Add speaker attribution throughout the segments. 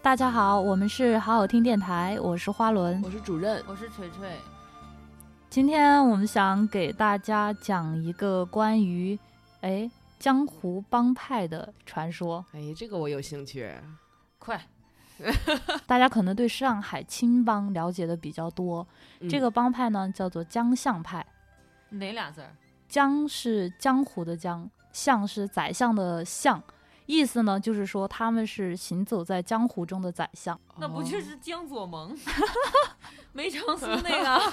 Speaker 1: 大家好，我们是好好听电台，我是花轮。
Speaker 2: 我是主任，
Speaker 3: 我是锤锤，
Speaker 1: 今天我们想给大家讲一个关于哎江湖帮派的传说。
Speaker 2: 哎，这个我有兴趣。
Speaker 3: 快，
Speaker 1: 大家可能对上海青帮了解的比较多，
Speaker 2: 嗯
Speaker 1: 这个帮派呢叫做江相派。
Speaker 3: 哪俩字儿？
Speaker 1: 江是江湖的江，相是宰相的相，意思呢就是说他们是行走在江湖中的宰相。
Speaker 3: 那不就
Speaker 2: 哦
Speaker 3: 是江左 盟？梅长苏那个？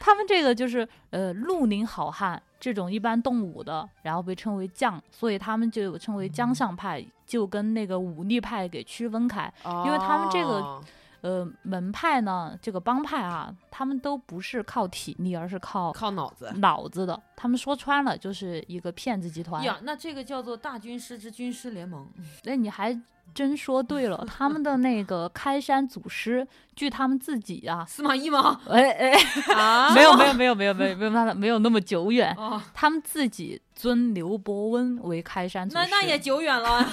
Speaker 1: 他们这个就是呃绿林好汉这种一般动武的，然后被称为将，所以他们就有称为将相派，就跟那个武力派给区分开。因为他们这个
Speaker 2: 哦
Speaker 1: 呃，门派呢，这个帮派啊，他们都不是靠体力，而是靠
Speaker 2: 靠脑子，
Speaker 1: 脑子的。他们说穿了就是一个骗子集团。
Speaker 3: 呀，那这个叫做大军师之军师联盟。
Speaker 1: 那你还真说对 了，他们的那个开山祖师，据他们自己啊，
Speaker 3: 司马懿 吗？
Speaker 1: 哎哎，
Speaker 3: 啊
Speaker 1: 没有 没有没有没有没有没有那没有那么久远，
Speaker 3: 哦，
Speaker 1: 他们自己尊刘伯温为开山祖师，
Speaker 3: 那那也，久远了。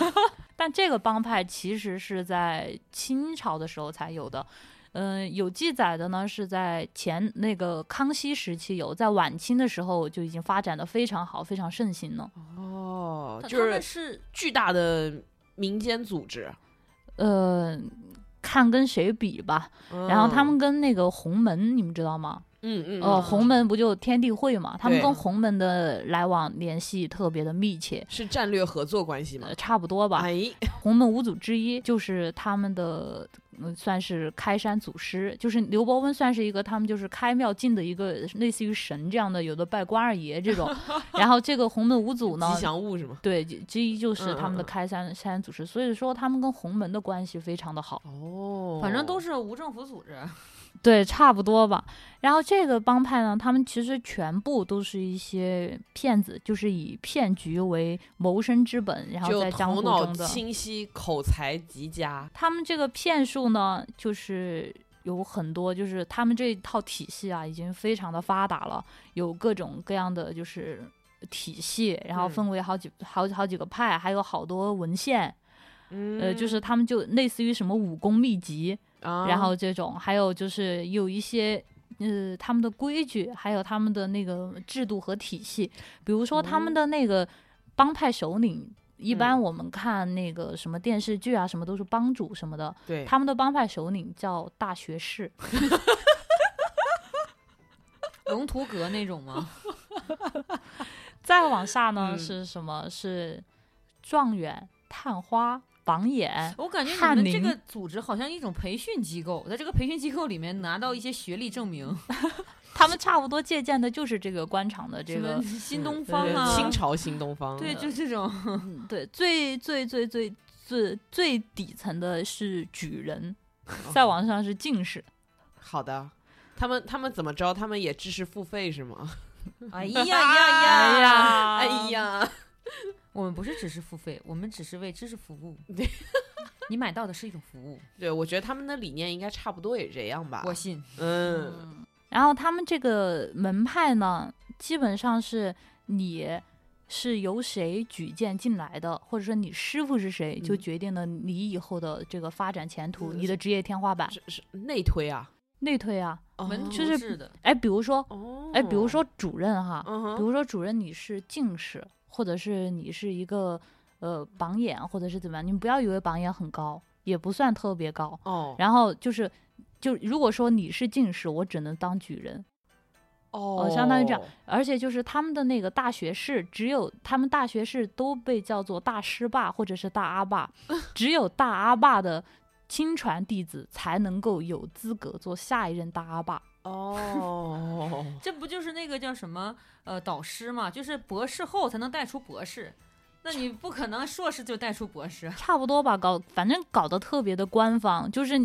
Speaker 1: 但这个帮派其实是在清朝的时候才有的，嗯、有记载的呢是在前那个康熙时期有，在晚清的时候就已经发展的非常好，非常盛行了。
Speaker 2: 哦，
Speaker 3: 他
Speaker 2: 就
Speaker 3: 他们
Speaker 2: 是
Speaker 3: 是
Speaker 2: 巨大的民间组织。
Speaker 1: 呃，看跟谁比吧，
Speaker 3: 嗯
Speaker 1: 然后他们跟那个洪门，你们知道吗？
Speaker 2: 嗯，嗯嗯，
Speaker 1: 呃，洪门不就天地会嘛，他们
Speaker 2: 对
Speaker 1: 跟洪门的来往联系特别的密切。
Speaker 2: 是战略合作关系吗
Speaker 1: 呃，？差不多吧，
Speaker 2: 哎，
Speaker 1: 洪门五祖之一，就是他们的，嗯，算是开山祖师，就是刘伯温，算是一个他们就是开庙进的一个类似于神这样的，有的拜关二爷 这种。然后这个洪门五祖呢
Speaker 2: 吉，祥物是吗？
Speaker 1: 对之之一就是他们的
Speaker 2: 嗯嗯嗯
Speaker 1: 开山山祖师，所以说他们跟洪门的关系非常的好，
Speaker 2: 哦，
Speaker 3: 反正都
Speaker 2: 是
Speaker 3: 是无政府组织。
Speaker 1: 对，差不多吧。然后这个帮派呢，他们其实全部都是一些骗子，就是以骗局为谋生之本，然后
Speaker 2: 就
Speaker 1: 在江湖
Speaker 2: 头
Speaker 1: 中
Speaker 2: 脑
Speaker 1: 的
Speaker 2: 清晰，口才极佳。
Speaker 1: 他们这个骗术呢，就是有很多，就是他们这一套体系啊，已经非常的发达了，有各种各样的就是体系，然后
Speaker 2: 嗯
Speaker 1: 分为好几、好好几个派，还有好多文献，
Speaker 2: 嗯
Speaker 1: 呃，就是他们就类似于什么武功秘籍，
Speaker 2: 啊，
Speaker 1: 然后这种，还有就是有一些。呃，他们的规矩，还有他们的那个制度和体系，比如说他们的那个帮派首领，一般
Speaker 2: 哦嗯
Speaker 1: 我们看那个什么电视剧啊，什么都是帮主什么的，
Speaker 2: 对，
Speaker 1: 他们的帮派首领叫大学士，
Speaker 3: 龙图阁那种 吗？
Speaker 1: 再往下呢、
Speaker 2: 嗯
Speaker 1: 是什么？是状元、探花、榜 眼。
Speaker 3: 我感觉
Speaker 1: 翰
Speaker 3: 你们这
Speaker 1: 林
Speaker 3: 个组织好像一种培训机构，在这个培训机构里面拿到一些学历证明，
Speaker 1: 他们差不多借鉴的就是这个官场的这
Speaker 3: 什么
Speaker 1: 个，
Speaker 3: 新
Speaker 2: 嗯
Speaker 3: 东方
Speaker 2: 对
Speaker 3: 啊，
Speaker 2: 清朝新东方，
Speaker 3: 对，就这 种。
Speaker 1: 嗯对，最最最最最最底层的是举人，再往上是进士。
Speaker 2: 好的。他们他们怎么着？他们也知识付费是
Speaker 1: 啊
Speaker 2: 吗？
Speaker 3: 哎呀呀
Speaker 1: 哎
Speaker 3: 呀！
Speaker 1: 呀，
Speaker 2: 哎，呀，
Speaker 3: 我们不是只是付费，我们只是为知识服务。
Speaker 2: 对，
Speaker 3: 你买到的是一种服务，
Speaker 2: 对我觉得他们的理念应该差不多也这样吧。
Speaker 3: 我信。
Speaker 2: 嗯，
Speaker 1: 然后他们这个门派呢，基本上是你是由谁举荐进来的，或者说你师傅是谁，就
Speaker 2: 嗯
Speaker 1: 决定了你以后的这个发展前途，
Speaker 2: 嗯
Speaker 1: 你的职业天花板。
Speaker 2: 是是内推啊，
Speaker 1: 内推啊，
Speaker 3: 门
Speaker 2: 哦
Speaker 3: 徒
Speaker 1: 就是
Speaker 3: 制的，
Speaker 1: 哎，比如说，
Speaker 2: 哦，
Speaker 1: 哎，比如，说主任哈，
Speaker 2: 嗯
Speaker 1: 比
Speaker 2: 哼，
Speaker 1: 如说主任你是进士，或者是你是一个呃榜眼，或者是怎么样，你们不要以为榜眼很高，也不算特别高。
Speaker 2: 哦
Speaker 1: 然后就是，就如果说你是进士，我只能当举人。
Speaker 2: 哦
Speaker 1: 相当于这样，而且就是他们的那个大学士，只有他们大学士都被叫做大师爸或者是大阿 爸，只有大阿爸的亲传弟子才能够有资格做下一任大阿爸。
Speaker 2: 哦，
Speaker 3: 这不就是那个叫什么呃导师嘛？就是博士后才能带出博士，那你不可能硕士就带出博士。
Speaker 1: 差不多吧，搞反正搞得特别的官方，就是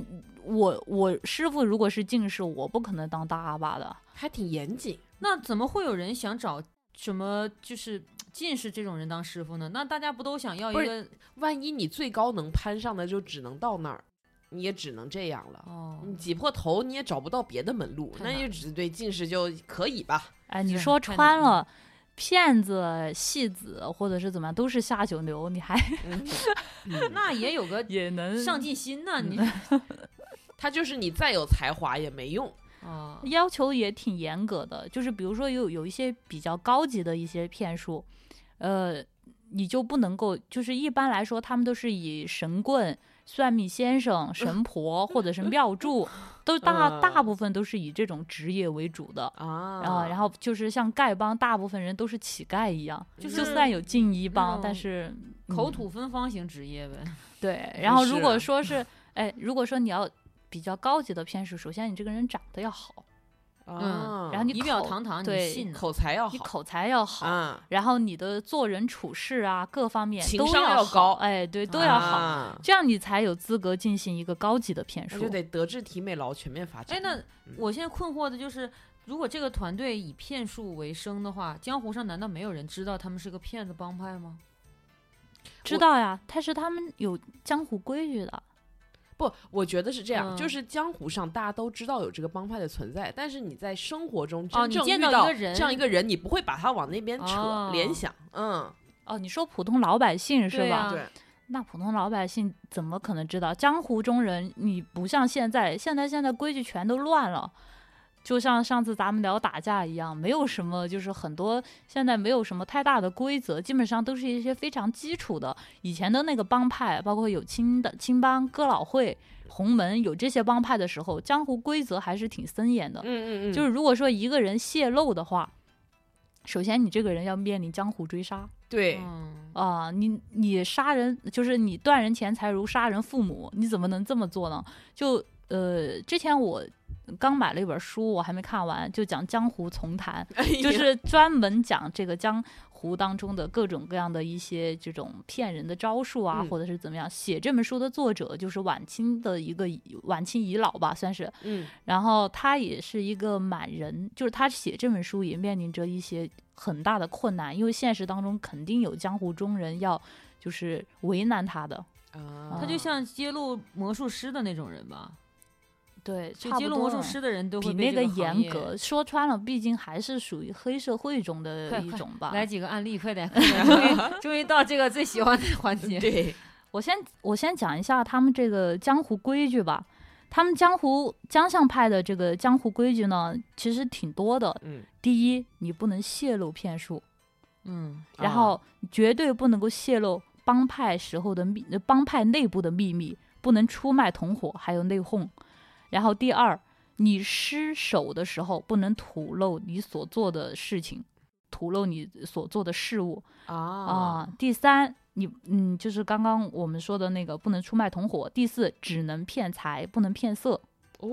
Speaker 1: 我我师傅如果是进士，我不可能当大阿爸的。
Speaker 2: 还挺严谨，
Speaker 3: 那怎么会有人想找什么就是进士这种人当师傅呢？那大家不都想要一
Speaker 2: 不是
Speaker 3: 个
Speaker 2: 万一你最高能攀上的就只能到那儿，你也只能这样了。
Speaker 3: 哦？
Speaker 2: 你挤破头你也找不到别的门路，
Speaker 3: 太
Speaker 2: 那
Speaker 3: 难
Speaker 2: 就只对近视就可以吧。
Speaker 1: 哎，你
Speaker 3: 是
Speaker 1: 说
Speaker 3: 太难
Speaker 1: 穿
Speaker 3: 了
Speaker 1: 了，骗子、戏子或者是怎么样，都是下九流，你还
Speaker 2: 嗯
Speaker 3: 那也有个
Speaker 1: 也能
Speaker 3: 上进心呐、你
Speaker 2: 他就是你再有才华也没用。
Speaker 3: 啊，
Speaker 1: 要求也挺严格的，就是比如说有有一些比较高级的一些骗术，呃，你就不能够，就是一般来说他们都是以神棍、算命先生、神婆或者是庙祝，都大
Speaker 2: 嗯
Speaker 1: 大部分都是以这种职业为主的。
Speaker 2: 啊
Speaker 1: 哦然后，然后就是像丐帮，大部分人都是乞丐一样，
Speaker 3: 就是
Speaker 1: 就算有进一帮，但
Speaker 3: 嗯
Speaker 1: 是
Speaker 3: 口
Speaker 1: 嗯
Speaker 3: 吐芬芳型职业呗。
Speaker 1: 对，然后如
Speaker 2: 是
Speaker 1: 果说是，哎，如果说你要比较高级的骗术，首先你这个人长得要好，
Speaker 2: 啊，
Speaker 1: 嗯然后你
Speaker 3: 仪表
Speaker 1: 口
Speaker 3: 堂堂，
Speaker 1: 对
Speaker 3: 你信呢？
Speaker 2: 口才要
Speaker 1: 你
Speaker 2: 好
Speaker 1: 口才要好，
Speaker 2: 啊，
Speaker 1: 然后你的做人处事啊各方面
Speaker 2: 情
Speaker 1: 都
Speaker 2: 商
Speaker 1: 要
Speaker 2: 要
Speaker 1: 好
Speaker 2: 高
Speaker 1: 哎，对，都
Speaker 3: 口
Speaker 1: 要好，
Speaker 2: 啊，
Speaker 1: 这样你才有资格进行一个高级的骗
Speaker 2: 那
Speaker 1: 术
Speaker 2: 就。得德智体美劳全面发展。
Speaker 3: 哎，那我现在困惑的就是，如果这个团队以骗术为生的话，江湖上难道没有人知道他们是个骗子帮派吗？
Speaker 1: 知道呀，但是他们有江湖规矩的，
Speaker 2: 不，我觉得是这样，
Speaker 3: 嗯
Speaker 2: 就是江湖上大家都知道有这个帮派的存在，但是你在生活中
Speaker 3: 哦
Speaker 2: 真
Speaker 3: 你
Speaker 2: 正
Speaker 3: 见
Speaker 2: 遇
Speaker 3: 到一
Speaker 2: 到
Speaker 3: 个人
Speaker 2: 这样一个人，你不会把他往那边扯
Speaker 3: 哦
Speaker 2: 联想，嗯，
Speaker 1: 哦，你说普通老百姓是
Speaker 3: 对
Speaker 1: 吧？
Speaker 3: 啊
Speaker 2: 对，
Speaker 1: 那普通老百姓怎么可能知道？江湖中人，你不像现在，现在现在规矩全都乱了。就像上次咱们聊打架一样，没有什么，就是很多现在没有什么太大的规则，基本上都是一些非常基础的。以前的那个帮派，包括有青的青帮、哥老会、洪门，有这些帮派的时候，江湖规则还是挺森严的。
Speaker 2: 嗯嗯嗯，
Speaker 1: 就是如果说一个人泄露的话，首先你这个人要面临江湖追杀，
Speaker 2: 对，
Speaker 3: 嗯，
Speaker 1: 啊、你你杀人就是你断人钱财如杀人父母，你怎么能这么做呢？就呃，之前我刚买了一本书，我还没看完，就讲江湖丛谈，
Speaker 2: 哎呀
Speaker 1: 就是专门讲这个江湖当中的各种各样的一些这种骗人的招数啊，
Speaker 2: 嗯
Speaker 1: 或者是怎么样。写这本书的作者就是晚清的一个晚清遗老吧，算是，
Speaker 2: 嗯
Speaker 1: 然后他也是一个满人，就是他写这本书也面临着一些很大的困难，因为现实当中肯定有江湖中人要就是为难他的，
Speaker 2: 啊，
Speaker 3: 他就像揭露魔术师的那种人吧，
Speaker 1: 对，
Speaker 3: 就
Speaker 1: 差不
Speaker 3: 揭露
Speaker 1: 多
Speaker 3: 魔术
Speaker 1: 了
Speaker 3: 师的人都
Speaker 1: 比
Speaker 3: 会
Speaker 1: 那
Speaker 3: 被
Speaker 1: 个
Speaker 3: 这行
Speaker 1: 严
Speaker 3: 业。
Speaker 1: 格。说穿了，毕竟还是属于黑社会中
Speaker 3: 快
Speaker 1: 的一
Speaker 3: 快
Speaker 1: 种吧。
Speaker 3: 来几个案例，快点，快点终于终于到这个最喜欢的环节。
Speaker 2: 对，
Speaker 1: 我先我先讲一下他们这个江湖规矩吧。他们江湖江相派的这个江湖规矩呢，其实挺多的。
Speaker 2: 嗯，
Speaker 1: 第一，你不能泄露骗术。
Speaker 3: 嗯，
Speaker 1: 然
Speaker 2: 啊
Speaker 1: 后绝对不能够泄露帮派时候的秘，呃帮派内部的秘密，不能出卖同伙，还有内讧。然后第二，你失手的时候不能吐露你所做的事情，吐露你所做的事物啊、
Speaker 2: 啊，
Speaker 1: 第三，你嗯，就是刚刚我们说的那个不能出卖同伙。第四，只能骗财，不能骗色，
Speaker 2: 哦，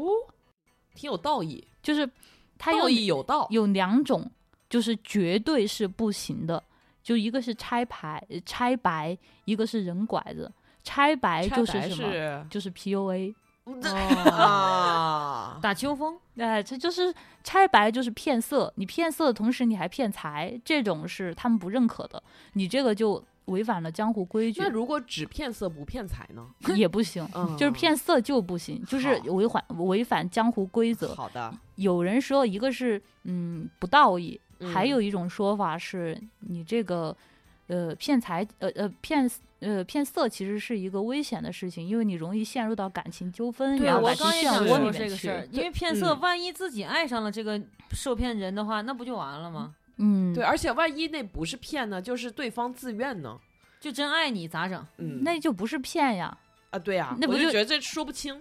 Speaker 2: 挺有道义，
Speaker 1: 就是他有
Speaker 2: 道义有道，
Speaker 1: 有两种，就是绝对是不行的，就一个是拆牌呃拆白，一个是人拐子。拆白
Speaker 2: 拆
Speaker 1: 就
Speaker 2: 白
Speaker 1: 是什么？
Speaker 2: 是
Speaker 1: 就是 PUA。
Speaker 3: 哦，
Speaker 2: 啊，
Speaker 3: 打秋风，
Speaker 1: 哎，这就是拆白，就是骗色。你骗色的同时，你还骗财，这种是他们不认可的。你这个就违反了江湖规矩
Speaker 2: 那，如果只骗色不骗 财呢？
Speaker 1: 也不行。
Speaker 2: 嗯，
Speaker 1: 就是骗色就不行，就是
Speaker 2: 好
Speaker 1: 违反违反江湖规则。
Speaker 2: 好的，
Speaker 1: 有人说，一个是嗯不道义，还
Speaker 2: 嗯
Speaker 1: 有一种说法是，你这个，呃，骗财，呃呃，骗呃骗色，其实是一个危险的事情，因为你容易陷入到感情纠纷，
Speaker 3: 对
Speaker 1: 然后
Speaker 3: 我
Speaker 1: 感情
Speaker 3: 刚
Speaker 1: 漩
Speaker 3: 也想
Speaker 1: 涡
Speaker 3: 说
Speaker 1: 里
Speaker 3: 这
Speaker 1: 面
Speaker 3: 个事
Speaker 1: 去，。
Speaker 3: 儿因为骗色，
Speaker 2: 嗯
Speaker 3: 万一自己爱上了这个受骗人的话，那不就完了吗？
Speaker 1: 嗯，
Speaker 2: 对，，而且万一那不是骗呢，就是对方自愿呢。
Speaker 3: 就真爱你咋整？
Speaker 2: 嗯，
Speaker 1: 那就不是骗呀。
Speaker 2: 啊，对啊，
Speaker 1: 那
Speaker 2: 我
Speaker 1: 不
Speaker 2: 就
Speaker 1: 就
Speaker 2: 觉得这说不清。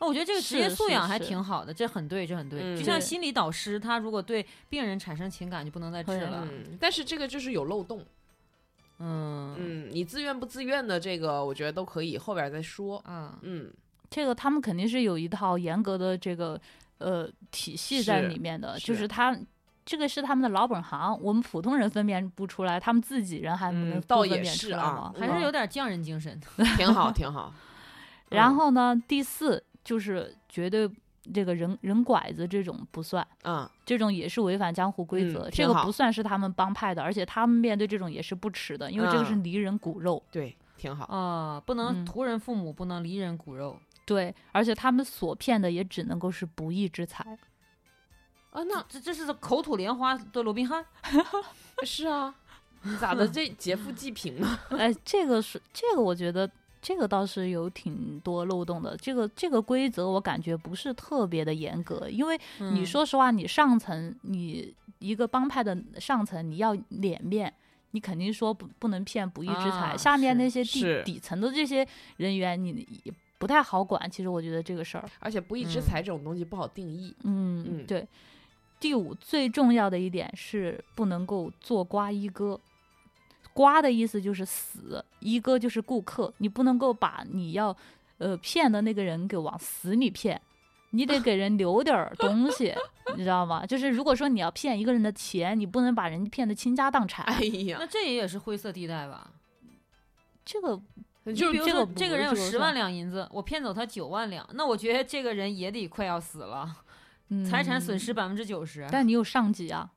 Speaker 3: 哦，我觉得这个职业
Speaker 1: 是
Speaker 3: 素
Speaker 1: 是
Speaker 3: 养还
Speaker 1: 是
Speaker 3: 挺好的，这很对，这很对。
Speaker 2: 嗯
Speaker 3: 就像
Speaker 1: 对
Speaker 3: 心理导师，他如果对病人产生情感，就不能再治
Speaker 1: 会
Speaker 3: 了
Speaker 1: 啊。
Speaker 2: 嗯，但是这个就是有漏洞。
Speaker 3: 嗯
Speaker 2: 嗯，你自愿不自愿的这个，我觉得都可以后边再说。
Speaker 3: 啊，
Speaker 2: 嗯，
Speaker 1: 这个他们肯定是有一套严格的这个呃体系在
Speaker 2: 是
Speaker 1: 里面的，就是是他。这个是他们的老本行，我们普通人分辨不出来，他们自己人还
Speaker 2: 嗯
Speaker 1: 能不
Speaker 2: 倒
Speaker 1: 分
Speaker 2: 也
Speaker 1: 辨
Speaker 2: 是
Speaker 1: 出来吗
Speaker 2: 啊？
Speaker 3: 还是有点匠人精神。
Speaker 2: 挺好， 挺好。嗯
Speaker 1: 然后呢，第四就是绝对这个人人拐子这种不算，
Speaker 2: 嗯，
Speaker 1: 这种也是违反江湖规
Speaker 2: 嗯
Speaker 1: 则，这
Speaker 2: 挺
Speaker 1: 个
Speaker 2: 好
Speaker 1: 不算是他们帮派的，而且他们面对这种也是不耻的，因为这个是
Speaker 2: 嗯
Speaker 1: 离人骨肉，
Speaker 2: 对，挺好。
Speaker 3: 啊，不
Speaker 1: 嗯
Speaker 3: 能图人父母，不能离人骨肉。
Speaker 1: 对，而且他们所骗的也只能够是不义之财，
Speaker 2: 啊，那
Speaker 3: 这这是口吐莲花的罗宾汉。
Speaker 2: 是啊，你咋的？这劫富济贫嘛？
Speaker 1: 哎，这个是这个，我觉得这个倒是有挺多漏洞的。这个这个规则我感觉不是特别的严格，因为你
Speaker 3: 嗯，
Speaker 1: 说实话，你上层你一个帮派的上层，你要脸面。你肯定说不不能骗不义之财，
Speaker 3: 啊
Speaker 1: 下面
Speaker 3: 是
Speaker 1: 那些底
Speaker 2: 是
Speaker 1: 底层的这些人员你也不太好管。其实我觉得这个事儿，
Speaker 2: 而且不义之
Speaker 3: 嗯
Speaker 2: 财这种东西不好定义。
Speaker 1: 嗯，
Speaker 2: 嗯
Speaker 1: 对。第五最重要的一点是不能够做瓜一哥，瓜的意思就是死，一哥就是顾客，你不能够把你要呃骗的那个人给往死里骗。你得给人留点儿东西， 你知道吗？就是如果说你要骗一个人的钱，你不能把人骗得倾家荡产。
Speaker 2: 哎呀
Speaker 3: 那，这也是灰色地带吧？
Speaker 1: 这个
Speaker 2: 那
Speaker 3: 就
Speaker 2: 就
Speaker 3: 比
Speaker 1: 嗯
Speaker 3: 如
Speaker 1: 这
Speaker 3: 说
Speaker 1: 个，
Speaker 3: 这
Speaker 1: 不
Speaker 3: 个人有
Speaker 1: 这个
Speaker 3: 十
Speaker 1: 算
Speaker 3: 万两银子，我骗走他九万两，那我觉得这个人也得快要死了，财产损
Speaker 1: 嗯
Speaker 3: 失百分之九十，
Speaker 1: 但你有上级啊，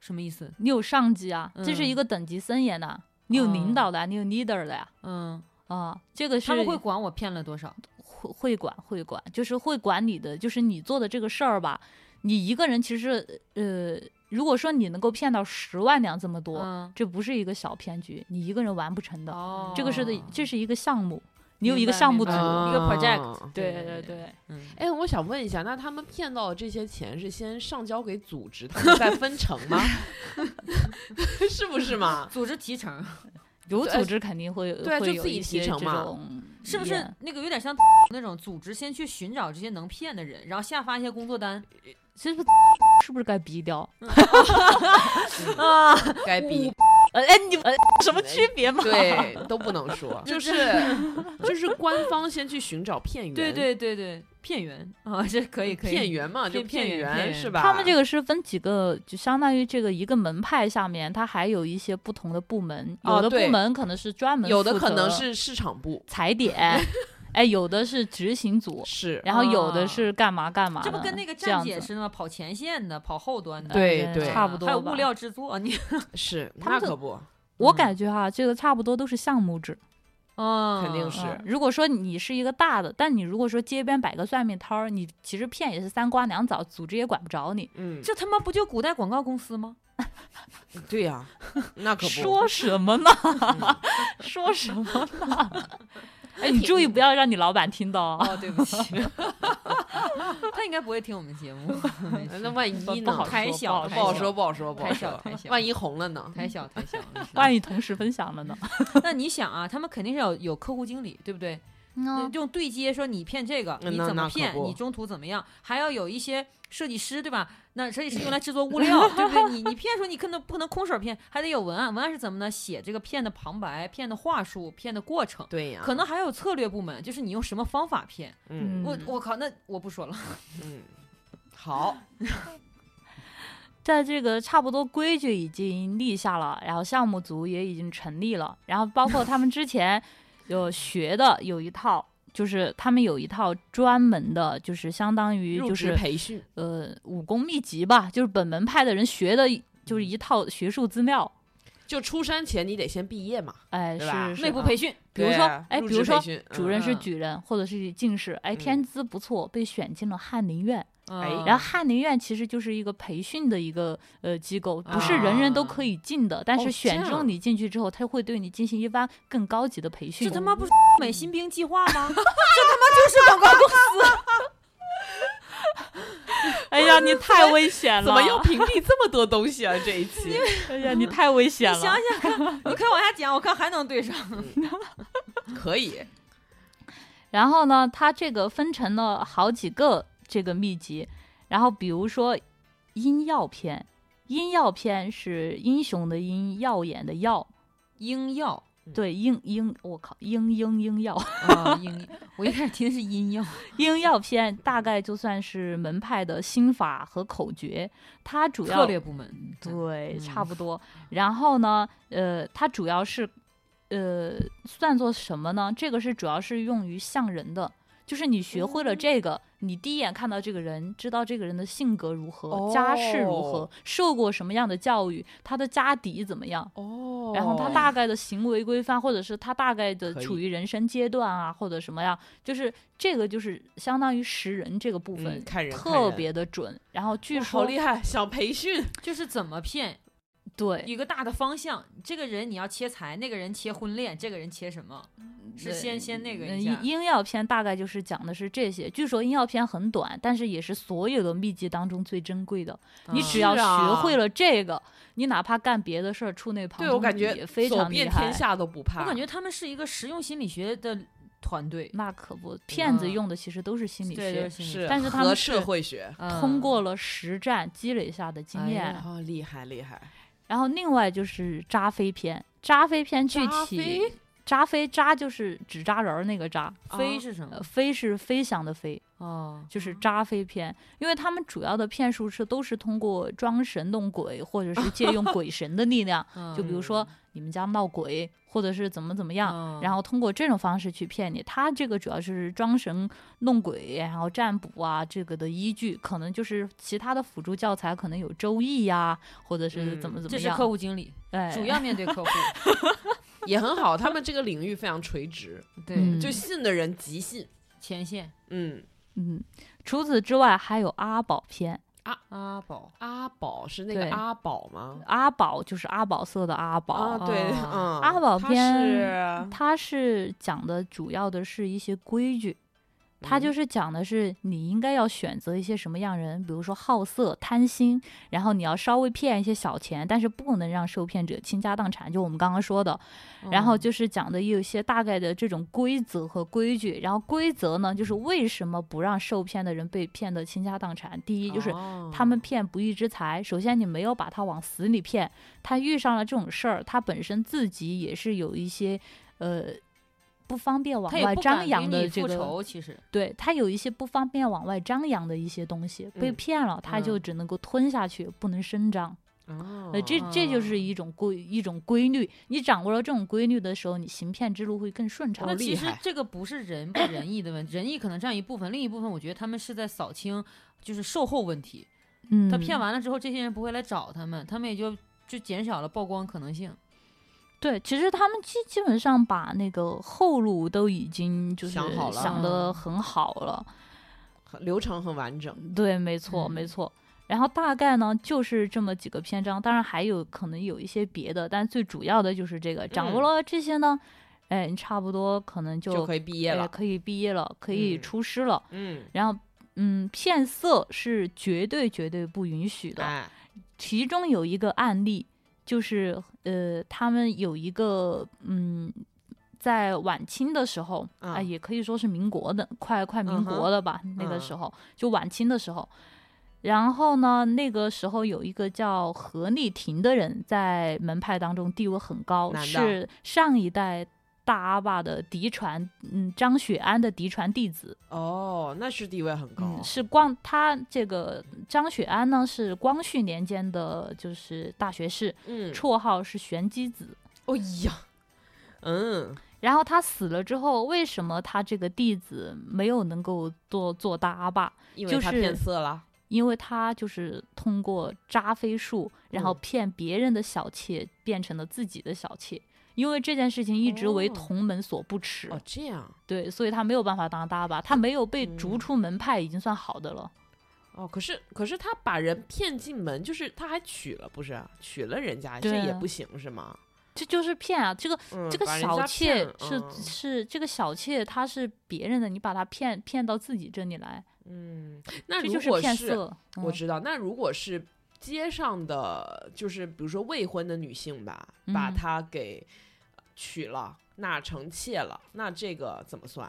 Speaker 3: 什么意思？
Speaker 1: 你有上级啊，这是一
Speaker 3: 嗯
Speaker 1: 个等级森严的，你有领导的，你有 leader 的呀，
Speaker 3: 嗯，
Speaker 1: 啊，这个是
Speaker 3: 他们会管我骗了多少？
Speaker 1: 会会管会管，就是会管你的，就是你做的这个事儿吧。你一个人其实呃，如果说你能够骗到十万两这么多，
Speaker 3: 嗯，
Speaker 1: 这不是一个小骗局，你一个人完不成的。
Speaker 3: 哦，
Speaker 1: 这个是的，这是一个项目，你有
Speaker 3: 明
Speaker 1: 一个
Speaker 3: 白
Speaker 1: 项
Speaker 3: 明
Speaker 1: 目组
Speaker 3: 白。一
Speaker 2: 嗯哦
Speaker 3: 个 project
Speaker 1: 对
Speaker 3: 对
Speaker 1: 对
Speaker 3: 对
Speaker 1: 对，
Speaker 3: 嗯，
Speaker 2: 哎，我想问一下，那他们骗到的这些钱是先上交给组织，他们再分成吗？ 是不是嘛？
Speaker 3: 组织提成
Speaker 1: 有
Speaker 2: 对
Speaker 3: 哎
Speaker 1: 组织肯定会
Speaker 2: 对啊
Speaker 1: 会
Speaker 2: 就
Speaker 1: 有
Speaker 2: 自己
Speaker 1: 一
Speaker 2: 提
Speaker 1: 些这
Speaker 2: 成嘛
Speaker 1: 种，
Speaker 3: 是不是？那个有点像那种组织先去寻找这些能骗的人，然后下发一些工作单
Speaker 1: 其实是不是该逼掉？
Speaker 3: 啊？
Speaker 2: 该逼
Speaker 1: 呃，哎，你们呃什么区别嘛？
Speaker 2: 对都不能说，就是 就是官方先去寻找骗源，
Speaker 3: 对对对对，骗员啊，这可以可以。
Speaker 2: 骗源嘛，就
Speaker 3: 骗骗源骗
Speaker 2: 源
Speaker 3: 源
Speaker 2: 是吧？
Speaker 1: 他们这个是分几个，就相当于这个一个门派下面，它还有一些不同的部门，
Speaker 2: 哦
Speaker 1: 有的
Speaker 2: 对
Speaker 1: 部门可能是专门
Speaker 2: 有的可能
Speaker 1: 负责
Speaker 2: 是市场部，
Speaker 1: 踩 点，哎，有的是执行组，
Speaker 2: 是
Speaker 1: 然后有的
Speaker 3: 啊
Speaker 1: 是干嘛干嘛的，
Speaker 3: 这不跟那个
Speaker 1: 啊这
Speaker 3: 站
Speaker 1: 样
Speaker 3: 姐
Speaker 1: 子
Speaker 3: 似的吗？跑前线的，跑后端的，
Speaker 2: 对
Speaker 1: 哎
Speaker 2: 对
Speaker 1: 差不多
Speaker 3: 还有
Speaker 1: 吧
Speaker 3: 物料制作，你
Speaker 2: 是，
Speaker 1: 他们
Speaker 2: 那
Speaker 1: 就
Speaker 2: 可不，
Speaker 1: 我
Speaker 3: 嗯
Speaker 1: 感觉哈，这个差不多都是项目制。
Speaker 3: 嗯，
Speaker 2: 肯定是
Speaker 1: 嗯如果说你是一个大的，但你如果说街边摆个算命摊儿，你其实骗也是三瓜两枣，组织也管不着你。
Speaker 2: 嗯，
Speaker 3: 这他妈不就古代广告公司吗？
Speaker 2: 对呀， 那可不。
Speaker 1: 说什么呢？
Speaker 2: 嗯
Speaker 1: 说什么呢？ 哎，你注意不要让你老板听到啊！
Speaker 3: 哦，对不起， 他应该不会听我们节目，没
Speaker 2: 哎
Speaker 3: 事
Speaker 2: 那万
Speaker 1: 不
Speaker 2: 一
Speaker 1: 不
Speaker 2: 呢？
Speaker 1: 好
Speaker 3: 开
Speaker 1: 说
Speaker 3: 小
Speaker 2: 不
Speaker 1: 不
Speaker 2: 好
Speaker 1: 好
Speaker 2: 说，不好说，不好
Speaker 3: 开小
Speaker 2: 说
Speaker 3: 开。小
Speaker 2: 万一红了呢？
Speaker 3: 太小太小。没事
Speaker 1: 万一同时分享了呢？
Speaker 3: 那你想啊，他们肯定是要有客户经理，对不对？
Speaker 1: 嗯，
Speaker 3: 用对接说你骗这个，
Speaker 2: 嗯
Speaker 3: 你
Speaker 2: 那
Speaker 3: 怎
Speaker 2: 那
Speaker 3: 么
Speaker 2: 可
Speaker 3: 骗，
Speaker 2: 不
Speaker 3: 你中途怎么样，还要有一些设计师，对吧？那设计师用来制作 物料，对不对？你你骗说你可能不能空手骗，还得有文案，文案是怎么呢？写这个骗的旁白、骗的话术、骗的过程。
Speaker 2: 对呀，
Speaker 3: 可能还有策略部门，就是你用什么方法骗。
Speaker 2: 嗯
Speaker 3: 我
Speaker 1: 嗯
Speaker 3: 我靠，那我不说了。
Speaker 2: 嗯，好，
Speaker 1: 在这个差不多规矩已经立下了，然后项目组也已经成立了，然后包括他们之前有学的有一套，就是他们有一套专门的，就是相当于
Speaker 2: 入
Speaker 1: 就
Speaker 2: 职
Speaker 1: 是
Speaker 2: 培训
Speaker 1: 呃武功秘籍吧，就是本门派的人学的，就是一套学术资料。
Speaker 2: 就出山前你得先毕业嘛，
Speaker 1: 哎，
Speaker 2: 对吧
Speaker 1: 是是
Speaker 3: 内部培训，
Speaker 1: 比如
Speaker 2: 对
Speaker 1: 说
Speaker 2: 啊
Speaker 1: 哎
Speaker 2: 入
Speaker 1: 比如
Speaker 2: 职
Speaker 1: 说
Speaker 2: 培训
Speaker 1: 主任是
Speaker 3: 嗯
Speaker 1: 举人，或者是进士，哎，天
Speaker 2: 嗯
Speaker 1: 资不错，被选进了翰林院。
Speaker 2: 哎
Speaker 3: 嗯
Speaker 1: 然后翰林院其实就是一个培训的一个呃机构，不是人人都可以进的，但
Speaker 2: 哦
Speaker 1: 是选
Speaker 2: 这
Speaker 1: 中
Speaker 2: 样
Speaker 1: 你进去之后，他会对你进行一番更高级的培训。
Speaker 3: 这他妈不是美新兵计划 吗？这他妈就是广告公司。
Speaker 1: 哎呀，你太危险了！
Speaker 2: 嗯怎么又？屏蔽这么多东西啊？这一期
Speaker 1: 哎呀，你太危险
Speaker 3: 你想
Speaker 1: 了。
Speaker 3: 想看，你看往下讲，我看还能对上。
Speaker 2: 嗯 可以，
Speaker 1: 然后呢，它这个分成了好几个这个秘籍，然后比如说阴药篇，阴药篇是英雄的阴，耀眼的耀，
Speaker 3: 英药
Speaker 2: 嗯
Speaker 1: 对，英英，我靠，英英英耀。
Speaker 3: 啊，英，我一开始听的是音药。
Speaker 1: 英药篇大概就算是门派的心法和口诀，它主要
Speaker 3: 策略部门，
Speaker 1: 对
Speaker 3: 嗯
Speaker 1: 差不多。然后呢，呃，它主要是呃算作什么呢？这个是主要是用于像人的，就是你学会
Speaker 3: 嗯
Speaker 1: 了这个，你第一眼看到这个人，知道这个人的性格如何、
Speaker 2: 哦
Speaker 1: 家世如何、受过什么样的教育、他的家底怎么样，
Speaker 2: 哦
Speaker 1: 然后他大概的行为规范，或者是他大概的
Speaker 2: 可以
Speaker 1: 处于人生阶段啊，或者什么样，就是这个就是相当于识人这个部分、
Speaker 2: 嗯看人看
Speaker 1: 特
Speaker 2: 人
Speaker 1: 别的准。然后据
Speaker 2: 哇
Speaker 1: 说
Speaker 2: 好厉害，想培训，
Speaker 3: 就是怎么骗，
Speaker 1: 对
Speaker 3: 一个大的方向，这个人你要切财，那个人切婚恋，这个人切什么？是先先那个
Speaker 1: 嗯
Speaker 3: 一下
Speaker 1: 英。英药篇大概就是讲的是这些。据说英药篇很短，但是也是所有的秘籍当中最珍贵的。
Speaker 3: 嗯
Speaker 1: 你只
Speaker 2: 是
Speaker 1: 要学
Speaker 2: 啊
Speaker 1: 会了这个，你哪怕干别的事儿，触类旁
Speaker 2: 对我
Speaker 1: 通
Speaker 2: 感
Speaker 1: 也
Speaker 2: 觉
Speaker 1: 非
Speaker 2: 走
Speaker 1: 常厉
Speaker 2: 遍
Speaker 1: 害
Speaker 2: 天。下都不怕。
Speaker 3: 我感觉他们是一个实用心理学的团队，
Speaker 1: 那可不，骗子
Speaker 3: 嗯
Speaker 1: 用的其实都是心理
Speaker 3: 对对
Speaker 1: 学，
Speaker 3: 心理
Speaker 2: 是，
Speaker 1: 但是他
Speaker 2: 和
Speaker 1: 们
Speaker 2: 社
Speaker 1: 是
Speaker 2: 会学
Speaker 3: 嗯
Speaker 1: 通过了实战积累下的经
Speaker 3: 哎
Speaker 1: 验。
Speaker 3: 呀
Speaker 2: 哦，厉害厉害，
Speaker 1: 然后另外就是扎飞篇，扎飞篇具
Speaker 2: 扎
Speaker 1: 体
Speaker 2: 飞
Speaker 1: 扎飞扎就是纸扎人儿那个扎，
Speaker 3: 飞
Speaker 2: 啊
Speaker 3: 是什么
Speaker 1: 呃，？飞是飞翔的飞，
Speaker 3: 嗯哦，
Speaker 1: 就是扎飞片，因为他们主要的骗术是都是通过装神弄鬼，或者是借用鬼神的力 量，
Speaker 3: 嗯
Speaker 1: 就比如说你们家闹鬼，或者是怎么怎么样，
Speaker 3: 样
Speaker 1: 然后通过这种方式去骗你。他这个主要是装神弄鬼，然后占卜啊这个的依据，可能就是其他的辅助教材可能有周易呀、或者是怎么
Speaker 2: 嗯
Speaker 1: 怎
Speaker 3: 这
Speaker 1: 么
Speaker 3: 是
Speaker 1: 样，
Speaker 3: 客户经理，
Speaker 1: 哎，
Speaker 3: 主要面 对客户，
Speaker 2: 也很好，他们这个领域非常垂直，
Speaker 3: 对，
Speaker 2: 就
Speaker 1: 嗯
Speaker 2: 信的人极信。
Speaker 3: 前线
Speaker 2: 嗯，
Speaker 1: 嗯。除此之外，还有阿宝篇，
Speaker 3: 阿宝，
Speaker 2: 阿宝是那
Speaker 1: 对
Speaker 2: 个阿宝吗？
Speaker 1: 阿宝就是阿宝色的阿宝，
Speaker 2: 啊，对，
Speaker 3: 啊
Speaker 2: 嗯，
Speaker 1: 阿宝
Speaker 2: 他
Speaker 1: 篇
Speaker 2: 是
Speaker 1: 它是讲的主要的是一些规矩，它
Speaker 2: 嗯
Speaker 1: 就是讲的是你应该要选择一些什么样人，比如说好色、贪心，然后你要稍微骗一些小钱，但是不能让受骗者倾家荡产，就我们刚刚说的。
Speaker 2: 嗯
Speaker 1: 然
Speaker 3: 嗯
Speaker 1: 后就是讲的有一些大概的这种规则和规矩，然后规则呢，就是为什么不让受骗的人被骗得倾家荡产？第一就是
Speaker 3: 嗯
Speaker 2: 哦
Speaker 1: 他们骗不义之财，首先你没有把他往死里骗，他遇上了这种事儿，他本身自己也是有一些呃不方便往
Speaker 3: 他也
Speaker 1: 外
Speaker 3: 不敢
Speaker 1: 张扬
Speaker 3: 给
Speaker 1: 的
Speaker 3: 你
Speaker 1: 这
Speaker 3: 复
Speaker 1: 个，
Speaker 3: 仇，其实
Speaker 1: 对他有一些不方便往外张扬的一些东西，被
Speaker 2: 嗯
Speaker 1: 骗了他就
Speaker 2: 嗯
Speaker 1: 只能够吞下去，不能声张。
Speaker 2: 哦
Speaker 1: 呃，这这就是一种规一种规律，你掌握了这种规律的时候，你行骗之路会更顺畅
Speaker 3: 那。
Speaker 2: 厉
Speaker 3: 其实
Speaker 2: 害
Speaker 3: 这个不是仁不仁义的问题， 仁义可能占一部分，另一部分我觉得他们是在扫清就是售后问题。
Speaker 1: 嗯，
Speaker 3: 他骗完了之后，这些人不会来找他们，他们也就就减少了曝光可能性。
Speaker 1: 对，其实他们基基本上把那个后路都已经就是
Speaker 2: 想好了
Speaker 1: 想
Speaker 3: 嗯
Speaker 1: 的很好了。
Speaker 2: 很流程很完整。
Speaker 1: 对，没错，
Speaker 3: 嗯
Speaker 1: 没错。然后大概呢就是这么几个篇章，当然还有可能有一些别的，但最主要的就是这个。掌握
Speaker 2: 嗯
Speaker 1: 了这些呢，哎，你差不多可能就
Speaker 2: 就可以毕业
Speaker 1: 哎
Speaker 2: 了，
Speaker 1: 可以毕业了，可以
Speaker 2: 嗯
Speaker 1: 出师了。
Speaker 2: 嗯，
Speaker 1: 然后，嗯，骗色是绝对绝对不允许的。
Speaker 2: 哎，
Speaker 1: 其中有一个案例，就是呃，他们有一个嗯，在晚清的时候啊、
Speaker 2: 嗯
Speaker 1: 也可以说是民国的，快快民
Speaker 2: 嗯哼
Speaker 1: 国了吧？那个
Speaker 2: 嗯
Speaker 1: 时候就晚清的时候。然后呢，那个时候有一个叫何立庭的人，在门派当中地位很高，
Speaker 2: 男的
Speaker 1: 是上一代大阿爸的嫡传，嗯，张雪安的嫡传弟子。
Speaker 2: 哦，那是地位很高啊
Speaker 1: 嗯，，是光他这个张雪安呢是光绪年间的，就是大学士，
Speaker 2: 嗯，
Speaker 1: 绰号是玄机子。
Speaker 2: 哦呀，嗯，
Speaker 1: 然后他死了之后，为什么他这个弟子没有能够做做大阿爸？
Speaker 2: 因
Speaker 1: 就
Speaker 2: 为他
Speaker 1: 是
Speaker 2: 变色了，
Speaker 1: 因为他就是通过扎飞术，然后
Speaker 2: 嗯
Speaker 1: 骗别人的小妾变成了自己的小妾。因为这件事情一直为
Speaker 2: 哦
Speaker 1: 同门所不齿，
Speaker 2: 哦，这样，
Speaker 1: 对，所以他没有办法当大阿爸，他没有被逐
Speaker 2: 嗯
Speaker 1: 出门派已经算好的了。
Speaker 2: 哦，可是可是他把人骗进门，就是他还娶了，不是啊娶了人家，这
Speaker 1: 对
Speaker 2: 也
Speaker 1: 啊
Speaker 2: 不行是吗？
Speaker 1: 这就是骗啊！这个
Speaker 2: 嗯，
Speaker 1: 这个
Speaker 2: 把人
Speaker 1: 小
Speaker 2: 家
Speaker 1: 妾
Speaker 2: 骗嗯
Speaker 1: 是、
Speaker 2: 了
Speaker 1: 是这个小妾，她是别人的，你把她骗骗到自己这里来，
Speaker 2: 嗯，嗯那
Speaker 1: 这
Speaker 2: 如
Speaker 1: 就
Speaker 2: 果
Speaker 1: 是骗色。
Speaker 2: 我
Speaker 1: 嗯
Speaker 2: 知道。那如果是街上的，就是比如说未婚的女性吧，把
Speaker 1: 嗯
Speaker 2: 她给娶了，纳成妾了，那这个怎么算？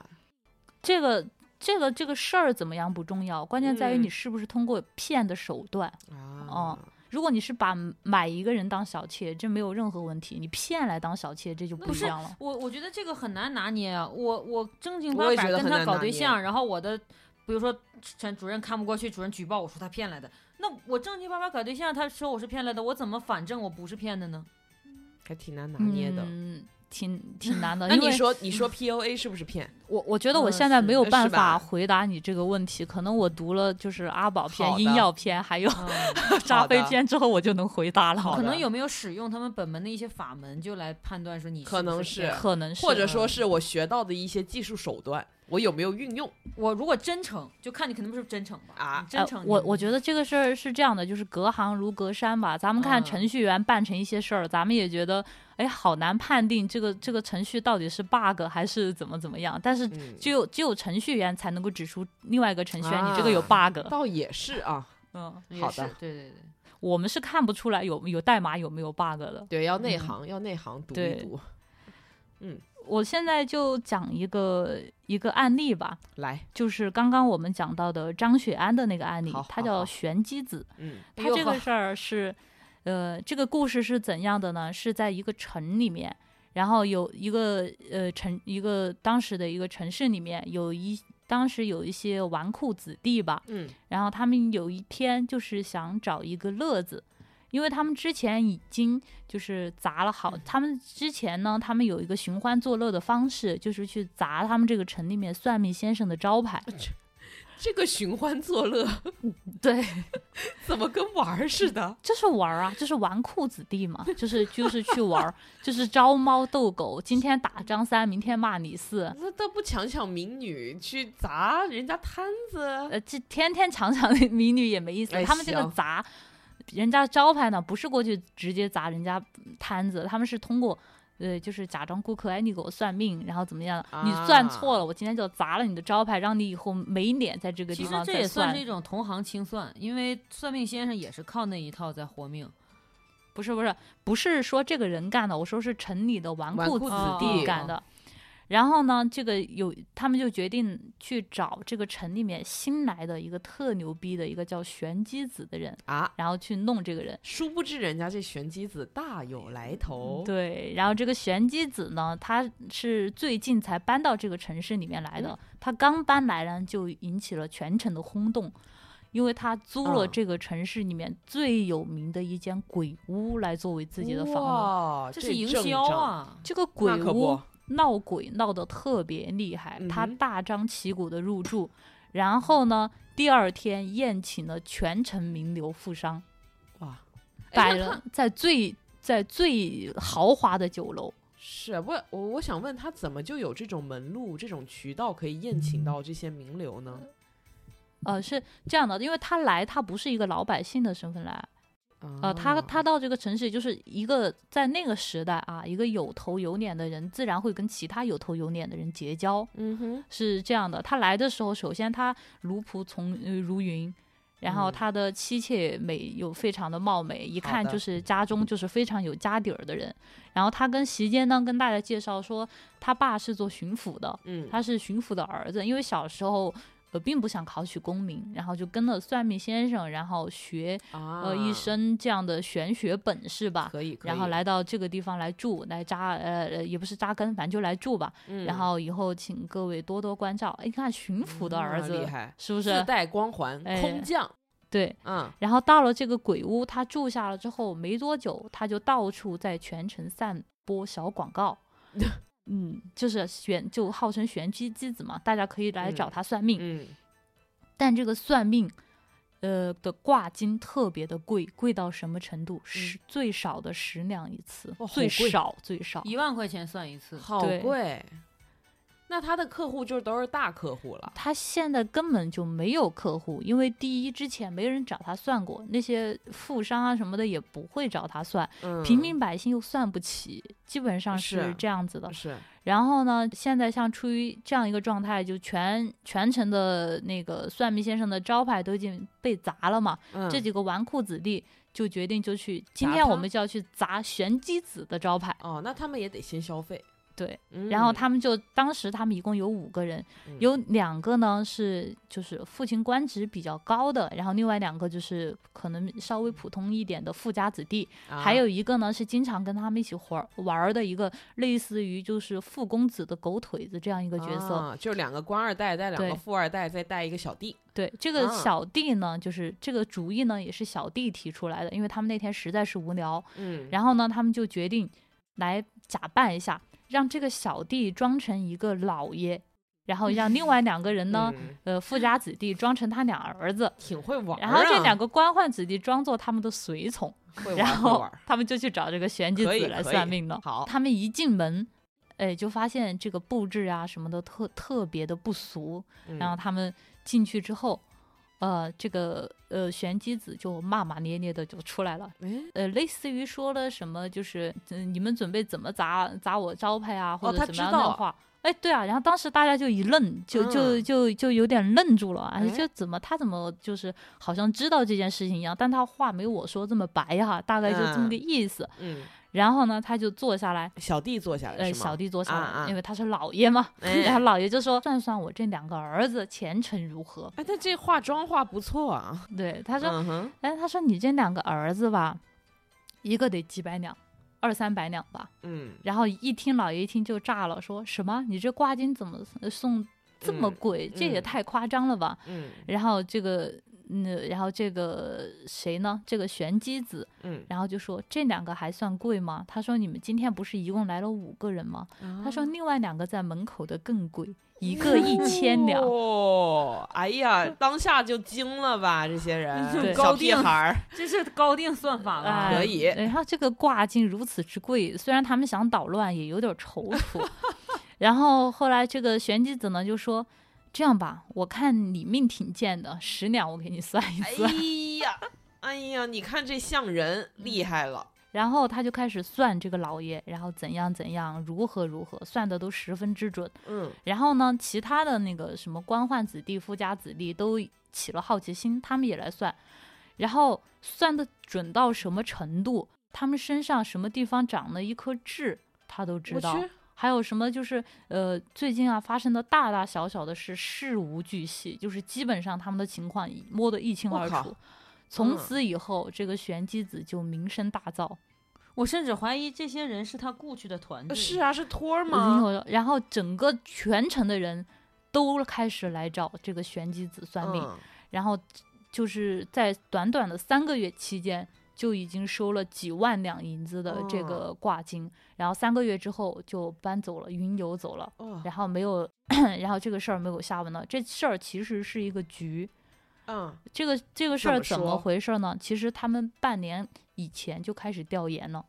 Speaker 1: 这个这个这个事儿怎么样不重要，关键在于你
Speaker 2: 嗯
Speaker 1: 是不是通过骗的手段。
Speaker 2: 啊
Speaker 1: 哦，如果你是把买一个人当小妾，这没有任何问题；你骗来当小妾，这就不
Speaker 3: 不
Speaker 1: 一
Speaker 3: 是
Speaker 1: 样了。
Speaker 3: 我我觉得这个很难拿捏啊！我我正经
Speaker 2: 我
Speaker 3: 八
Speaker 2: 也觉
Speaker 3: 百
Speaker 2: 得
Speaker 3: 跟
Speaker 2: 很
Speaker 3: 他
Speaker 2: 难
Speaker 3: 搞
Speaker 2: 拿
Speaker 3: 对
Speaker 2: 捏
Speaker 3: 象，然后我的，比如说陈主任看不过去，主任举报我说他骗来的，那我正经八百搞 对象，他说我是骗来的，我怎么反证我不是骗的呢？
Speaker 2: 还挺难拿捏的。
Speaker 1: 嗯，挺挺难的。
Speaker 2: 那
Speaker 1: 因
Speaker 2: 你
Speaker 1: 为
Speaker 2: 说你说 PUA 是不是骗？
Speaker 1: 我我觉得我
Speaker 3: 嗯
Speaker 1: 现在
Speaker 3: 是
Speaker 1: 没有
Speaker 2: 是
Speaker 1: 办
Speaker 2: 吧
Speaker 1: 法回答你这个问题，可能我读了就是阿宝
Speaker 2: 好
Speaker 1: 篇、
Speaker 2: 的
Speaker 1: 阴药篇，还 有
Speaker 2: 好
Speaker 1: 扎飞
Speaker 2: 的
Speaker 1: 篇之后，我就能回答了。
Speaker 2: 好
Speaker 3: 嗯可
Speaker 2: 的
Speaker 3: 能有没有使用他们本门的一些法门，就来判断说你
Speaker 2: 可能
Speaker 3: 不
Speaker 2: 是
Speaker 3: 骗
Speaker 1: 可能是呃嗯
Speaker 2: 或者说是我学到的一些技术手段，我有没有运用
Speaker 3: 我如果真诚，就看你肯定不是真诚吧？
Speaker 2: 啊
Speaker 3: 你真诚
Speaker 1: 呃、
Speaker 3: 你，
Speaker 1: 我我觉得这个事儿是这样的，就是隔行如隔山吧。咱们看
Speaker 2: 嗯
Speaker 1: 程序员办成一些事儿，咱们也觉得，哎，好难判定这个这个程序到底是 bug 还是怎么怎么样。但是
Speaker 2: 嗯
Speaker 1: 只有、只有程序员才能够指出另外一个程序员、你这个有
Speaker 2: 啊
Speaker 1: bug。
Speaker 2: 倒也是啊，
Speaker 1: 嗯，
Speaker 3: 也
Speaker 2: 好
Speaker 3: 是
Speaker 2: 的
Speaker 3: 对对对。
Speaker 1: 我们是看不出来有有代码有没有 bug 的。
Speaker 2: 对，要内
Speaker 1: 嗯
Speaker 2: 行，要内行读一
Speaker 1: 对
Speaker 2: 读。
Speaker 1: 我现在就讲一个一个案例吧，
Speaker 2: 来，
Speaker 1: 就是刚刚我们讲到的张雪安的那个案例
Speaker 2: 好，
Speaker 1: 她
Speaker 2: 好好
Speaker 1: 叫玄机子。
Speaker 2: 嗯
Speaker 1: 他
Speaker 3: 哎呦
Speaker 1: 这
Speaker 3: 呵
Speaker 1: 个事儿是，呃，这个故事是怎样的呢？是在一个城里面，然后有一个呃城，一个当时的一个城市里面有一当时有一些纨绔子弟吧，
Speaker 2: 嗯
Speaker 1: 然后他们有一天就是想找一个乐子。因为他们之前已经就是砸了好，他们之前呢，他们有一个寻欢作乐的方式，就是去砸他们这个城里面算命先生的招牌。
Speaker 2: 这个寻欢作乐
Speaker 1: 对，
Speaker 2: 怎么跟玩儿似的？
Speaker 1: 就是玩儿啊，就是纨绔子弟嘛， 就是就是去玩儿，就是招猫逗狗，今天打张三，明天骂李
Speaker 3: 啊
Speaker 1: 四，
Speaker 2: 那倒不抢抢民女去砸人家摊子？
Speaker 1: 呃，这天天抢抢的民女也没意思。
Speaker 2: 哎
Speaker 1: 他们这个
Speaker 2: 行
Speaker 1: 砸人家招牌呢，不是过去直接砸人家嗯摊子，他们是通过。呃，就是假装顾客，哎，你给我算命，然后怎么样？你
Speaker 3: 啊
Speaker 1: 算错了，我今天就砸了你的招牌，让你以后没脸在这个
Speaker 3: 其
Speaker 1: 地
Speaker 3: 实
Speaker 1: 方
Speaker 3: 这
Speaker 1: 再
Speaker 3: 也算
Speaker 1: 算
Speaker 3: 是。一种同行清算，因为算命先生也是靠那一套在活命。
Speaker 1: 不是不是不是说这个人干的，我说是城里的纨
Speaker 2: 纨
Speaker 1: 绔子
Speaker 2: 绔子
Speaker 1: 弟
Speaker 2: 弟哦
Speaker 1: 干的。然后呢，这个有他们就决定去找这个城里面新来的一个特牛逼的一个叫玄机子的人，
Speaker 2: 啊！
Speaker 1: 然后去弄这个人。
Speaker 2: 殊不知人家这玄机子大有来
Speaker 1: 嗯
Speaker 2: 头，
Speaker 1: 对，然后这个玄机子呢，他是最近才搬到这个城市里面来
Speaker 2: 嗯
Speaker 1: 的，他刚搬来呢就引起了全城的轰动。因为他租了
Speaker 2: 嗯
Speaker 1: 这个城市里面最有名的一间鬼屋来作为自己的房屋，
Speaker 2: 哇，
Speaker 3: 这是营
Speaker 2: 阵
Speaker 3: 销
Speaker 2: 仗，
Speaker 3: 啊！
Speaker 1: 这个
Speaker 2: 那
Speaker 1: 鬼
Speaker 2: 可
Speaker 1: 屋
Speaker 2: 不，
Speaker 1: 闹鬼闹得特别厉害，他
Speaker 2: 嗯哼
Speaker 1: 大张旗鼓的入住，然后呢，第二天宴请了全城名流富商，
Speaker 2: 哇，
Speaker 1: 摆
Speaker 2: 哎那
Speaker 1: 了
Speaker 2: 他
Speaker 1: 在最在最豪华的酒楼。
Speaker 2: 是我我我想问他怎么就有这种门路、这种渠道可以宴请到这些名流呢？
Speaker 1: 呃，是这样的，因为他来，他不是一个老百姓的身份来，
Speaker 2: 啊
Speaker 1: 呃，他他到这个城市就是一个在那个时代啊，一个有头有脸的人，自然会跟其他有头有脸的人结交。
Speaker 2: 嗯哼，
Speaker 1: 是这样的，他来的时候，首先他奴仆从呃如云，然后
Speaker 2: 嗯
Speaker 1: 他的妻妾美又非常的貌美，一
Speaker 2: 好
Speaker 1: 看
Speaker 2: 的
Speaker 1: 就是家中就是非常有家底儿的人。然后他跟席间呢跟大家介绍说，他爸是做巡抚的，
Speaker 2: 嗯，
Speaker 1: 他是巡抚的儿子，因为小时候。呃，并不想考取功名，然后就跟了算命先生，然后学
Speaker 2: 啊
Speaker 1: 呃一身这样的玄学本事吧，
Speaker 2: 可以，可
Speaker 1: 然后
Speaker 2: 以，
Speaker 1: 来到这个地方来住，来扎呃呃也不是扎根，反正就来住吧。
Speaker 2: 嗯
Speaker 1: 然后以后请各位多多关照。哎，你看巡抚的儿
Speaker 2: 啊厉
Speaker 1: 子、
Speaker 2: 害，
Speaker 1: 是不
Speaker 2: 自
Speaker 1: 是？
Speaker 2: 带光环，
Speaker 1: 哎
Speaker 2: 空降，
Speaker 1: 对。
Speaker 2: 嗯，
Speaker 1: 然后到了这个鬼屋，他住下了之后没多久，他就到处在全城散播小广 告。嗯，就是玄就号称玄机机子嘛，大家可以来找
Speaker 2: 嗯
Speaker 1: 他算命。
Speaker 2: 嗯，
Speaker 1: 但这个算命，呃的挂金特别的贵，贵到什么程度？十、最少的十两一次，
Speaker 2: 嗯哇好
Speaker 1: 最
Speaker 2: 贵
Speaker 1: 少最少。
Speaker 3: 一万块钱算一次，
Speaker 2: 好
Speaker 1: 对
Speaker 2: 贵。那他的客户就都是大客户了，
Speaker 1: 他现在根本就没有客户，因为第一之前没人找他算过，那些富商啊什么的也不会找他算，
Speaker 2: 嗯，
Speaker 1: 平民百姓又算不起，基本上
Speaker 2: 是
Speaker 1: 是这样子的。
Speaker 2: 是
Speaker 1: 然后呢，现在像处于这样一个状态，就全全城的那个算命先生的招牌都已经被砸了嘛，
Speaker 2: 嗯
Speaker 1: 这几个纨绔子弟就决定就去，今
Speaker 2: 砸
Speaker 1: 天
Speaker 2: 他
Speaker 1: 我们就要去砸玄机子的招牌。
Speaker 2: 哦，那他们也得先消费，
Speaker 1: 对，
Speaker 2: 嗯
Speaker 1: 然后他们就当时他们一共有五个人，
Speaker 2: 嗯
Speaker 1: 有两个呢是就是父亲官职比较高的，然后另外两个就是可能稍微普通一点的富家子弟，
Speaker 2: 啊
Speaker 1: 还有一个呢是经常跟他们一起玩儿玩儿的一个类似于就是富公子的狗腿子这样一
Speaker 2: 个
Speaker 1: 个角色。
Speaker 2: 啊就是两个官二代，带两个
Speaker 1: 对
Speaker 2: 富二代，再带一个小弟，
Speaker 1: 对，这个
Speaker 2: 啊
Speaker 1: 小弟呢，就是这个主意呢也是小弟提出来的，因为他们那天实在是无聊，
Speaker 2: 嗯，
Speaker 1: 然后呢他们就决定来假扮一下。让这个小弟装成一个老爷，然后让另外两个人呢，
Speaker 2: 嗯
Speaker 1: 呃，富家子弟装成他俩儿子，
Speaker 3: 挺会玩儿
Speaker 1: 然
Speaker 3: 啊。
Speaker 1: 后这两个官宦子弟装作他们的随从，
Speaker 2: 会玩
Speaker 1: 然
Speaker 2: 儿会
Speaker 1: 后
Speaker 2: 玩儿
Speaker 1: 他们就去找这个玄机
Speaker 2: 可以
Speaker 1: 子来
Speaker 2: 可
Speaker 1: 算
Speaker 2: 以
Speaker 1: 命了。
Speaker 2: 好，
Speaker 1: 他们一进门，哎，就发现这个布置啊什么的特特别的不俗。然后
Speaker 2: 嗯
Speaker 1: 他们进去之后，呃，这个呃玄机子就骂骂咧咧的就出来了，
Speaker 2: 哎，
Speaker 1: 呃，类似于说了什么，就是、呃、你们准备怎么砸砸我招牌啊，或
Speaker 2: 哦
Speaker 1: 者
Speaker 2: 他
Speaker 1: 怎
Speaker 2: 知
Speaker 1: 么样的
Speaker 2: 道
Speaker 1: 话。哎，对啊，然后当时大家就一愣，就就
Speaker 2: 嗯
Speaker 1: 就就有点愣住了，哎，
Speaker 2: 哎
Speaker 1: 这怎么他怎么就是好像知道这件事情一样，但他话没有我说这么白哈、大概就这么
Speaker 2: 嗯
Speaker 1: 个意思。
Speaker 2: 嗯，
Speaker 1: 然后呢，他就坐下来，
Speaker 2: 小弟坐下来
Speaker 1: 呃，
Speaker 2: 是吗？
Speaker 1: 小弟坐下来，
Speaker 2: 啊啊
Speaker 1: 因为他是老爷嘛，
Speaker 2: 哎
Speaker 1: 然后老爷就说：“算算我这两个儿子前程如何
Speaker 2: 哎，但这化妆化不错啊。？”
Speaker 1: 对，他说
Speaker 2: 嗯哼，：“
Speaker 1: 哎，他说你这两个儿子吧，一个得几百两，二三百两吧。”
Speaker 2: 嗯，
Speaker 1: 然后一听老爷一听就炸了，说什么你这挂金怎么呃送这么
Speaker 2: 嗯
Speaker 1: 贵？这也
Speaker 2: 嗯
Speaker 1: 太夸张了吧！
Speaker 2: 嗯
Speaker 1: 然后这个。嗯，然后这个谁呢？这个玄机子，
Speaker 2: 嗯，
Speaker 1: 然后就说这两个还算贵吗？他说你们今天不是一共来了五个人吗？
Speaker 3: 嗯
Speaker 1: 他
Speaker 2: 哦
Speaker 1: 说另外两个在门口的更贵，一个一千两。嗯
Speaker 2: 哦，哎呀，当下就惊了吧？这些
Speaker 3: 对
Speaker 2: 人，小屁孩 儿，
Speaker 3: 这是高定算法了。
Speaker 1: 哎
Speaker 2: 啊可以
Speaker 1: 然后这个挂金如此之贵，虽然他们想捣乱，也有点踌躇。然后后来这个玄机子呢就说：“这样吧，我看你命挺贱的，十两我给你算一
Speaker 2: 哎
Speaker 1: 算。
Speaker 2: 呀，哎呀，你看这像人厉害了，
Speaker 1: 然后他就开始算这个老爷，然后怎样怎样，如何如何，算的都十分之准。
Speaker 2: 嗯
Speaker 1: 然后呢，其他的那个什么官宦子弟、富家子弟都起了好奇心，他们也来算，然后算的准到什么程度，他们身上什么地方长了一颗痣，他都知
Speaker 2: 我
Speaker 1: 道。
Speaker 2: 去
Speaker 1: 还有什么就是呃，最近啊发生的大大小小的事事无巨细，就是基本上他们的情况摸得一清
Speaker 2: 我
Speaker 1: 二
Speaker 2: 靠
Speaker 1: 楚。从
Speaker 2: 嗯
Speaker 1: 此以后，这个玄机子就名声大噪。
Speaker 3: 我甚至怀疑这些人是他雇去的团
Speaker 1: 嗯
Speaker 3: 队。
Speaker 2: 是啊，是托儿
Speaker 1: 然
Speaker 2: 吗？
Speaker 1: 后，然后整个全城的人都开始来找这个玄机子算命，
Speaker 2: 嗯，
Speaker 1: 然后就是在短短的三个月期间，就已经收了几万两银子的
Speaker 2: 哦
Speaker 1: 这个挂金，然后三个月之后就搬走了，云游走了，
Speaker 2: 哦，
Speaker 1: 然后没有， 然后这个事儿没有下文了。这事儿其实是一个局，
Speaker 2: 嗯，
Speaker 1: 这个这个事
Speaker 2: 怎
Speaker 1: 儿
Speaker 2: 么
Speaker 1: 怎么
Speaker 2: 说
Speaker 1: 回事呢？其实他们半年以前就开始调研了，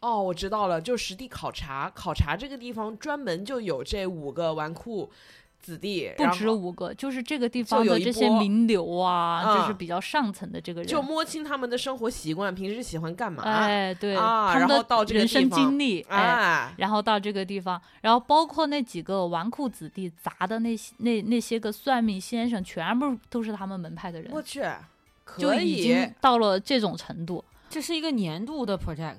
Speaker 2: 哦，我知道了，就实地考察，考察这个地方专门就有这五个纨绔子弟，
Speaker 1: 不
Speaker 2: 然
Speaker 1: 止
Speaker 2: 后
Speaker 1: 五个，就是这个地方
Speaker 2: 有
Speaker 1: 的
Speaker 2: 一
Speaker 1: 这些
Speaker 2: 波
Speaker 1: 名流啊，就是
Speaker 2: 嗯
Speaker 1: 比较上层的这个人，
Speaker 2: 就摸清他们的生活习惯，平时喜欢干嘛？
Speaker 1: 哎，对，
Speaker 2: 啊
Speaker 1: 他们
Speaker 2: 然后
Speaker 1: 的
Speaker 2: 到这个
Speaker 1: 人
Speaker 2: 地
Speaker 1: 生
Speaker 2: 方
Speaker 1: 经历，哎，
Speaker 2: 哎，
Speaker 1: 然后到这个地方，然后包括那几个纨绔子弟砸的那些那那些个算命先生，全部都是他们门派的人
Speaker 2: 我，去，
Speaker 1: 就
Speaker 2: 可
Speaker 1: 已
Speaker 2: 以嗯
Speaker 1: 经，到了这种程度。
Speaker 3: 这是一个年度的 project。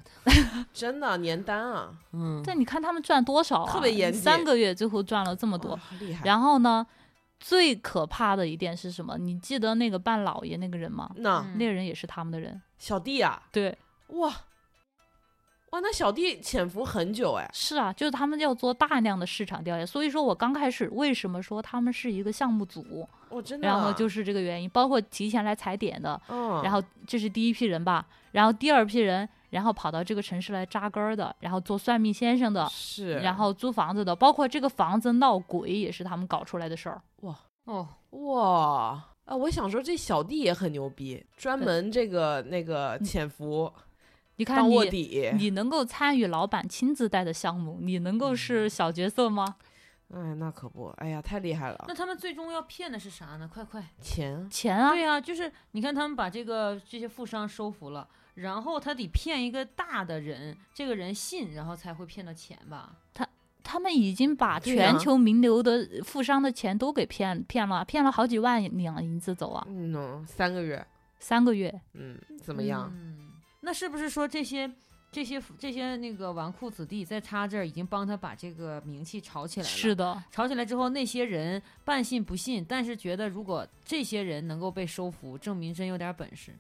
Speaker 2: 真的年单啊，
Speaker 3: 嗯，
Speaker 1: 但你看他们赚多少啊？
Speaker 2: 特别严谨啊
Speaker 1: 三个月最后赚了这么多
Speaker 2: 哇。厉害。
Speaker 1: 然后呢，最可怕的一点是什么？你记得那个扮老爷那个人吗？
Speaker 2: 那
Speaker 3: 嗯
Speaker 1: 那个人也是他们的人，
Speaker 2: 小弟啊，
Speaker 1: 对，
Speaker 2: 哇哇，那小弟潜伏很久哎，
Speaker 1: 是啊，就是他们要做大量的市场调研，所以说我刚开始为什么说他们是一个项目组，
Speaker 2: 我真的啊。
Speaker 1: 然后就是这个原因，包括提前来踩点的，
Speaker 2: 嗯，
Speaker 1: 然后这是第一批人吧，然后第二批人，然后跑到这个城市来扎根儿的，然后做算命先生的，
Speaker 2: 是，
Speaker 1: 然后租房子的，包括这个房子闹鬼也是他们搞出来的事儿。
Speaker 3: 哦，
Speaker 2: 哇。啊，我想说这小弟也很牛逼，专门这个那个潜伏
Speaker 1: 你看
Speaker 2: 当
Speaker 1: 嗯
Speaker 2: 卧
Speaker 1: 你，
Speaker 2: 底，
Speaker 1: 你能够参与老板亲自带的项目，你能够
Speaker 2: 嗯
Speaker 1: 是小角色吗？
Speaker 2: 哎，那可不，哎呀，太厉害了
Speaker 3: 那，他们最终要骗的是啥呢？快快！
Speaker 2: 钱
Speaker 1: 钱啊
Speaker 3: 对，呀、就是你看他们把这个这些富商收服了，然后他得骗一个大的人，这个人信，然后才会骗到钱吧？
Speaker 1: 他们已经把
Speaker 2: 对呀
Speaker 1: 全球名流的富商的钱都给骗骗了，骗了好几万两银子走啊，
Speaker 2: 嗯喏三个月，
Speaker 1: 三个月。
Speaker 2: 嗯，怎么样？
Speaker 3: 嗯，那是不是说这些？这些这些那个纨绔子弟在他这儿已经帮他把这个名气炒起来了，
Speaker 1: 是的，
Speaker 3: 炒起来之后，那些人半信不信，但是觉得如果这些人能够被收服，证明真有点本事。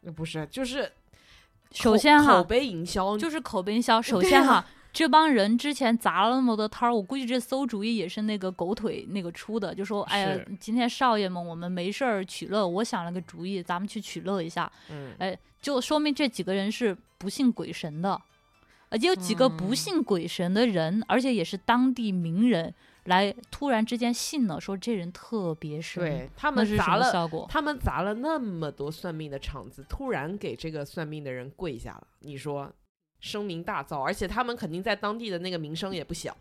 Speaker 2: 那不是，就是
Speaker 1: 首
Speaker 2: 口
Speaker 1: 先哈，
Speaker 2: 口碑营销
Speaker 1: 就是口碑营 销。首
Speaker 2: 嗯对
Speaker 1: 先
Speaker 2: 啊
Speaker 1: 哈，这帮人之前砸了那么多摊儿，我估计这馊主意也是那个狗腿那个出的，就说哎呀
Speaker 2: 是，
Speaker 1: 今天少爷们我们没事儿取乐，我想了个主意，咱们去取乐一下。
Speaker 2: 嗯
Speaker 1: 哎，就说明这几个人是不信鬼神的。呃，也有几个
Speaker 2: 嗯
Speaker 1: 不信鬼神的人，而且也是当地名人，来突然之间信了，说这人特别神，，
Speaker 2: 对他
Speaker 1: 那
Speaker 2: 们
Speaker 1: 是什
Speaker 2: 砸
Speaker 1: 么
Speaker 2: 了，
Speaker 1: 效果？
Speaker 2: 他们砸了那么多算命的场子，突然给这个算命的人跪下了，你说声名大噪，而且他们肯定在当地的那个名声也不小。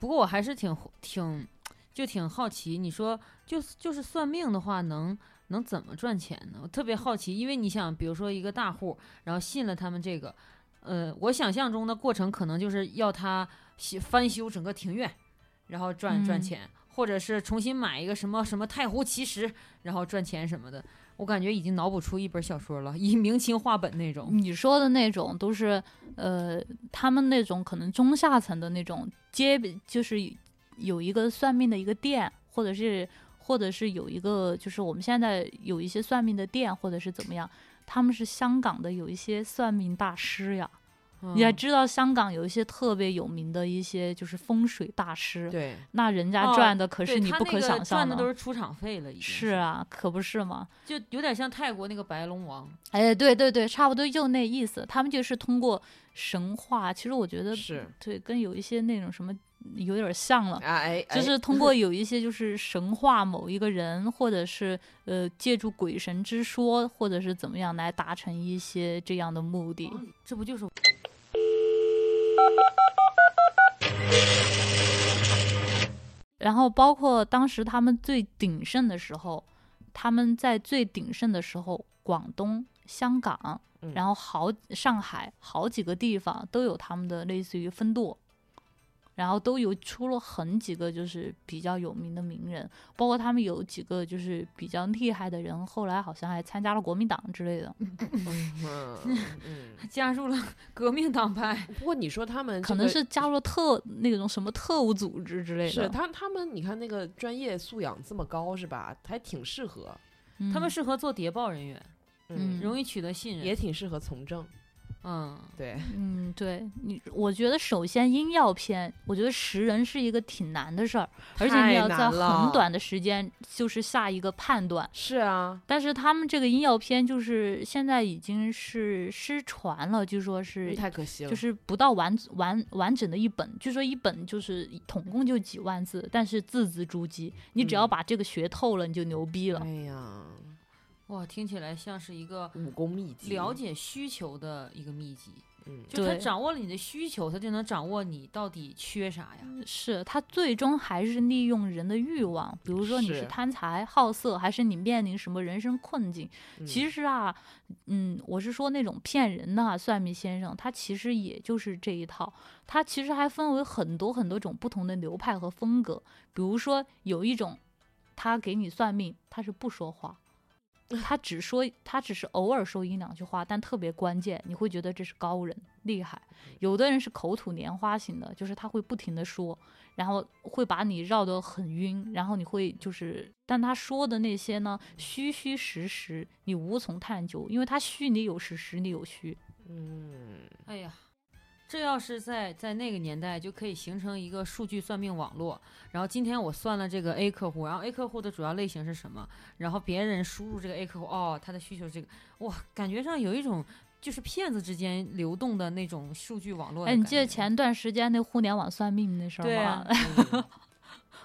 Speaker 3: 不过我还是挺挺就挺好奇，你说就是就是算命的话能。能怎么赚钱呢？我特别好奇，因为你想，比如说一个大户，然后信了他们这个，呃，我想象中的过程可能就是要他修翻修整个庭院，然后赚赚
Speaker 1: 嗯
Speaker 3: 钱，或者是重新买一个什么什么太湖奇石，然后赚钱什么的。我感觉已经脑补出一本小说了，以明清画本那种。
Speaker 1: 你说的那种都是，呃，他们那种可能中下层的那种街，就是有一个算命的一个店，或者是或者是有一个，就是我们现在有一些算命的店，或者是怎么样，他们是香港的有一些算命大师呀。
Speaker 3: 嗯
Speaker 1: 你还知道香港有一些特别有名的一些就是风水大师，
Speaker 2: 对，
Speaker 1: 那人家
Speaker 3: 哦
Speaker 1: 赚的可
Speaker 3: 对
Speaker 1: 是你
Speaker 3: 他
Speaker 1: 不
Speaker 3: 那
Speaker 1: 可
Speaker 3: 个
Speaker 1: 想象
Speaker 3: 赚的都是出场费了，已经
Speaker 1: 是啊，可不是嘛。
Speaker 3: 就有点像泰国那个白龙王，
Speaker 1: 哎，对对对，差不多就那意思。他们就是通过神话，其实我觉得
Speaker 2: 是
Speaker 1: 对，跟有一些那种什么有点像了。
Speaker 2: 啊哎，
Speaker 1: 就
Speaker 2: 哎
Speaker 1: 是通 过有一些就是神话某一个人，或者是呃借助鬼神之说，或者是怎么样来达成一些这样的目的。
Speaker 3: 这不就是
Speaker 1: 然后包括当时他们最鼎盛的时候，他们在最鼎盛的时候，广东、香港
Speaker 2: 嗯，
Speaker 1: 然后好上海好几个地方都有他们的类似于分舵，然后都有出了很几个就是比较有名的名人，包括他们有几个就是比较厉害的人，后来好像还参加了国民党之类的，
Speaker 2: 嗯嗯，
Speaker 3: 加入了 革命党派？
Speaker 2: 不过你说他们
Speaker 1: 可
Speaker 2: 这
Speaker 1: 能
Speaker 2: 个
Speaker 1: 是加入了特那种什么特务组织之类的。
Speaker 2: 是他他们，你看那个专业素养这么高是吧？还挺适合，
Speaker 1: 嗯
Speaker 3: 他们适合做谍报人员，
Speaker 1: 嗯
Speaker 3: 容易取得信任。
Speaker 2: 也挺适合从政。
Speaker 3: 嗯，
Speaker 2: 对，
Speaker 1: 嗯，对你，我觉得首先音药篇，我觉得识人是一个挺难的事儿，而且
Speaker 2: 太
Speaker 1: 你要在
Speaker 2: 难了
Speaker 1: 很短的时间就是下一个判断。
Speaker 2: 是啊，
Speaker 1: 但是他们这个音药篇就是现在已经是失传了，据说
Speaker 2: 嗯
Speaker 1: 是
Speaker 2: 太可惜了。
Speaker 1: 就是不到完完完整的一本，据说一本就是统共就几万字，但是字字珠玑，你只要
Speaker 2: 嗯
Speaker 1: 把这个学透了，你就牛逼了。
Speaker 2: 哎呀，
Speaker 3: 哇，听起来像是一个
Speaker 2: 武功秘籍，
Speaker 3: 了解需求的一个秘籍。
Speaker 2: 嗯，
Speaker 3: 就他
Speaker 1: 对
Speaker 3: 掌握了你的需求，他就能掌握你到底缺啥呀？
Speaker 1: 是他最终还是利用人的欲望，比如说你是
Speaker 2: 是
Speaker 1: 贪财好色，还是你面临什么人生困境？
Speaker 2: 嗯
Speaker 1: 其实啊，嗯，我是说那种骗人的、啊、算命先生，他其实也就是这一套。他其实还分为很多很多种不同的流派和风格，比如说有一种，他给你算命，他是不说话。他只说，他只是偶尔说一两句话，但特别关键，你会觉得这是高人厉害。有的人是口吐莲花型的，就是他会不停的说，然后会把你绕得很晕，然后你会就是，但他说的那些呢，虚虚实实，你无从探究，因为他虚你有实，实你有虚。
Speaker 2: 嗯，
Speaker 3: 哎呀，这要是在在那个年代，就可以形成一个数据算命网络。然后今天我算了这个 A 客户，然后 A 客户的主要类型是什么？然后别人输入这个 A 客户，哦，他的需求是这个，哇，感觉上有一种就是骗子之间流动的那种数据网络的
Speaker 1: 哎，
Speaker 3: 感觉。
Speaker 1: 你记得前段时间那互联网算命那事儿吗？
Speaker 3: 对啊
Speaker 2: 嗯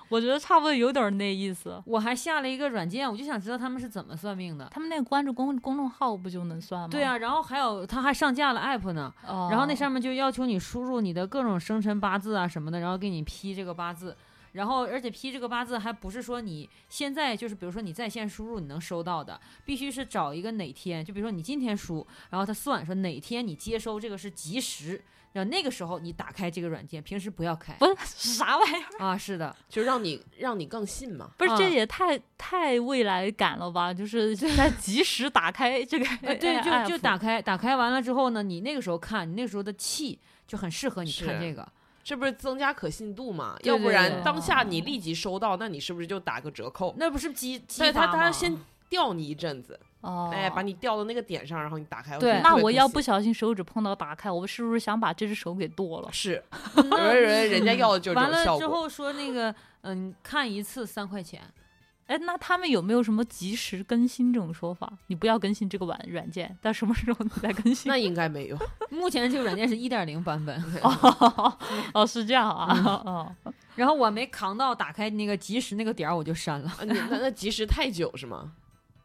Speaker 1: 我觉得差不多有点那意思。
Speaker 3: 我还下了一个软件，我就想知道他们是怎么算命的。
Speaker 1: 他们那个关注公公众号不就能算吗？
Speaker 3: 对，啊，然后还有他还上架了 app 呢，
Speaker 1: 哦、
Speaker 3: 然后那上面就要求你输入你的各种生辰八字啊什么的，然后给你批这个八字。然后，而且批这个八字还不是说你现在就是，比如说你在线输入你能收到的，必须是找一个哪天，就比如说你今天输，然后他算说哪天你接收这个是及时，然后那个时候你打开这个软件，平时不要开
Speaker 1: 不是 啥玩意儿，
Speaker 3: 啊。是的，
Speaker 2: 就让你让你更信嘛。
Speaker 1: 不是、
Speaker 3: 啊
Speaker 1: 这也太太未来感了吧？ 就是在及时打开这个
Speaker 3: 呃，对，就就
Speaker 1: app
Speaker 3: 打开，打开完了之后呢，你那个时候看，你那个时候的气就很适合你看
Speaker 2: 是
Speaker 3: 这个。
Speaker 2: 这不是增加可信度嘛？
Speaker 3: 对
Speaker 2: 要不
Speaker 3: 对
Speaker 2: 然
Speaker 3: 对
Speaker 2: 当下你立即收到，那你是不是就打个折扣？
Speaker 3: 那不是激激
Speaker 2: 但是他
Speaker 3: 发吗
Speaker 2: 他先吊你一阵子，
Speaker 1: 哦，
Speaker 2: 哎，把你吊到那个点上，然后你打开。
Speaker 3: 对
Speaker 2: 觉得
Speaker 1: 那
Speaker 2: 特别
Speaker 1: 我
Speaker 2: 可
Speaker 1: 要
Speaker 2: 信
Speaker 1: 不小心手指碰到打开，我是不是想把这只手给剁了？
Speaker 2: 是，
Speaker 3: 那
Speaker 2: 有人人家要的就是这
Speaker 3: 完
Speaker 2: 种效
Speaker 3: 了之
Speaker 2: 果。
Speaker 3: 呃后说那个，嗯，看一次三块钱，
Speaker 1: 哎，那他们有没有什么及时更新这种说法？你不要更新这个软软件，到什么时候你再更新
Speaker 2: 那？应 该没有。
Speaker 3: 目前这个软件是一点零版本，
Speaker 1: 哦
Speaker 3: 嗯
Speaker 1: 哦，是这样啊，
Speaker 2: 嗯
Speaker 1: 哦，
Speaker 3: 然后我没扛到打开那个即时那个点儿，我就删了。
Speaker 2: 啊你那那及时太久是吗？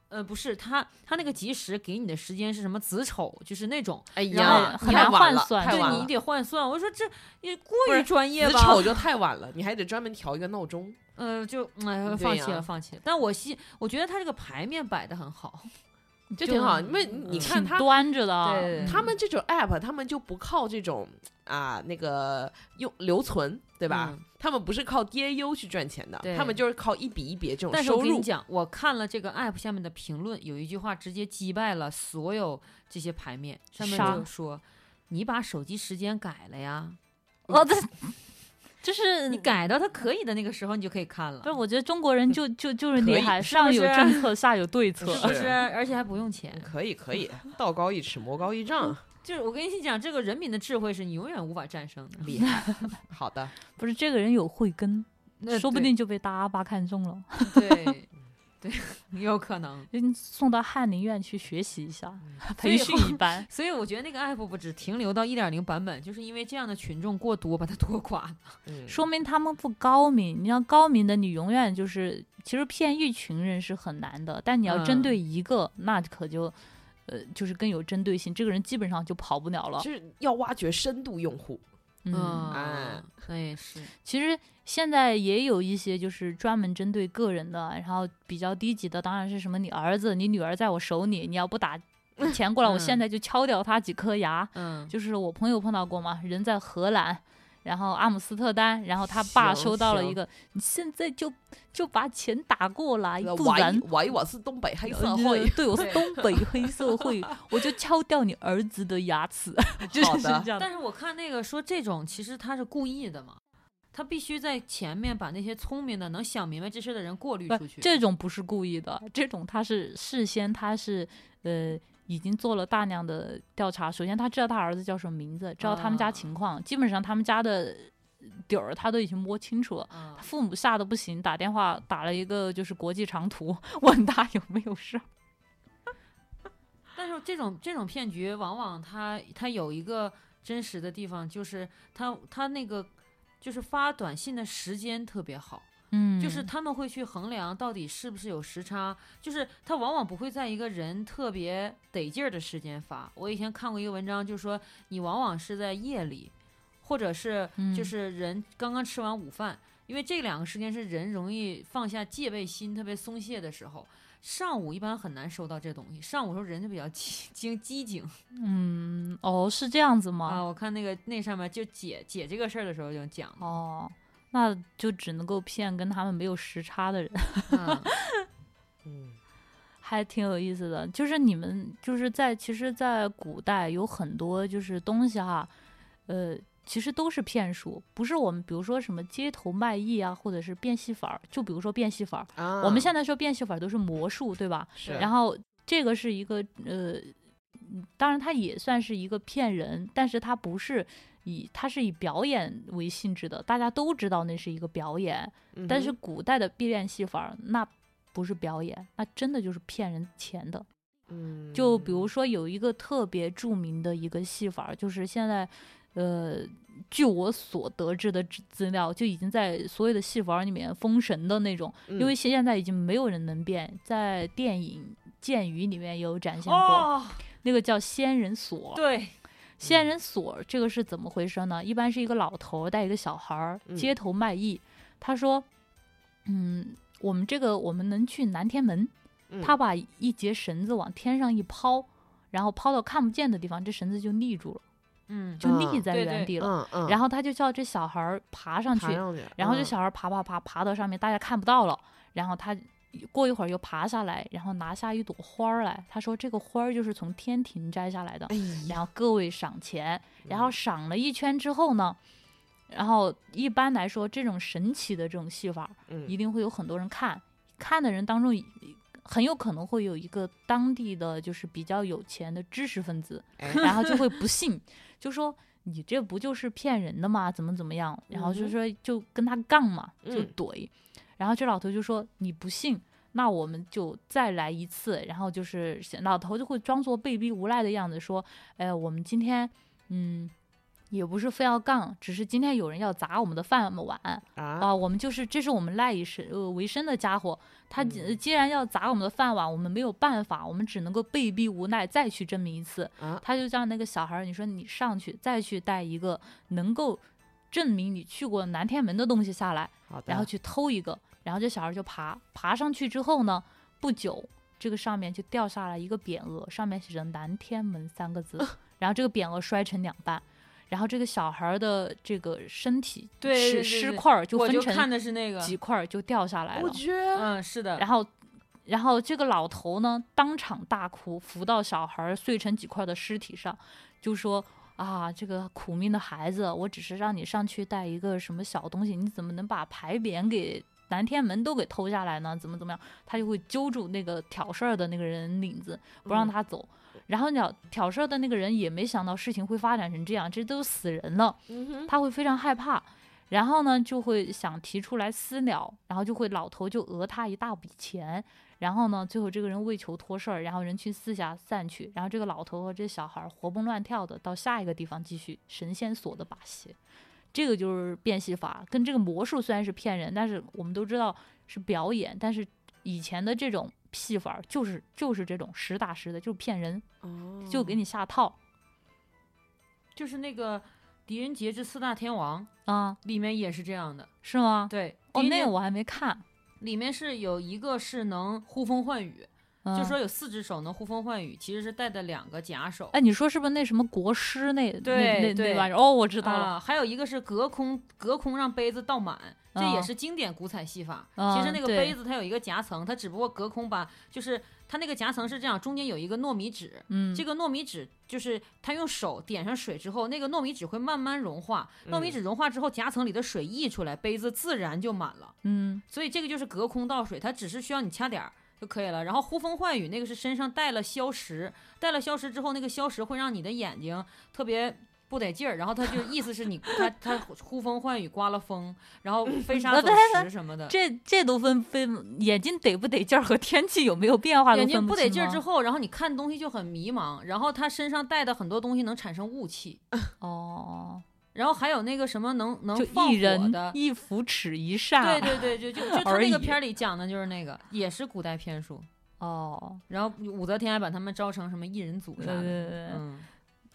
Speaker 3: 呃，不是，它它那个即时给你的时间是什么子丑，就是那种，
Speaker 2: 哎
Speaker 3: 然
Speaker 2: 呀，
Speaker 1: 后很
Speaker 2: 太
Speaker 1: 难
Speaker 2: 晚
Speaker 1: 换
Speaker 2: 了
Speaker 1: 算
Speaker 2: 太
Speaker 1: 对
Speaker 2: 晚
Speaker 3: 对
Speaker 2: 了
Speaker 3: 你。得换算。我说这也过
Speaker 2: 不
Speaker 3: 于
Speaker 2: 是
Speaker 3: 专业
Speaker 2: 子
Speaker 3: 吧？
Speaker 2: 丑就太晚了，你还得专门调一个闹钟。
Speaker 3: 呃，就嗯哎
Speaker 2: 对
Speaker 3: 放弃
Speaker 2: 呀
Speaker 3: 了，放弃了。但我希我觉得它这个牌面摆的很好，
Speaker 2: 就挺
Speaker 3: 嗯
Speaker 2: 好。因为你看
Speaker 1: 挺
Speaker 2: 他
Speaker 1: 端着的啊，
Speaker 3: 对对对
Speaker 2: 他们这种 app，他们就不靠这种啊那个用留存，对
Speaker 3: 对
Speaker 2: 吧？他们不是靠 DAU 去赚钱的
Speaker 3: 对，
Speaker 2: 他们就是靠一笔一笔这种
Speaker 3: 但是我
Speaker 2: 收
Speaker 3: 跟你
Speaker 2: 入。
Speaker 3: 讲，我看了这个 app 下面的评论，有一句话直接击败了所有这些牌面，上面
Speaker 1: 啥
Speaker 3: 就说你把手机时间改了呀，
Speaker 1: 哦， 这就是
Speaker 3: 你。改到它可以的那个时候，你就可以看了
Speaker 1: 不。是，我觉得中国人就就就是
Speaker 2: 可
Speaker 1: 厉
Speaker 2: 以
Speaker 1: 害，
Speaker 3: 嗯是
Speaker 1: 上
Speaker 3: 不
Speaker 1: 有
Speaker 3: 是
Speaker 1: 政策，下有对策
Speaker 2: 是。
Speaker 3: 不是，而且还不用钱。
Speaker 2: 可以可以， 道高一尺，魔高 一丈，
Speaker 3: 就是我跟你讲，这个人民的智慧是你永远无法战胜的。
Speaker 1: 嗯
Speaker 2: 厉害。 好的，
Speaker 1: 不是这个人有慧根，
Speaker 3: 那
Speaker 1: 说不
Speaker 3: 对
Speaker 1: 定就被大阿爸看中了，
Speaker 3: 对对， 有可能。
Speaker 1: 就送到翰林院去学习一下， 培
Speaker 3: 嗯所
Speaker 1: 训
Speaker 3: 以
Speaker 1: 一班。
Speaker 3: 所以我觉得那个 app 不只停留到一点零版本，就是因为这样的群众过多，把它拖垮了。
Speaker 2: 嗯，
Speaker 1: 说明他们不高明。你要高明的，你永远就是，其实骗一群人是很难的，但你要针
Speaker 3: 嗯
Speaker 1: 对一个，那可就，呃，就是更有针对性。这个人基本上就跑不了了。
Speaker 2: 就是要挖掘深度用户。
Speaker 1: 嗯，
Speaker 2: 哎
Speaker 3: 那也是。
Speaker 1: 其实现在也有一些就是专门针对个人的，然后比较低级的，当然是什么你儿子、你女儿在我手里，你要不打钱过来，我
Speaker 3: 嗯
Speaker 1: 现在就敲掉他几颗牙。
Speaker 3: 嗯，
Speaker 1: 就是我朋友碰到过嘛，人在荷兰，然后阿姆斯特丹，然后他爸
Speaker 2: 行
Speaker 1: 收到了
Speaker 2: 行
Speaker 1: 一个，你现在就就把钱打过来，
Speaker 2: 呃
Speaker 1: 不然
Speaker 2: 喂。喂，我是东北黑社
Speaker 1: 呃
Speaker 2: 会。
Speaker 1: 对，我是东北黑社会，我就敲掉你儿子的牙齿， 就是
Speaker 2: 好
Speaker 1: 是
Speaker 2: 的
Speaker 1: 这样的
Speaker 3: 但。是我看那个说这种其实他是故意的嘛，他必须在前面把那些聪明的、能想明白这事的人过滤
Speaker 1: 不
Speaker 3: 出去。
Speaker 1: 这种不是故意的，这种他是事先他是呃已经做了大量的调查。首先他知道他儿子叫什么名字，知道他们家
Speaker 3: 啊
Speaker 1: 情况，基本上他们家的底儿他都已经摸清楚了。
Speaker 3: 啊
Speaker 1: 父母吓得不行，打电话打了一个就是国际长途， 问他有没有事儿。
Speaker 3: 但是这种这种骗局，往往它它有一个真实的地方，就是它它那个就是发短信的时间特别好，
Speaker 1: 嗯
Speaker 3: 就是他们会去衡量到底是不是有时差，就是他往往不会在一个人特别得劲儿的时间发。我以前看过一个文章，就说你往往是在夜里，或者是
Speaker 1: 嗯
Speaker 3: 就是人刚刚吃完午饭，因为这两个时间是人容易放下戒备心、特别松懈的时候。上午一般很难收到这东西，上午时候人就比较机精机警
Speaker 1: 嗯哦是这样子
Speaker 3: 啊。
Speaker 1: 吗？
Speaker 3: 我看那个那上面就解解这个事儿的时候就讲 了，
Speaker 1: 哦，那就只能够骗跟他们没有时差的人。
Speaker 3: 嗯
Speaker 2: 嗯，
Speaker 1: 还挺有意思的，就是你们就是在其实，在古代有很多就是东西哈，呃，其实都是骗术，不是我们比如说什么街头卖艺啊，或者是变戏法儿，就比如说变戏法儿，
Speaker 2: 啊，
Speaker 1: 我们现在说变戏法儿都是魔术，对吧？
Speaker 2: 是，
Speaker 1: 然后这个是一个呃，嗯当然它也算是一个骗人，但是它不是以它是以表演为性质的，大家都知道那是一个表演，
Speaker 2: 嗯哼
Speaker 1: 但是古代的变脸戏法儿那不是表演，那真的就是骗人钱的。
Speaker 2: 嗯
Speaker 1: 就比如说有一个特别著名的一个戏法儿，就是现在，呃，据我所得知的资资料，就已经在所有的戏法儿里面封神的那种，因为
Speaker 2: 嗯
Speaker 1: 现在已经没有人能变，在电影《剑鱼》里面也有展现过，
Speaker 3: 哦，
Speaker 1: 那个叫仙人锁。
Speaker 3: 对，
Speaker 1: 仙人锁这个是怎么回事呢？一般是一个老头儿带一个小孩儿
Speaker 2: 嗯
Speaker 1: 街头卖艺，他说：“嗯，我们这个我们能去南天门。”
Speaker 2: 嗯
Speaker 1: 他把一节绳子往天上一抛，然后抛到看不见的地方，这绳子就立住了，
Speaker 3: 嗯，
Speaker 1: 就立在
Speaker 3: 对
Speaker 1: 原
Speaker 3: 对
Speaker 1: 地了。
Speaker 2: 啊嗯嗯，
Speaker 1: 然后他就叫这小孩儿爬上去，
Speaker 2: 爬上去，
Speaker 1: 然后这
Speaker 2: 嗯
Speaker 1: 小孩儿爬爬爬爬到上面，大家看不到了。然后他过一会儿又爬下来，然后拿下一朵花儿来。他说这个花儿就是从天庭摘下来的。
Speaker 2: 哎呀，
Speaker 1: 然后各位赏钱，然
Speaker 2: 嗯
Speaker 1: 后赏了一圈之后呢，然后一般来说这种神奇的这种戏法，
Speaker 2: 嗯
Speaker 1: 一定会有很多人看，看的人当中很有可能会有一个当地的就是比较有钱的知识分子，
Speaker 2: 哎
Speaker 1: 然后就会不信，就说你这不就是骗人的吗？怎么怎么样？然后就
Speaker 2: 嗯哼
Speaker 1: 说就跟他杠嘛，就
Speaker 2: 嗯
Speaker 1: 怼，然后这老头就说你不信，那我们就再来一次。然后就是老头就会装作被逼无赖的样子说，哎，我们今天嗯也不是非要杠，只是今天有人要砸我们的饭碗啊、
Speaker 2: 啊，
Speaker 1: 我们就是这是我们赖以生呃为生的家伙，他既
Speaker 2: 嗯
Speaker 1: 既然要砸我们的饭碗，我们没有办法，我们只能够被逼无奈再去证明一次。
Speaker 2: 啊
Speaker 1: 他就让那个小孩儿，你说你上去再去带一个能够证明你去过南天门的东西下来，
Speaker 2: 好的，
Speaker 1: 然
Speaker 3: 嗯
Speaker 1: 后去偷一个，然后这小孩儿就爬爬上去之后呢，不久这个上面就掉下来一个匾额，上面写着“南天门”三个 字，然后这个匾额摔成两半，然后这个小孩儿的这个身体
Speaker 3: 对对对
Speaker 1: 尸尸
Speaker 3: 对
Speaker 1: 块儿就
Speaker 3: 我
Speaker 1: 分
Speaker 3: 就看
Speaker 1: 成
Speaker 3: 的是那个，
Speaker 1: 几块儿就掉下来
Speaker 2: 我
Speaker 1: 了，
Speaker 2: 觉得
Speaker 3: 嗯，是的，
Speaker 1: 然后。然后这个老头呢，当场大哭，扶到小孩儿碎成几块的尸体上，就说：“啊，这个苦命的孩子，我只是让你上去带一个什么小东西，你怎么能把牌匾给南天门都给偷下来呢？怎么怎么样？”他就会揪住那个挑事儿的那个人领子，不让
Speaker 2: 嗯
Speaker 1: 他走。然后鸟挑事儿的那个人也没想到事情会发展成这样，这都死人了。
Speaker 2: 嗯哼，
Speaker 1: 他会非常害怕，然后呢就会想提出来私了，然后就会老头就讹他一大笔钱，然后呢最后这个人为求脱事儿，然后人群四下散去，然后这个老头和这小孩儿活蹦乱跳的到下一个地方继续神仙锁的把戏，这个就是变戏法，跟这个魔术虽然是骗人，但是我们都知道是表演，但是以前的这种戏法儿就是就是这种实打实的，就是骗人，
Speaker 2: 哦
Speaker 1: 就
Speaker 3: 嗯
Speaker 1: 给你下套
Speaker 3: 就是那个《狄仁杰之四大天王》
Speaker 1: 啊、
Speaker 3: 里面也是这样的，
Speaker 1: 是吗？
Speaker 3: 对，
Speaker 1: 哦，
Speaker 3: 狄仁
Speaker 1: 那
Speaker 3: 杰
Speaker 1: 个我还没看，
Speaker 3: 里面是有一个是能呼风唤雨，就
Speaker 1: 嗯
Speaker 3: 说有四只手能呼风唤雨，其实是带的两个假手。
Speaker 1: 哎，你说是不是那什么国师那
Speaker 3: 对
Speaker 1: 那那
Speaker 3: 对
Speaker 1: 那玩意儿？哦，我知道了。
Speaker 3: 啊，还有一个是隔空隔空让杯子倒满，这也
Speaker 1: 嗯
Speaker 3: 是经典古彩戏法。
Speaker 1: 嗯
Speaker 3: 其实那个
Speaker 1: 对
Speaker 3: 杯子它有一个夹层，它只不过隔空把，就是它那个夹层是这样，中间有一个糯米纸，
Speaker 1: 嗯，
Speaker 3: 这
Speaker 1: 个
Speaker 3: 个糯米纸就是他用手点上水之后，那个糯米纸会慢慢融化，糯米
Speaker 2: 嗯
Speaker 3: 纸融化之后，夹层里的水溢出来，杯子自然就满了。
Speaker 1: 嗯
Speaker 3: 所以这个就是隔空倒水，它只是需要你掐点儿就可以了。然后呼风唤雨那个是身上带了消食，带了消食之后，那个消食会让你的眼睛特别。不得劲儿，然后他就意思是你 他他呼风唤雨刮了风，然后飞沙走石什么的，
Speaker 1: 这这都分分眼睛得不得劲儿和天气有没有变化都
Speaker 3: 眼
Speaker 1: 分
Speaker 3: 睛不
Speaker 1: 不
Speaker 3: 得劲儿之
Speaker 1: 后
Speaker 3: 后，然后你看东西就很迷茫，然后他身上带的很多东西能产生雾气，
Speaker 1: 哦，
Speaker 3: 然后还有那个什么能能
Speaker 1: 就
Speaker 3: 放
Speaker 1: 一
Speaker 3: 火
Speaker 1: 人
Speaker 3: 的，
Speaker 1: 一扶持一
Speaker 3: 对
Speaker 1: 扇，
Speaker 3: 对对，就就就他
Speaker 1: 而
Speaker 3: 那个
Speaker 1: 已
Speaker 3: 片儿里讲的就是那个，也是古代骗术。
Speaker 1: 哦，
Speaker 3: 然后武则天还把他们招成什么一人组
Speaker 1: 对
Speaker 3: 啥
Speaker 1: 对
Speaker 3: 的，
Speaker 1: 对对。
Speaker 3: 嗯，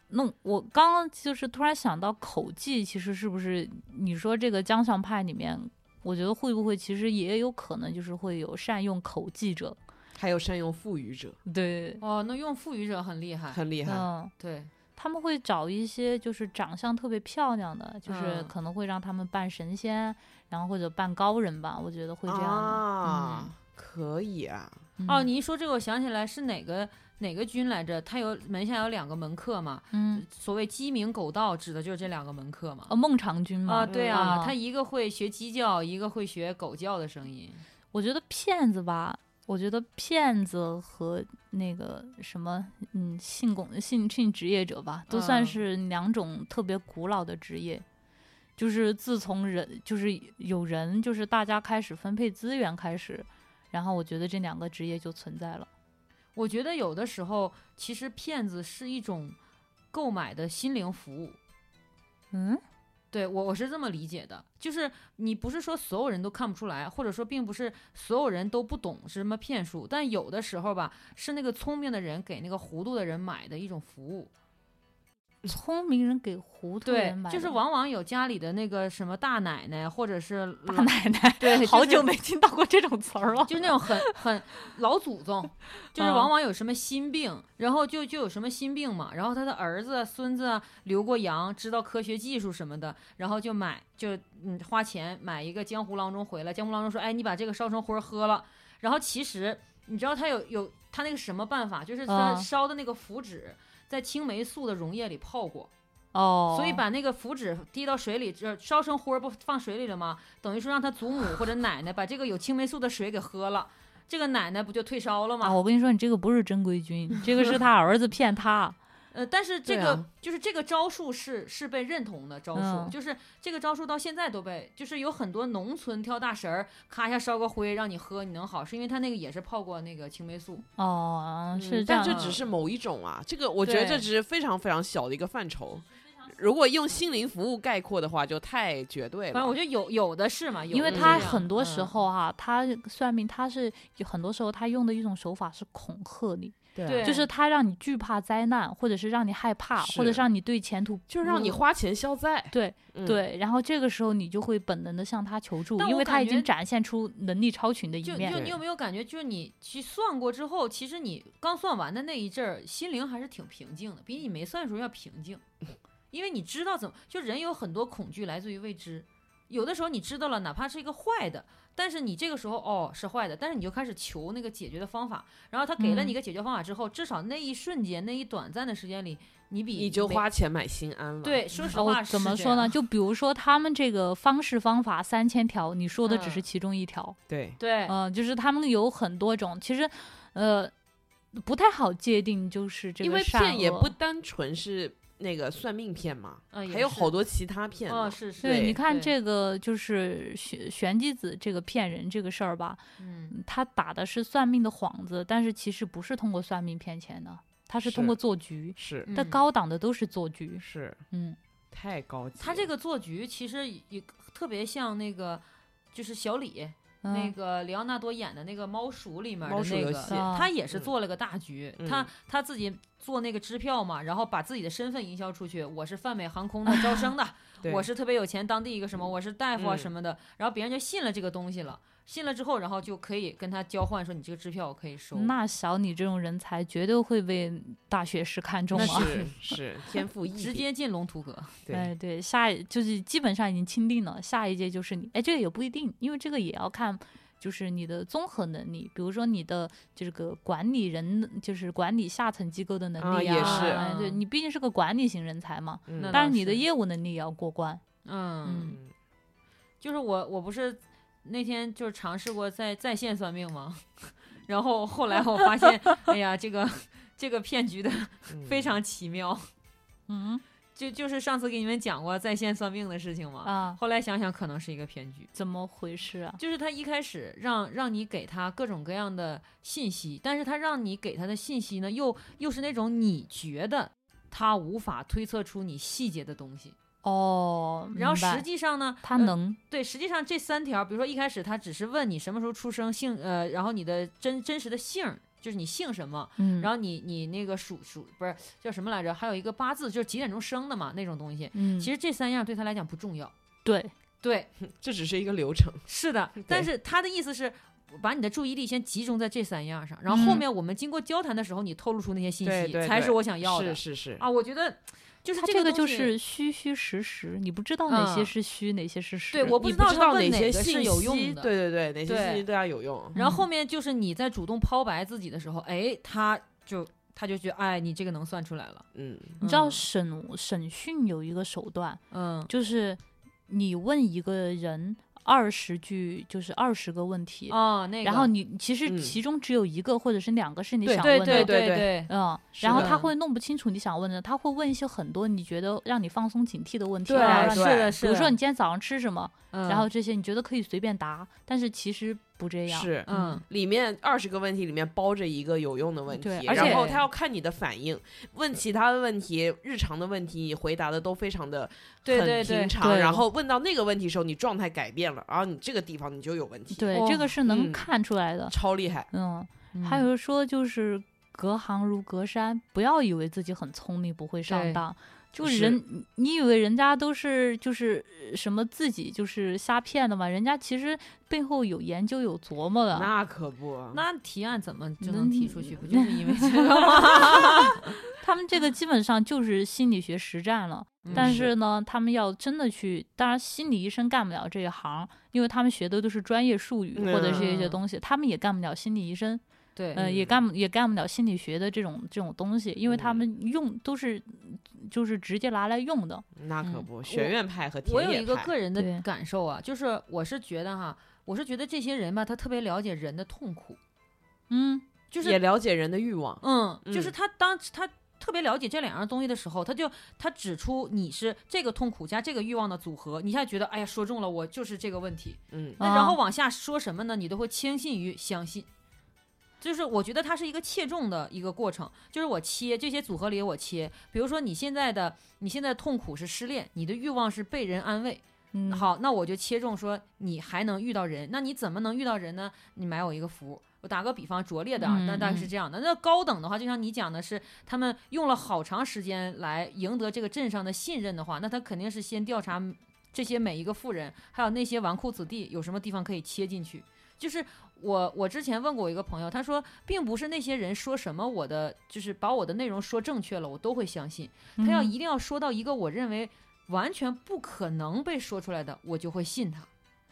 Speaker 1: 那我刚刚就是突然想到口技，其实是不是你说这个江相派里面，我觉得会不会其实也有可能就是会有善用口技者，
Speaker 2: 还有善用赋予者，
Speaker 1: 对，对
Speaker 3: 哦，那用赋予者很厉害，
Speaker 2: 很厉
Speaker 1: 对
Speaker 2: 害。
Speaker 1: 嗯。
Speaker 3: 对，
Speaker 1: 他们会找一些就是长相特别漂亮的，就是
Speaker 3: 嗯
Speaker 1: 可能会让他们扮神仙，然后或者扮高人吧，我觉得会这样嗯的。
Speaker 2: 啊，可以啊，
Speaker 1: 嗯
Speaker 3: 哦，你一说这个，我想起来是哪个哪个军来着？他有门下有两个门客嘛，
Speaker 1: 嗯，
Speaker 3: 所谓鸡鸣狗盗指的就是这两个门客嘛
Speaker 1: 哦，。孟尝君嘛，
Speaker 3: 啊，对
Speaker 1: 嗯
Speaker 3: 啊，他一个会学鸡叫，一个会学狗叫的声音。
Speaker 1: 我觉得骗子吧，我觉得骗子和那个什么，嗯，性工性性职业者吧，都算
Speaker 3: 嗯
Speaker 1: 是两种特别古老的职业。就是自从人，就是有人，就是大家开始分配资源开始，然后我觉得这两个职业就存在了。
Speaker 3: 我觉得有的时候，其实骗子是一种购买的心灵服务。
Speaker 1: 嗯，
Speaker 3: 对我我是这么理解的，就是你不是说所有人都看不出来，或者说并不是所有人都不懂是什么骗术，但有的时候吧，是那个聪明的人给那个糊涂的人买的一种服务。
Speaker 1: 聪明人给糊涂
Speaker 3: 对
Speaker 1: 人买，的，
Speaker 3: 就是往往有家里的那个什么大奶奶，或者是
Speaker 1: 大
Speaker 3: 老，
Speaker 1: 奶奶，
Speaker 3: 对，
Speaker 1: 好
Speaker 3: 就是
Speaker 1: 久没听到过这种词儿了。嗯
Speaker 3: 就是 那种很很老祖宗，就是往往有什么心病，然后就就有什么心病嘛，然后他的儿子、孙子啊留过洋，知道科学技术什么的，然后就买就嗯花钱买一个江湖郎中回来，江湖郎中说，哎，你把这个烧成灰儿喝了，然后其实你知道他有有他那个什么办法，就是他
Speaker 1: 嗯
Speaker 3: 烧的那个符纸。在青霉素的溶液里泡过，
Speaker 1: 哦，
Speaker 3: 所以把那个符纸滴到水里，这烧成灰儿不放水里了吗？等于说让他祖母或者奶奶把这个有青霉素的水给喝了，这个奶奶不就退烧了吗？
Speaker 1: 哦啊，我跟你说，你这个不是真规军，这个是他儿子骗他，
Speaker 3: 呃，但是这
Speaker 2: 对
Speaker 3: 个、
Speaker 2: 啊
Speaker 3: 就是这个招数是是被认同的招数，
Speaker 1: 嗯
Speaker 3: 就是这个招数到现在都被，就是有很多农村挑大神儿，咔一下烧个灰让你喝，你能好，是因为他那个也是泡过那个青霉素。
Speaker 1: 哦，是
Speaker 2: 嗯
Speaker 1: 这样
Speaker 2: 但
Speaker 1: 的，
Speaker 2: 这只是某一种啊，这个我觉得
Speaker 3: 对
Speaker 2: 这只是非常非常小的一个范畴。如果用心灵服务概括的话，就太绝对
Speaker 3: 反正我
Speaker 2: 了。
Speaker 3: 觉得有有的是嘛，有
Speaker 1: 因为
Speaker 3: 的是
Speaker 1: 他
Speaker 3: 这样
Speaker 1: 很多时、
Speaker 3: 嗯
Speaker 1: 候哈、他算命他是有很多时候他用的一种手法是恐吓你，
Speaker 2: 啊
Speaker 3: 对
Speaker 1: 就是他让你惧怕灾难，或者是让你害怕，或者
Speaker 2: 是
Speaker 1: 是让你对前途
Speaker 2: 就是让
Speaker 3: 嗯
Speaker 2: 你
Speaker 1: 不
Speaker 2: 花钱消灾。
Speaker 1: 对
Speaker 2: 嗯，
Speaker 1: 对，然后这个时候你就会本能的向他求助，
Speaker 3: 但
Speaker 1: 因
Speaker 3: 我
Speaker 1: 为他
Speaker 3: 感
Speaker 1: 已
Speaker 3: 觉
Speaker 1: 经展现出能力超群的一
Speaker 3: 就
Speaker 1: 面
Speaker 3: 就。你有没有感觉，就是你去算过之后，其实你刚算完的那一阵儿，心灵还是挺平静的，比你没算的时候要平静，因为你知道怎么，就人有很多恐惧来自于未知，有的时候你知道了，哪怕是一个坏的，但是你这个时候哦是坏的，但是你就开始求那个解决的方法，然后他给了
Speaker 1: 嗯
Speaker 3: 你一个解决方法之后，至少那一瞬间那一短暂的时间里，你比
Speaker 2: 你就
Speaker 3: 没
Speaker 2: 花钱买心安了。，
Speaker 3: 对，说实话
Speaker 1: 哦，
Speaker 3: 是
Speaker 1: 怎么
Speaker 3: 这
Speaker 1: 说呢？
Speaker 3: 样？
Speaker 1: 就比如说他们这个方式方法三千条，你说的只是
Speaker 3: 嗯
Speaker 1: 其中一条，
Speaker 2: 对，
Speaker 3: 对，
Speaker 1: 嗯、就是他们有很多种，其实，呃，不太好界定，就是这个
Speaker 2: 因为
Speaker 1: 善
Speaker 2: 骗也
Speaker 1: 恶
Speaker 2: 不单纯是那个算命骗嘛，
Speaker 3: 嗯也
Speaker 2: 还有
Speaker 3: 是
Speaker 2: 好多其他骗呢。
Speaker 3: 哦是是，
Speaker 1: 对，
Speaker 2: 对
Speaker 1: 你看
Speaker 3: 对
Speaker 1: 这个就是玄玄机子这个骗人这个事儿吧，
Speaker 3: 嗯。
Speaker 1: 他打的是算命的幌子，但是其实不是通过算命骗钱的，他是通
Speaker 2: 是
Speaker 1: 过做局。
Speaker 2: 是
Speaker 3: 嗯
Speaker 1: 但高档的都是做局，
Speaker 2: 是
Speaker 1: 嗯，
Speaker 2: 太高级了。
Speaker 3: 他这个做局其实也特别像那个，就是小李、
Speaker 1: 嗯
Speaker 3: 那个里奥纳多演的那个《猫鼠》里面的
Speaker 2: 猫鼠
Speaker 3: 那
Speaker 2: 游
Speaker 3: 个，
Speaker 2: 戏
Speaker 1: 啊
Speaker 3: 他也是
Speaker 2: 嗯
Speaker 3: 做了个大局，
Speaker 2: 嗯
Speaker 3: 他他自己做那个支票嘛，然后把自己的身份营销出去，我是泛美航空的招生的，
Speaker 2: 对
Speaker 3: 我是特别有钱，当地一个什么，我是大夫啊
Speaker 2: 嗯
Speaker 3: 什么的，然后别人就信了这个东西了，信了之后，然后就可以跟他交换，说你这个支票我可以收。
Speaker 1: 那小你这种人才绝对会被大学士看中
Speaker 2: 那
Speaker 1: 啊！
Speaker 2: 是是天赋异
Speaker 3: 直
Speaker 2: 禀，
Speaker 3: 接进龙图阁，
Speaker 1: 哎，
Speaker 2: 对
Speaker 1: 对，下一就是基本上已经钦定了，下一届就是你。哎，这个也不一定，因为这个也要看，就是你的综合能力，比如说你的这个管理人，就是管理下层机构的能
Speaker 2: 啊
Speaker 1: 力
Speaker 2: 也是
Speaker 1: 哎，对你毕竟是个管理型人才嘛，
Speaker 2: 嗯
Speaker 3: 嗯那
Speaker 1: 但是你的
Speaker 3: 是
Speaker 1: 业务能力也要过关。
Speaker 3: 嗯
Speaker 1: 嗯
Speaker 2: 嗯
Speaker 3: 就是我我不是那天就是尝试过在在线算命吗？ 然后后来我发现，哎呀，这个这个骗局的
Speaker 2: 嗯
Speaker 3: 非常奇妙。
Speaker 1: 嗯
Speaker 3: 就就是上次给你们讲过在线算命的事情嘛，
Speaker 1: 啊，
Speaker 3: 后来想想可能是一个骗局。
Speaker 1: 怎么回事啊？
Speaker 3: 就是他一开始让让你给他各种各样的信息，但是他让你给他的信息呢，又又是那种你觉得他无法推测出你细节的东西，
Speaker 1: 哦，
Speaker 3: 然后
Speaker 1: 明白
Speaker 3: 实际上呢，
Speaker 1: 他
Speaker 3: 呃
Speaker 1: 能，
Speaker 3: 对，实际上这三条，比如说一开始他只是问你什么时候出生，姓呃，然后你的真真实的姓儿，就是你姓什么，
Speaker 1: 嗯，
Speaker 3: 然
Speaker 1: 后
Speaker 3: 后你你那个属属不是叫什么来着，还有一个八字，就是几点钟生的嘛那种东西。
Speaker 1: 嗯，
Speaker 3: 其实这三样对他来讲不重要，
Speaker 1: 对，
Speaker 3: 对，
Speaker 2: 这只是一个流程。
Speaker 3: 是的，但
Speaker 2: 对
Speaker 3: 是他的意思是。把你的注意力先集中在这三样上，然后后
Speaker 1: 嗯
Speaker 3: 面我们经过交谈的时候，你透露出那些信息，
Speaker 2: 对对
Speaker 3: 才
Speaker 2: 对
Speaker 3: 是我想 要的
Speaker 2: 是是是，
Speaker 3: 啊！我觉得就是
Speaker 1: 他
Speaker 3: 这
Speaker 1: 个
Speaker 3: 东
Speaker 1: 就
Speaker 3: 西
Speaker 1: 是虚虚实实，你不知道哪些
Speaker 3: 嗯
Speaker 1: 是虚，哪些是实。
Speaker 3: 对我不
Speaker 2: 你
Speaker 3: 知道他
Speaker 2: 道
Speaker 3: 问
Speaker 2: 哪
Speaker 3: 哪
Speaker 2: 些
Speaker 3: 个是
Speaker 2: 信
Speaker 3: 有用
Speaker 2: 息
Speaker 3: 的
Speaker 2: 对对对，哪些
Speaker 3: 对
Speaker 2: 信息对他有用？
Speaker 3: 然后后
Speaker 1: 嗯
Speaker 3: 面就是你在主动抛白自己的时候，哎，他就他就觉得，哎，你这个能算出来了，
Speaker 2: 嗯，
Speaker 1: 你知道
Speaker 3: 嗯
Speaker 1: 审审讯有一个手段，
Speaker 3: 嗯
Speaker 1: 就是你问一个人二十句，就是二十个问题，
Speaker 3: 哦，那个，
Speaker 1: 然后你其实
Speaker 2: 嗯
Speaker 1: 其中只有一个或者是两个是你
Speaker 2: 对
Speaker 1: 想
Speaker 3: 对
Speaker 1: 问的。
Speaker 3: 对
Speaker 2: 对
Speaker 3: 对
Speaker 2: 对
Speaker 3: 对，
Speaker 1: 嗯，
Speaker 2: 是
Speaker 1: 然后
Speaker 3: 的
Speaker 1: 他会弄不清楚你想问的，他会问一些很多你觉得让你放松警惕的问题，
Speaker 2: 对
Speaker 1: 然后
Speaker 3: 哎
Speaker 1: 让
Speaker 3: 是
Speaker 1: 你
Speaker 2: 对
Speaker 3: 的，是
Speaker 1: 比
Speaker 3: 的。
Speaker 1: 如说你今天早上吃什么，
Speaker 3: 嗯，
Speaker 1: 然后这些你觉得可以随便答，但是其实不这样。
Speaker 2: 是。
Speaker 3: 嗯，
Speaker 2: 里面二十个问题里面包着一个有用的问题
Speaker 1: 对，而
Speaker 2: 然后
Speaker 3: 且
Speaker 2: 他要看你的反应，问其他的问题，日常的问题你回答的都非常的
Speaker 3: 对
Speaker 2: 很
Speaker 3: 对对
Speaker 2: 平常，
Speaker 1: 对
Speaker 2: 然后问到那个问题的时候，你状态改变了，然后你这个地方你就有问题，
Speaker 1: 对，这
Speaker 3: 哦
Speaker 1: 个是
Speaker 2: 嗯
Speaker 1: 能看出来的。
Speaker 2: 超厉害，
Speaker 1: 嗯，
Speaker 3: 嗯
Speaker 1: 还有说就是隔行如隔山，不要以为自己很聪明不会上
Speaker 3: 对
Speaker 1: 当。就是人，你你以为人家都是就是呃什么自己就是瞎骗的嘛？人家其实背后有研究有琢磨 的。
Speaker 2: 那可不，
Speaker 3: 那提案怎么就
Speaker 1: 那
Speaker 3: 能提
Speaker 1: 你
Speaker 3: 出去？不就 是因为这个吗？
Speaker 1: 他们这个基本上就是心理学实战了。
Speaker 3: 嗯
Speaker 1: 但
Speaker 2: 是
Speaker 1: 是呢，他们要真的去，当然心理医生干不了这一行，因为他们学的都是专业术语或者是一些
Speaker 3: 嗯
Speaker 1: 东西，他们也干不了心理医生。
Speaker 3: 对，
Speaker 1: 呃，也
Speaker 2: 嗯
Speaker 1: 干不也干不了心理学的这种这种东西，因为他
Speaker 2: 嗯
Speaker 1: 们用都是就是直接拿来用的。
Speaker 2: 那可
Speaker 1: 嗯
Speaker 2: 不，学院派和
Speaker 3: 我
Speaker 2: 田
Speaker 3: 有
Speaker 2: 野
Speaker 3: 一个
Speaker 2: 派
Speaker 3: 个人的
Speaker 1: 对
Speaker 3: 感受啊，就是我是觉得哈，我是觉得这些人吧，他特别了解人的痛苦，
Speaker 1: 嗯，
Speaker 3: 就是
Speaker 2: 也了解人的欲望，
Speaker 3: 嗯，就是
Speaker 2: 嗯
Speaker 3: 他当他特别了解这两样东西的时候，他就他指出你是这个痛苦加这个欲望的组合，你一下觉得哎呀说中了，我就是这个问题。
Speaker 2: 嗯
Speaker 3: 那
Speaker 1: 啊
Speaker 3: 然后往下说什么呢？你都会倾信于相信。就是我觉得它是一个切中的一个过程，就是我切这些组合里我切，比如说你现在的你现在的痛苦是失恋，你的欲望是被人安慰，
Speaker 1: 嗯，
Speaker 3: 好，那我就切中说你还能遇到人，那你怎么能遇到人呢？你买我一个服务。我打个比方，拙劣的啊，
Speaker 1: 嗯
Speaker 3: 那大概
Speaker 1: 嗯
Speaker 3: 是这样的。那高等的话，就像你讲的是，他们用了好长时间来赢得这个镇上的信任的话，那他肯定是先调查这些每一个富人，还有那些纨绔子弟有什么地方可以切进去。就是我我之前问过我一个朋友，他说并不是那些人说什么我的就是把我的内容说正确了，我都会相信，
Speaker 1: 嗯，
Speaker 3: 他要一定要说到一个我认为完全不可能被说出来的，我就会信他。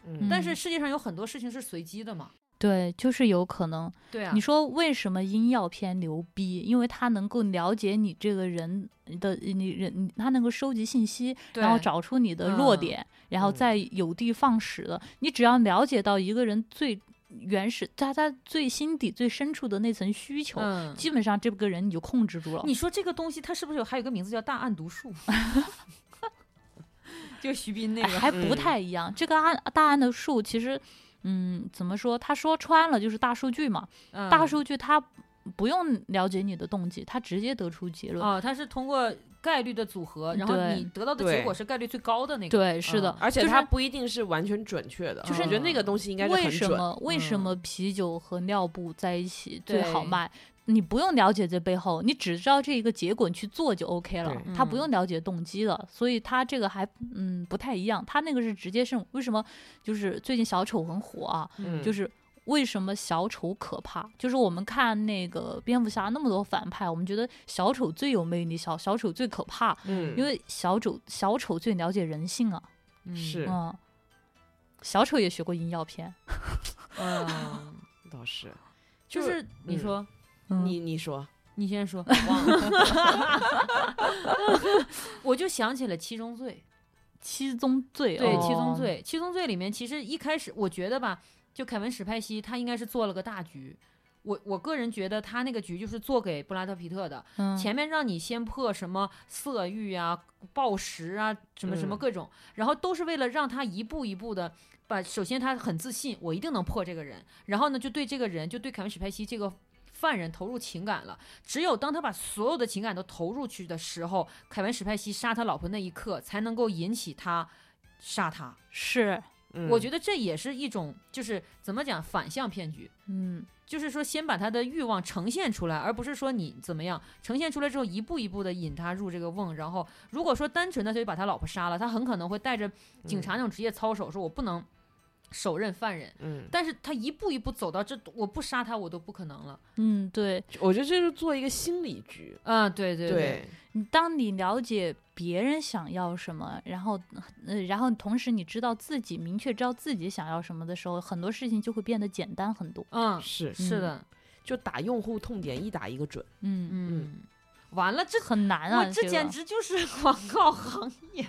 Speaker 2: 嗯
Speaker 3: 但是世界上有很多事情是随机的嘛。
Speaker 1: 对，就是有可能。
Speaker 3: 对啊
Speaker 1: 你说为什么音药片牛逼？因为它能够了解你这个人的你人，它能够收集信息，
Speaker 3: 对
Speaker 1: 然后找出你的弱
Speaker 3: 嗯
Speaker 1: 点，然后
Speaker 2: 嗯
Speaker 1: 再有的放矢的。你只要了解到一个人最原始，他他最心底最深处的那层需求，
Speaker 3: 嗯，
Speaker 1: 基本上这个人你就控制住了。
Speaker 3: 你说这个东西它是不是有还有一个名字叫大案读术？ 就徐斌那
Speaker 1: 哎
Speaker 3: 个，
Speaker 1: 还不
Speaker 2: 嗯
Speaker 1: 太一样。这个案大案的数其实，嗯，怎么说？他说穿了就是大数据嘛。
Speaker 3: 嗯
Speaker 1: 大数据它不用了解你的动机，它直接得出结论。
Speaker 3: 哦，它是通过概率的组合，然后
Speaker 1: 对
Speaker 3: 你得到的
Speaker 2: 对
Speaker 3: 结果是概率最高的那个。
Speaker 1: 对，是的。
Speaker 2: 而且
Speaker 1: 就是
Speaker 2: 它不一定是完全准确的，
Speaker 1: 就是
Speaker 2: 我觉得那个东西嗯应该是
Speaker 1: 为
Speaker 2: 很
Speaker 1: 什
Speaker 2: 准。
Speaker 1: 么为什
Speaker 3: 嗯
Speaker 1: 么啤酒和尿布在一起最好
Speaker 3: 对
Speaker 1: 卖？你不用了解这背后，你只知道这一个结果你去做就 OK 了，
Speaker 2: 对
Speaker 1: 他不
Speaker 3: 嗯
Speaker 1: 用了解动机的，所以他这个还嗯不太一样，他那个是直接是为什么？就是最近小丑很火啊，
Speaker 2: 嗯
Speaker 1: 就是为什么小丑可怕？就是我们看那个蝙蝠侠那么多反派，我们觉得小丑最有魅力，小小丑最可怕，
Speaker 2: 嗯，
Speaker 1: 因为小丑小丑最了解人性啊，
Speaker 3: 嗯
Speaker 2: 是
Speaker 1: 嗯，小丑也学过阴药片，
Speaker 3: 嗯，
Speaker 2: 倒是
Speaker 3: 就是你
Speaker 2: 嗯
Speaker 3: 说，
Speaker 1: 嗯、
Speaker 2: 你你说，
Speaker 3: 你先 说，忘了 我就想起了《七宗罪》。
Speaker 1: 七宗罪，
Speaker 3: 对，
Speaker 1: 哦
Speaker 3: 七宗，罪》《七宗罪》里面其实一开始我觉得吧，就凯文史派西他应该是做了个大局。我我个人觉得他那个局就是做给布拉德皮特的，
Speaker 1: 嗯、
Speaker 3: 前面让你先破什么色欲啊、暴食啊、什么什么
Speaker 2: 嗯
Speaker 3: 各种，然后都是为了让他一步一步的把，首先他很自信，我一定能破这个人，然后呢就对这个人，就对凯文史派西这个犯人投入情感了。只有当他把所有的情感都投入去的时候，凯文史派西杀他老婆那一刻，才能够引起他杀他。
Speaker 1: 是，
Speaker 3: 我觉
Speaker 2: 得
Speaker 3: 得这也是一种，就是怎么讲反向骗局。
Speaker 1: 嗯，
Speaker 3: 就是说先把他的欲望呈现出来，而不是说你怎么样呈现出来之后，一步一步的引他入这个瓮。然后如果说单纯的他就把他老婆杀了，他很可能会带着警察那种职业操守，说我不能手刃犯人。
Speaker 2: 嗯，
Speaker 3: 但是他一步一步走到这，我不杀他我都不可能了。
Speaker 1: 嗯，对，
Speaker 2: 我觉得这是做一个心理局，
Speaker 3: 嗯，对对对，
Speaker 2: 对，
Speaker 1: 你当你了解别人想要什么，然后，呃，然后同时你知道自己明确知道自己想要什么的时候，很多事情就会变得简单很多。
Speaker 3: 嗯，
Speaker 2: 是
Speaker 3: 是的，
Speaker 2: 就打用户痛点一打一个准，
Speaker 1: 嗯，
Speaker 3: 嗯，完了这。
Speaker 1: 很难啊，
Speaker 3: 我这
Speaker 1: 个
Speaker 3: 简直就是 广告行业。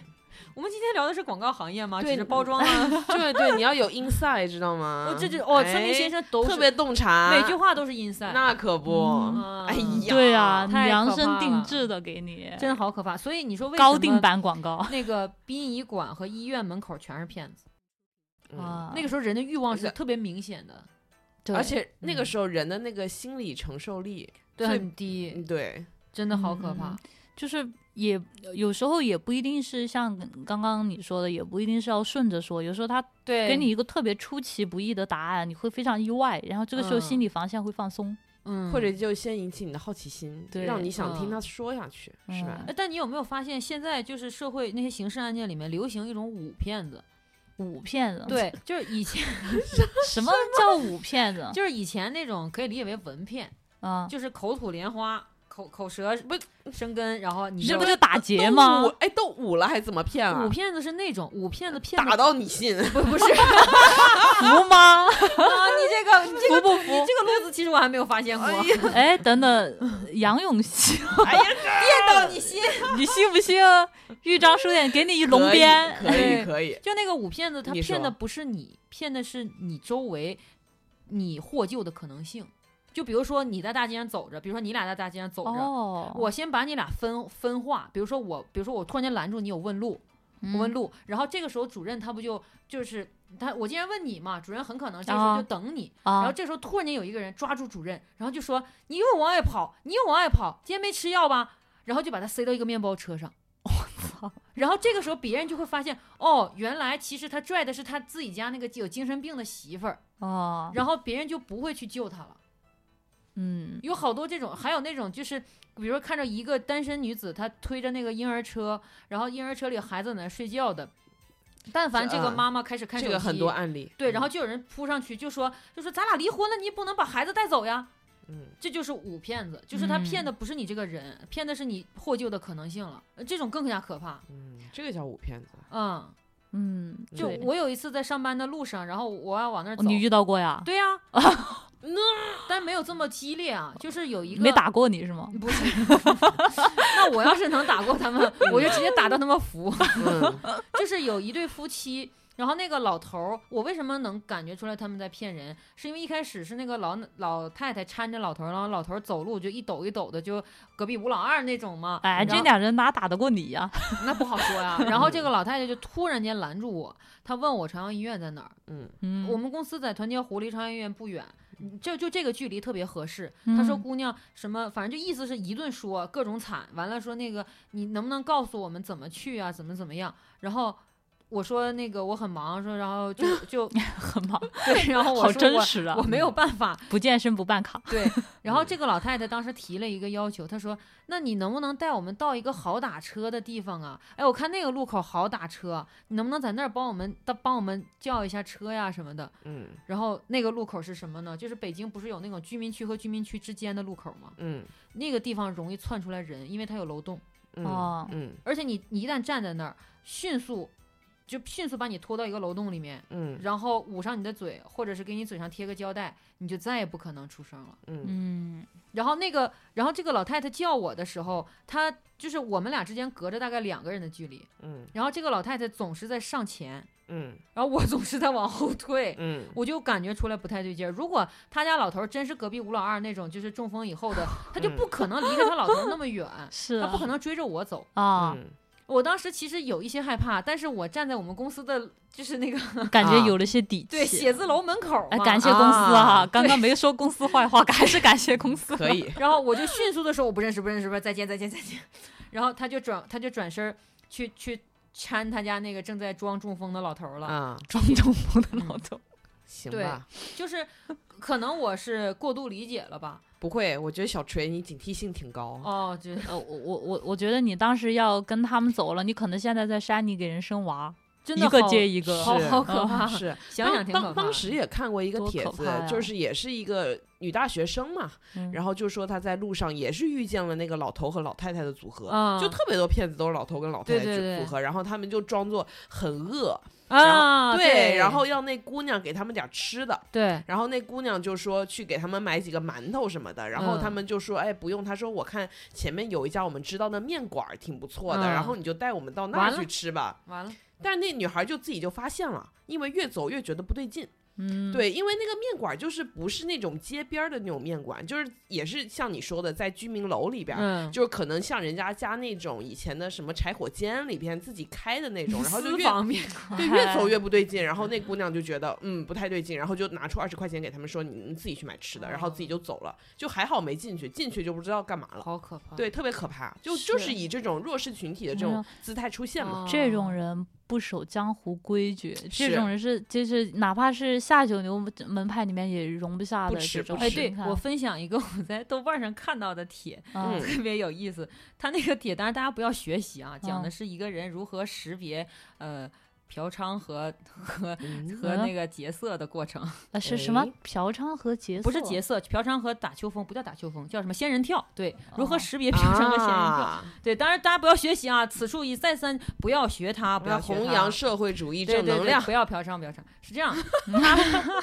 Speaker 3: 我们今天聊的是广告行业吗？
Speaker 2: 对
Speaker 3: 只是包装 啊。
Speaker 2: 对对，你要有 inside 知道吗？
Speaker 3: 我这就哦，
Speaker 2: 哎
Speaker 3: 村民先生都是
Speaker 2: 特别洞察，
Speaker 3: 每句话都是 inside。
Speaker 2: 那可不，
Speaker 1: 嗯
Speaker 2: 哎呀，
Speaker 1: 对啊，
Speaker 3: 太可
Speaker 1: 量身
Speaker 3: 怕
Speaker 1: 定
Speaker 3: 了
Speaker 1: 制的给你，
Speaker 3: 真好可怕。所以你说为什么
Speaker 1: 哎高定版广告
Speaker 3: 那个殡仪馆和医院门口全是骗子？
Speaker 2: 嗯
Speaker 1: 啊，
Speaker 3: 那个时候人的欲望是
Speaker 2: 对
Speaker 3: 特别明显的，
Speaker 1: 对
Speaker 2: 而且那个
Speaker 3: 嗯
Speaker 2: 时候人的那个心理承受力，
Speaker 3: 对，
Speaker 2: 最
Speaker 3: 很低，
Speaker 2: 嗯对，
Speaker 3: 真的好可
Speaker 1: 嗯嗯
Speaker 3: 怕
Speaker 1: 嗯。就是也有时候也不一定是像刚刚你说的，也不一定是要顺着说，有时候他
Speaker 3: 对，
Speaker 1: 给你一个特别出其不意的答案，你会非常意外，然后这个时候
Speaker 3: 嗯
Speaker 1: 心理防线会放松。
Speaker 3: 嗯，
Speaker 2: 或者就先引起你的好奇心，
Speaker 1: 对
Speaker 2: 让你想听
Speaker 3: 嗯
Speaker 2: 他说下去，是吧
Speaker 1: 嗯？
Speaker 3: 哎。但你有没有发现，现在就是社会那些刑事案件里面流行一种舞骗子？
Speaker 1: 五骗子，，
Speaker 3: 对，就是以前，
Speaker 1: 什么叫五骗 子
Speaker 3: 就是以前那种可以理解为文骗，
Speaker 1: 啊？
Speaker 3: 就是口吐莲花，口口舌不生根，然后你
Speaker 1: 这
Speaker 3: 就
Speaker 1: 不就打劫
Speaker 2: 都
Speaker 1: 吗
Speaker 2: 捂？哎，都捂了还怎么骗啊
Speaker 3: 舞？骗子是那种舞骗子骗
Speaker 2: 打
Speaker 3: 子
Speaker 2: 到你信，
Speaker 3: 不 不是
Speaker 1: 服 吗？
Speaker 3: 啊，你这个你这
Speaker 1: 服
Speaker 3: 个
Speaker 1: 不
Speaker 3: 你这
Speaker 1: 服？
Speaker 3: 个路子其实我还没有发现过，
Speaker 2: 哎
Speaker 3: 骗
Speaker 1: 哎，等等，杨永信，
Speaker 3: 到你心。
Speaker 1: 你信不 信？豫章书店给你一龙鞭，哎
Speaker 2: 可以
Speaker 3: 对
Speaker 2: 可以，
Speaker 3: 就那个舞骗子，他
Speaker 2: 你说
Speaker 3: 骗的不是你，骗的是你周围你获救的可能性。就比如说你在大街上走着，比如说你俩在大街上走着，
Speaker 1: 哦，
Speaker 3: 我先把你俩分分化，比如说我，比如说我突然间拦住你，有问路，我问
Speaker 1: 嗯
Speaker 3: 路，然后这个时候主任他不就就是他，我既然问你嘛，主任很可能这时
Speaker 1: 啊
Speaker 3: 候就等你，然后
Speaker 1: 啊，
Speaker 3: 这时候突然间有一个人抓住主任，然后就说你又往外跑，你又往外跑，今天没吃药吧？然后就把他塞到一个面包车上。
Speaker 1: 操！
Speaker 3: 然后这个时候，别人就会发现，哦，原来其实他拽的是他自己家那个有精神病的媳妇儿，
Speaker 2: 啊
Speaker 1: 哦，
Speaker 3: 然后别人就不会去救他了。
Speaker 1: 嗯，
Speaker 3: 有好多这种，还有那种就是，比如说看着一个单身女子，她推着那个婴儿车，然后婴儿车里有孩子在那睡觉的。但凡这
Speaker 2: 这
Speaker 3: 个
Speaker 2: 啊
Speaker 3: 妈妈开始看手
Speaker 2: 这
Speaker 3: 机，
Speaker 2: 个很多嗯案例。
Speaker 3: 对，然
Speaker 2: 后
Speaker 3: 后就有人扑上去就说，就说咱俩离婚了，你也不能把孩子带走呀。
Speaker 2: 嗯，
Speaker 3: 这就是五骗子，就是他
Speaker 1: 嗯
Speaker 3: 骗的不是你这个人，骗的是你获救的可能性了，呃这种更加可怕。
Speaker 2: 嗯这个叫五骗 子。
Speaker 3: 嗯，
Speaker 1: 嗯，
Speaker 3: 就
Speaker 1: 对哦
Speaker 3: 我有一次在上班的路上，然后我要往那儿走，
Speaker 1: 你遇到过呀？
Speaker 3: 对呀、嗯但没有这么激烈啊，就是有一个
Speaker 1: 没打过你是吗？
Speaker 3: 不是， 那我要是能打过 他们，
Speaker 1: 嗯
Speaker 3: 我就直接打到他们服。
Speaker 2: 嗯，
Speaker 3: 就是有一对夫妻，然后那个老头儿，我为什么能感觉出来他们在骗人？是因为一开始是那个老老太太搀着老头儿，然后老头儿走路就一抖一抖的，就隔壁吴老二那种嘛。
Speaker 1: 哎，
Speaker 3: 然
Speaker 1: 这
Speaker 3: 后
Speaker 1: 俩人哪打得过你呀？
Speaker 3: 那不好说 呀。然后这个老太太就突然间拦住我，她问我朝阳医院在哪儿。
Speaker 2: 嗯，
Speaker 1: 嗯，
Speaker 3: 我们公司在团结湖，离朝阳医院不远。嗯就就这个距离特别合适，他说
Speaker 1: 嗯
Speaker 3: 姑娘什么，反正就意思是一顿说各种惨，完了说那个你能不能告诉我们怎么去啊，怎么怎么样？然后我说那个我很忙，说然后就 就
Speaker 1: 很忙，
Speaker 3: 对，然后我
Speaker 1: 好
Speaker 3: 说
Speaker 1: 真
Speaker 3: 我
Speaker 1: 实啊
Speaker 3: 我！没有办法，
Speaker 1: 不健身不办卡，
Speaker 3: 对。然后这个老太太当时提了一个要求，她说那你能不能带我们到一个好打车的地方啊？哎，我看那个路口好打车，你能不能在那儿帮我们帮我们叫一下车呀什么的？
Speaker 2: 嗯
Speaker 3: 然后那个路口是什么呢？就是北京不是有那种居民区和居民区之间的路口吗？
Speaker 2: 嗯
Speaker 3: 那个地方容易窜出来人，因为它有楼栋，
Speaker 2: 嗯
Speaker 1: 哦
Speaker 2: 嗯
Speaker 3: 而且你你一旦站在那儿，迅速就迅速把你拖到一个楼洞里面，
Speaker 2: 嗯
Speaker 3: 然后捂上你的嘴，或者是给你嘴上贴个胶带，你就再也不可能出声了。
Speaker 2: 嗯
Speaker 1: 嗯
Speaker 3: 然后那个，然后这个老太太叫我的时候，她就是我们俩之间隔着大概两个人的距离，
Speaker 2: 嗯
Speaker 3: 然后这个老太太总是在上前，
Speaker 2: 嗯
Speaker 3: 然后我总是在往后退，
Speaker 2: 嗯
Speaker 3: 我就感觉出来不太对劲儿。如果他家老头儿真是隔壁吴老二那种，就是中风以后的，他就不可能离开他老头儿那么远，
Speaker 1: 嗯 是
Speaker 3: 他不可能追着我走。
Speaker 1: 啊，
Speaker 2: 嗯
Speaker 3: 我当时其实有一些害怕，但是我站在我们公司的就是那个
Speaker 1: 感觉
Speaker 2: 啊
Speaker 1: 有了些底
Speaker 3: 对
Speaker 1: 气。
Speaker 3: 写字楼门口儿
Speaker 1: 哎，
Speaker 3: 嘛
Speaker 1: 感谢公司啊！
Speaker 2: 啊
Speaker 1: 刚刚没说公司坏 话，还是感谢公司。
Speaker 2: 可以，
Speaker 3: 然后我就迅速的说我不认识，不认识，不认识再见，再见，再见。然后他就转，他就转身儿去去搀他家那个正在装中风的老头儿了。
Speaker 2: 啊，
Speaker 1: 装中风的
Speaker 2: 嗯
Speaker 1: 老头，
Speaker 2: 行
Speaker 3: 对
Speaker 2: 吧，
Speaker 3: 就是可能我是过度理解了吧？
Speaker 2: 不会，我觉得小锤你警惕性挺高。
Speaker 3: 哦，就
Speaker 1: 呃，我我我我觉得你当时要跟他们走了，你可能现在在山里给人生娃，
Speaker 3: 真的
Speaker 1: 一个
Speaker 3: 好
Speaker 1: 接一个。啊
Speaker 3: 好
Speaker 2: 是
Speaker 3: 好可怕，
Speaker 2: 是，
Speaker 3: 想想挺
Speaker 2: 当
Speaker 3: 可
Speaker 2: 当
Speaker 3: 怕的
Speaker 2: 当时也看过一个
Speaker 1: 多
Speaker 2: 帖
Speaker 1: 可
Speaker 2: 子
Speaker 1: 怕呀，
Speaker 2: 就是也是一个女大学生嘛，
Speaker 1: 嗯
Speaker 2: 然后就说她在路上也是遇见了那个老头和老太太的组合，
Speaker 3: 啊
Speaker 2: 就特别多骗子都是老头跟老太太
Speaker 3: 对对对
Speaker 2: 组合，然后他们就装作很饿，
Speaker 3: 啊，
Speaker 2: 然后让那姑娘给他们点吃的，
Speaker 3: 对，
Speaker 2: 然后那姑娘就说去给他们买几个馒头什么的，然后
Speaker 3: 嗯
Speaker 2: 他们就说，哎，不用。她说我看前面有一家我们知道的面馆儿挺不错的，
Speaker 3: 嗯
Speaker 2: 然后你就带我们到那
Speaker 3: 完
Speaker 2: 儿
Speaker 3: 了
Speaker 2: 去吃吧。
Speaker 3: 完了，
Speaker 2: 但那女孩就自己就发现了，因为越走越觉得不对劲。
Speaker 1: 嗯，
Speaker 2: 对，因为那个面馆儿就是不是那种街边儿的那种面馆，就是也是像你说的，在居民楼里边儿。
Speaker 3: 嗯，
Speaker 2: 就是可能像人家家那种以前的什么柴火间里边自己开的那种，然后就
Speaker 3: 私
Speaker 2: 越
Speaker 3: 房面
Speaker 2: 对，越
Speaker 1: 哎
Speaker 2: 走越不对劲。然后那姑娘就觉得，嗯，不太对劲，然后就拿出二十块钱给他们说，你们自己去买吃的，然后自己就走了。就还好没进去，进去就不知道干嘛了。
Speaker 3: 好可怕，
Speaker 2: 对，特别可怕，就就是
Speaker 1: 是
Speaker 2: 以这种弱势群体的这
Speaker 1: 哎
Speaker 2: 种
Speaker 1: 呀
Speaker 2: 姿态出现嘛。
Speaker 3: 哦，
Speaker 1: 这种人不守江湖规矩，这
Speaker 2: 是
Speaker 1: 种人是就是哪怕是下九流门派里面也容不下
Speaker 2: 不
Speaker 1: 的
Speaker 2: 吃
Speaker 1: 这种。
Speaker 2: 不吃
Speaker 3: 哎，
Speaker 1: 你
Speaker 3: 对
Speaker 1: 看
Speaker 3: 我分享一个我在豆瓣上看到的帖，
Speaker 1: 嗯
Speaker 2: 嗯
Speaker 3: 特别有意思。他那个帖，当然大家不要学习啊，讲的
Speaker 1: 嗯
Speaker 3: 是一个人如何识别呃嫖娼和和
Speaker 2: 嗯
Speaker 3: 和
Speaker 1: 嗯
Speaker 3: 那个劫色的过程，
Speaker 1: 呃是什么
Speaker 2: 哎
Speaker 1: 嫖娼和劫色？
Speaker 3: 不是劫色，嫖娼和打秋风不叫打秋风，叫什么仙人跳？对，如何
Speaker 1: 哦
Speaker 3: 识别嫖娼和仙人跳？
Speaker 2: 啊
Speaker 3: 对，当然大家不要学习啊，此处一再三不要学他，不要
Speaker 2: 要
Speaker 3: 学
Speaker 2: 弘
Speaker 3: 他
Speaker 2: 扬社会主义
Speaker 3: 对
Speaker 2: 正
Speaker 3: 对
Speaker 2: 能
Speaker 3: 对，
Speaker 2: 量。
Speaker 3: 不要嫖娼，不要嫖娼，是这样， 他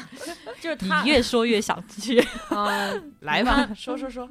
Speaker 3: 就是 他
Speaker 1: 你，越说越想去。
Speaker 3: 呃，
Speaker 2: 来吧，说说说。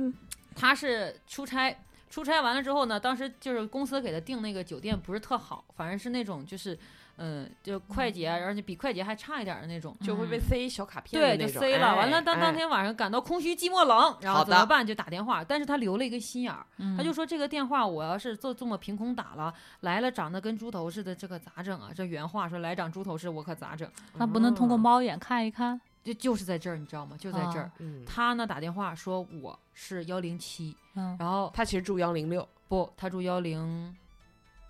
Speaker 3: 他是出差，出差完了之后呢，当时就是公司给他订那个酒店不是特好，反正是那种就是嗯，就快捷，而且比快捷还差一点的那种。
Speaker 2: 就会被
Speaker 1: 嗯
Speaker 2: 塞小卡片的
Speaker 3: 对，
Speaker 2: 那
Speaker 3: 就
Speaker 2: 种。
Speaker 3: 塞了。完了，
Speaker 2: 哎
Speaker 3: 当当、
Speaker 2: 哎
Speaker 3: 天晚上感到空虚、寂寞、冷，然后
Speaker 2: 好
Speaker 3: 怎么
Speaker 2: 的
Speaker 3: 办？就打电话。但是他留了一个心眼儿，
Speaker 1: 嗯
Speaker 3: 他就说这个电话我要是就这么凭空打了，来了长得跟猪头似的，这可咋整啊？这原话说来长猪头似的，我可咋整？
Speaker 1: 那不能通
Speaker 3: 哦
Speaker 1: 过猫眼看一看？
Speaker 3: 就就是在这儿，你知道吗？就在这儿。
Speaker 1: 啊
Speaker 2: 嗯，
Speaker 3: 他呢打电话说我是幺零七，
Speaker 1: 嗯，
Speaker 3: 然后
Speaker 2: 他其实住幺零六
Speaker 3: 不，他住幺零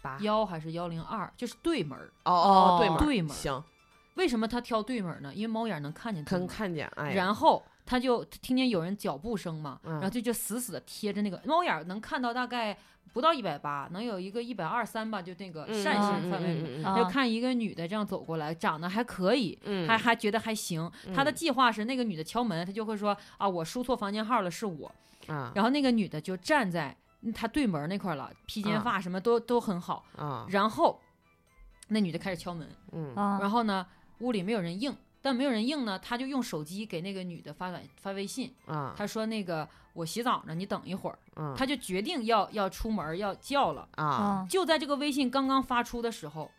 Speaker 2: 八
Speaker 3: 幺还是幺零二，就是对门儿。
Speaker 2: 哦
Speaker 1: 哦
Speaker 2: 对门儿
Speaker 3: 对门儿
Speaker 2: 行，
Speaker 3: 为什么他挑对门儿呢？因为猫眼儿能看见对
Speaker 2: 能
Speaker 3: 门儿。
Speaker 2: 看见哎，
Speaker 3: 然后他就听见有人脚步声嘛，
Speaker 2: 嗯
Speaker 3: 然后就就死死的贴着那个猫眼儿，能看到大概不到一百八，能有一个一百二三吧，就那个
Speaker 2: 嗯
Speaker 3: 扇
Speaker 1: 啊
Speaker 3: 形
Speaker 2: 嗯
Speaker 3: 范围里。
Speaker 2: 嗯嗯嗯
Speaker 1: 啊
Speaker 3: 就看一个女的这样走过来，长得还可以，
Speaker 2: 嗯
Speaker 3: 还还觉得还行。他的
Speaker 2: 嗯
Speaker 3: 计划是那个女的敲门，他就会说啊，我输错房间号了，是我。
Speaker 2: 啊
Speaker 3: 然后那个女的就站在他对门那块儿了，披肩
Speaker 2: 啊
Speaker 3: 发什么都、都很好。
Speaker 2: 啊
Speaker 3: 然后那女的开始敲门，
Speaker 2: 嗯
Speaker 1: 啊，
Speaker 3: 然后呢，屋里没有人应，但没有人应呢，他就用手机给那个女的发短发微信，
Speaker 2: 啊
Speaker 3: 他说那个我洗澡呢，你等一会儿。
Speaker 2: 嗯
Speaker 3: 他就决定要要出门要叫了。
Speaker 2: 啊
Speaker 1: 啊
Speaker 3: 就在这个微信刚刚发出的时候，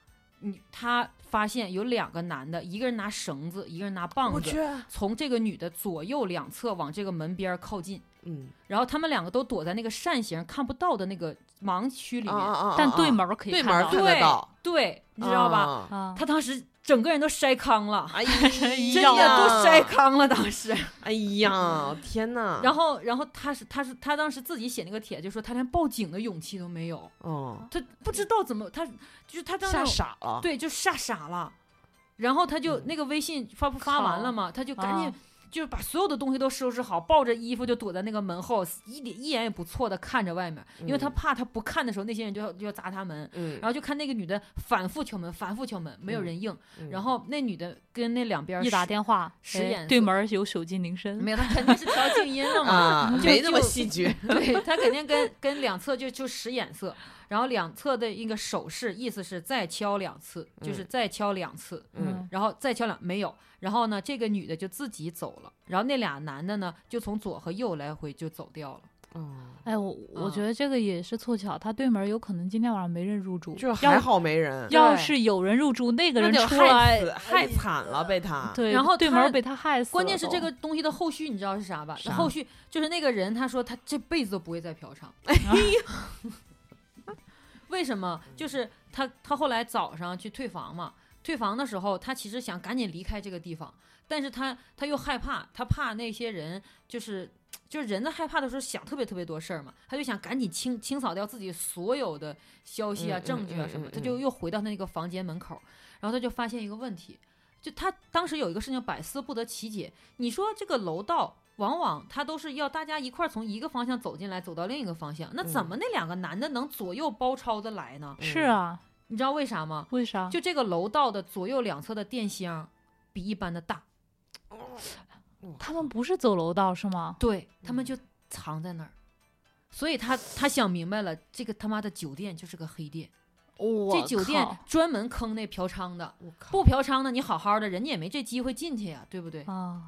Speaker 3: 你他发现有两个男的，一个人拿绳子，一个人拿棒
Speaker 2: 我
Speaker 3: 子，
Speaker 2: 去，
Speaker 3: 从这个女的左右两侧往这个门边儿靠近。
Speaker 2: 嗯
Speaker 3: 然后他们两个都躲在那个扇形看不到的那个盲区里
Speaker 2: 啊
Speaker 3: 面，
Speaker 2: 啊啊，
Speaker 1: 但
Speaker 2: 啊
Speaker 1: 对门儿可以
Speaker 2: 对
Speaker 1: 看
Speaker 2: 门儿
Speaker 1: 到
Speaker 2: 看得到，
Speaker 3: 对，你知道吧？
Speaker 2: 啊？
Speaker 1: 啊，
Speaker 3: 他当时整个人都筛糠了，
Speaker 2: 哎
Speaker 3: 真
Speaker 2: 呀，
Speaker 3: 的都筛糠了，当 时。
Speaker 2: 哎呀，天哪！
Speaker 3: 然后，然后他是他是他当时自己写那个帖，就说他连报警的勇气都没有，
Speaker 2: 哦，
Speaker 3: 他不知道怎么，他就是他当时
Speaker 2: 吓傻了。
Speaker 3: 对，就吓傻了。然后他就、
Speaker 2: 嗯
Speaker 3: 那个微信发不发完了嘛，他就赶紧、
Speaker 1: 啊
Speaker 3: 就是把所有的东西都收拾好，抱着衣服就躲在那个门后，一点一眼也不错的看着外面，因为他
Speaker 2: 嗯
Speaker 3: 怕他不看的时候，那些人就要就要砸他门。
Speaker 2: 嗯，
Speaker 3: 然后就看那个女的反复敲门，反复敲门，没有人应。
Speaker 2: 嗯
Speaker 3: 然后那女的跟那两边
Speaker 1: 一打
Speaker 3: 使
Speaker 1: 电话，
Speaker 3: 使
Speaker 1: 哎
Speaker 3: 眼
Speaker 1: 对
Speaker 3: 色
Speaker 1: 门儿有手机铃声，
Speaker 3: 没有，她肯定是调静音了嘛。
Speaker 2: 啊，
Speaker 3: 就
Speaker 2: 没那么
Speaker 3: 就
Speaker 2: 戏剧
Speaker 3: 对她肯定跟跟两侧就就使眼色，然后两侧的一个手势，意思是再敲两次，就是
Speaker 2: 嗯
Speaker 3: 再敲两次。
Speaker 1: 嗯，
Speaker 3: 然后再敲两没有，然后呢，这个女的就自己走了，然后那俩男的呢就从左和右来回就走掉了，
Speaker 2: 哦，
Speaker 1: 哎，我我觉
Speaker 3: 嗯
Speaker 1: 得这个也是凑巧，他对门儿有可能今天晚上没人入住，
Speaker 2: 就是还
Speaker 1: 要
Speaker 2: 好没人，
Speaker 1: 要
Speaker 3: 对
Speaker 1: 是有人入住，那个
Speaker 2: 那
Speaker 1: 人
Speaker 2: 得
Speaker 1: 出
Speaker 2: 害
Speaker 1: 来
Speaker 2: 死，，害惨了被他。
Speaker 1: 对，
Speaker 3: 啊然后
Speaker 1: 对
Speaker 3: 他
Speaker 1: 门儿被他害死了都。
Speaker 3: 关键是这个东西的后续你知道是啥吧？那
Speaker 2: 啥
Speaker 3: 后续就是那个人他说他这辈子都不会再嫖娼，
Speaker 2: 哎
Speaker 3: 为什么？就是他他后来早上去退房嘛。退房的时候，他其实想赶紧离开这个地方，但是他他又害怕，他怕那些人就是就是人在害怕的时候想特别特别多事儿嘛，他就想赶紧清清扫掉自己所有的消息啊、
Speaker 2: 嗯嗯
Speaker 3: 证据啊什么，
Speaker 2: 嗯嗯
Speaker 3: 他就又回到那个房间门口，然后他就发现一个问题，就他当时有一个事情百思不得其解，你说这个楼道往往它都是要大家一块儿从一个方向走进来，走到另一个方向，那怎
Speaker 2: 嗯
Speaker 3: 么那两个男的能左右包抄的来呢？
Speaker 1: 是
Speaker 2: 嗯，
Speaker 1: 啊，
Speaker 3: 你知道为啥吗？
Speaker 1: 为啥？
Speaker 3: 就这个楼道的左右两侧的电箱比一般的大，
Speaker 1: 他们不是走楼道是吗？
Speaker 3: 对他们就藏在那儿，所以他他想明白了，这个他妈的酒店就是个黑店，
Speaker 1: 我
Speaker 3: 这酒店
Speaker 1: 靠
Speaker 3: 专门坑那嫖娼的，
Speaker 2: 我靠！
Speaker 3: 不嫖娼的你好好的，人家也没这机会进去呀，对不对？
Speaker 1: 啊，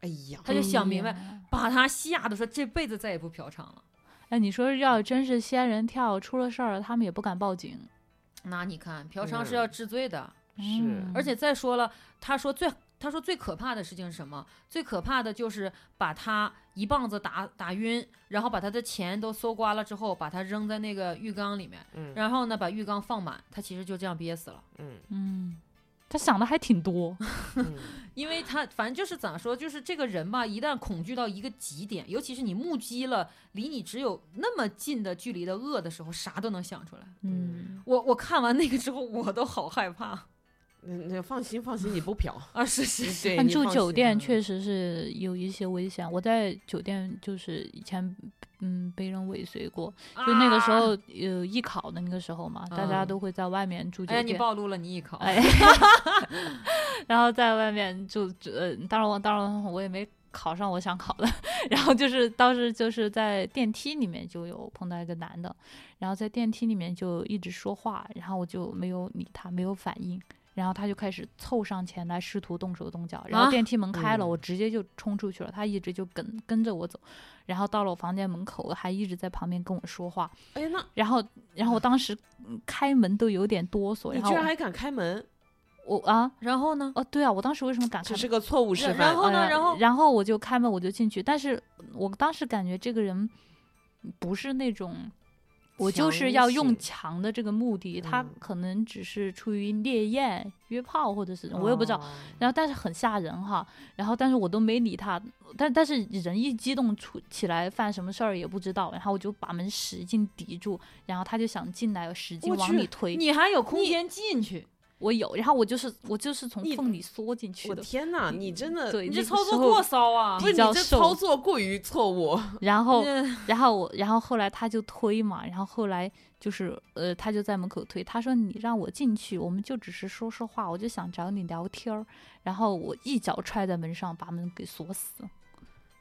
Speaker 2: 哎呀，
Speaker 3: 他就想明白，
Speaker 1: 白。
Speaker 3: 把他吓得说这辈子再也不嫖娼了。
Speaker 1: 哎，你说要真是仙人跳出了事儿，他们也不敢报警。
Speaker 3: 那你看，嫖娼是要治罪的，
Speaker 2: 是
Speaker 1: 嗯
Speaker 3: 而且再说了，他说最他说最可怕的事情是什么？最可怕的就是把他一棒子打打晕，然后把他的钱都搜刮了之后，把他扔在那个浴缸里面，
Speaker 2: 嗯
Speaker 3: 然后呢把浴缸放满，他其实就这样憋死了。
Speaker 2: 嗯
Speaker 1: 嗯，他想的还挺 多。
Speaker 2: 嗯
Speaker 3: 因为他反正就是咋说，就是这个人吧，一旦恐惧到一个极点，尤其是你目击了离你只有那么近的距离的恶的时候，啥都能想出来。
Speaker 1: 嗯，
Speaker 3: 我我看完那个之后，我都好害怕
Speaker 2: 那那放心放心，你不嫖，
Speaker 3: 啊！是是是，
Speaker 2: 对，
Speaker 1: 但
Speaker 2: 你
Speaker 1: 住
Speaker 2: 放
Speaker 1: 酒
Speaker 2: 心
Speaker 1: 店
Speaker 3: 嗯
Speaker 1: 确实是有一些危险。我在酒店就是以前，嗯，被人尾随过。就那个时
Speaker 3: 啊
Speaker 1: 候，呃，艺考的那个时候嘛，大家
Speaker 3: 嗯
Speaker 1: 都会在外面住酒
Speaker 3: 哎呀，你
Speaker 1: 店。
Speaker 3: 暴露了你一口。
Speaker 1: 哎， 然后在外面就就呃，当然我当然我也没考上我想考的， 然后就是当时就是在电梯里面就有碰到一个男的，然后在电梯里面就一直说话，然后我就没有理他，没有反应。然后他就开始凑上前来，试图动手动脚。然后电梯门开了，
Speaker 2: 嗯
Speaker 1: 我直接就冲出去了，他一直就跟跟着我走，然后到了我房间门口，还一直在旁边跟我说话。
Speaker 2: 哎呀，那
Speaker 1: 然后，然后我当时嗯开门都有点哆嗦。
Speaker 2: 你
Speaker 1: 然后
Speaker 2: 居然还敢开门，
Speaker 1: 我啊，
Speaker 3: 然后呢？
Speaker 1: 哦，对啊，我当时为什么敢开
Speaker 2: 这
Speaker 1: 门？
Speaker 2: 是哦个错误示范。啊
Speaker 3: 然后呢
Speaker 1: 呃
Speaker 3: 然后
Speaker 1: 然后我就开门，我就进去。但是我当时感觉这个人不是那种，我就是要用强的这个目的，他
Speaker 2: 嗯
Speaker 1: 可能只是出于烈焰、约炮或者是我也不知道。
Speaker 2: 哦，
Speaker 1: 然后但是很吓人哈，然后但是我都没理他，但但是人一激动出起来犯什么事儿也不知道，然后我就把门使劲抵住，然后他就想进来，使劲
Speaker 2: 我
Speaker 1: 往
Speaker 2: 去
Speaker 1: 里推，
Speaker 3: 你还有空间进去，
Speaker 1: 我有，然后我就是我就是从
Speaker 2: 你
Speaker 1: 缝里缩进去
Speaker 2: 我
Speaker 1: 的，
Speaker 2: 天哪，啊你真的
Speaker 1: 对，
Speaker 3: 你
Speaker 1: 那
Speaker 3: 这
Speaker 1: 个
Speaker 3: 操
Speaker 1: 时
Speaker 3: 作
Speaker 1: 候
Speaker 3: 过骚啊
Speaker 2: 不！
Speaker 1: 比
Speaker 2: 是你
Speaker 1: 较
Speaker 2: 这
Speaker 1: 瘦啊
Speaker 2: 操作过于错误，
Speaker 1: 然后
Speaker 3: 嗯
Speaker 1: 然后我，然后后来他就推嘛，然后后来就是呃，他就在门口推，他说你让我进去，我们就只是说说话，我就想找你聊天儿。然后我一脚踹在门上，把门给锁死。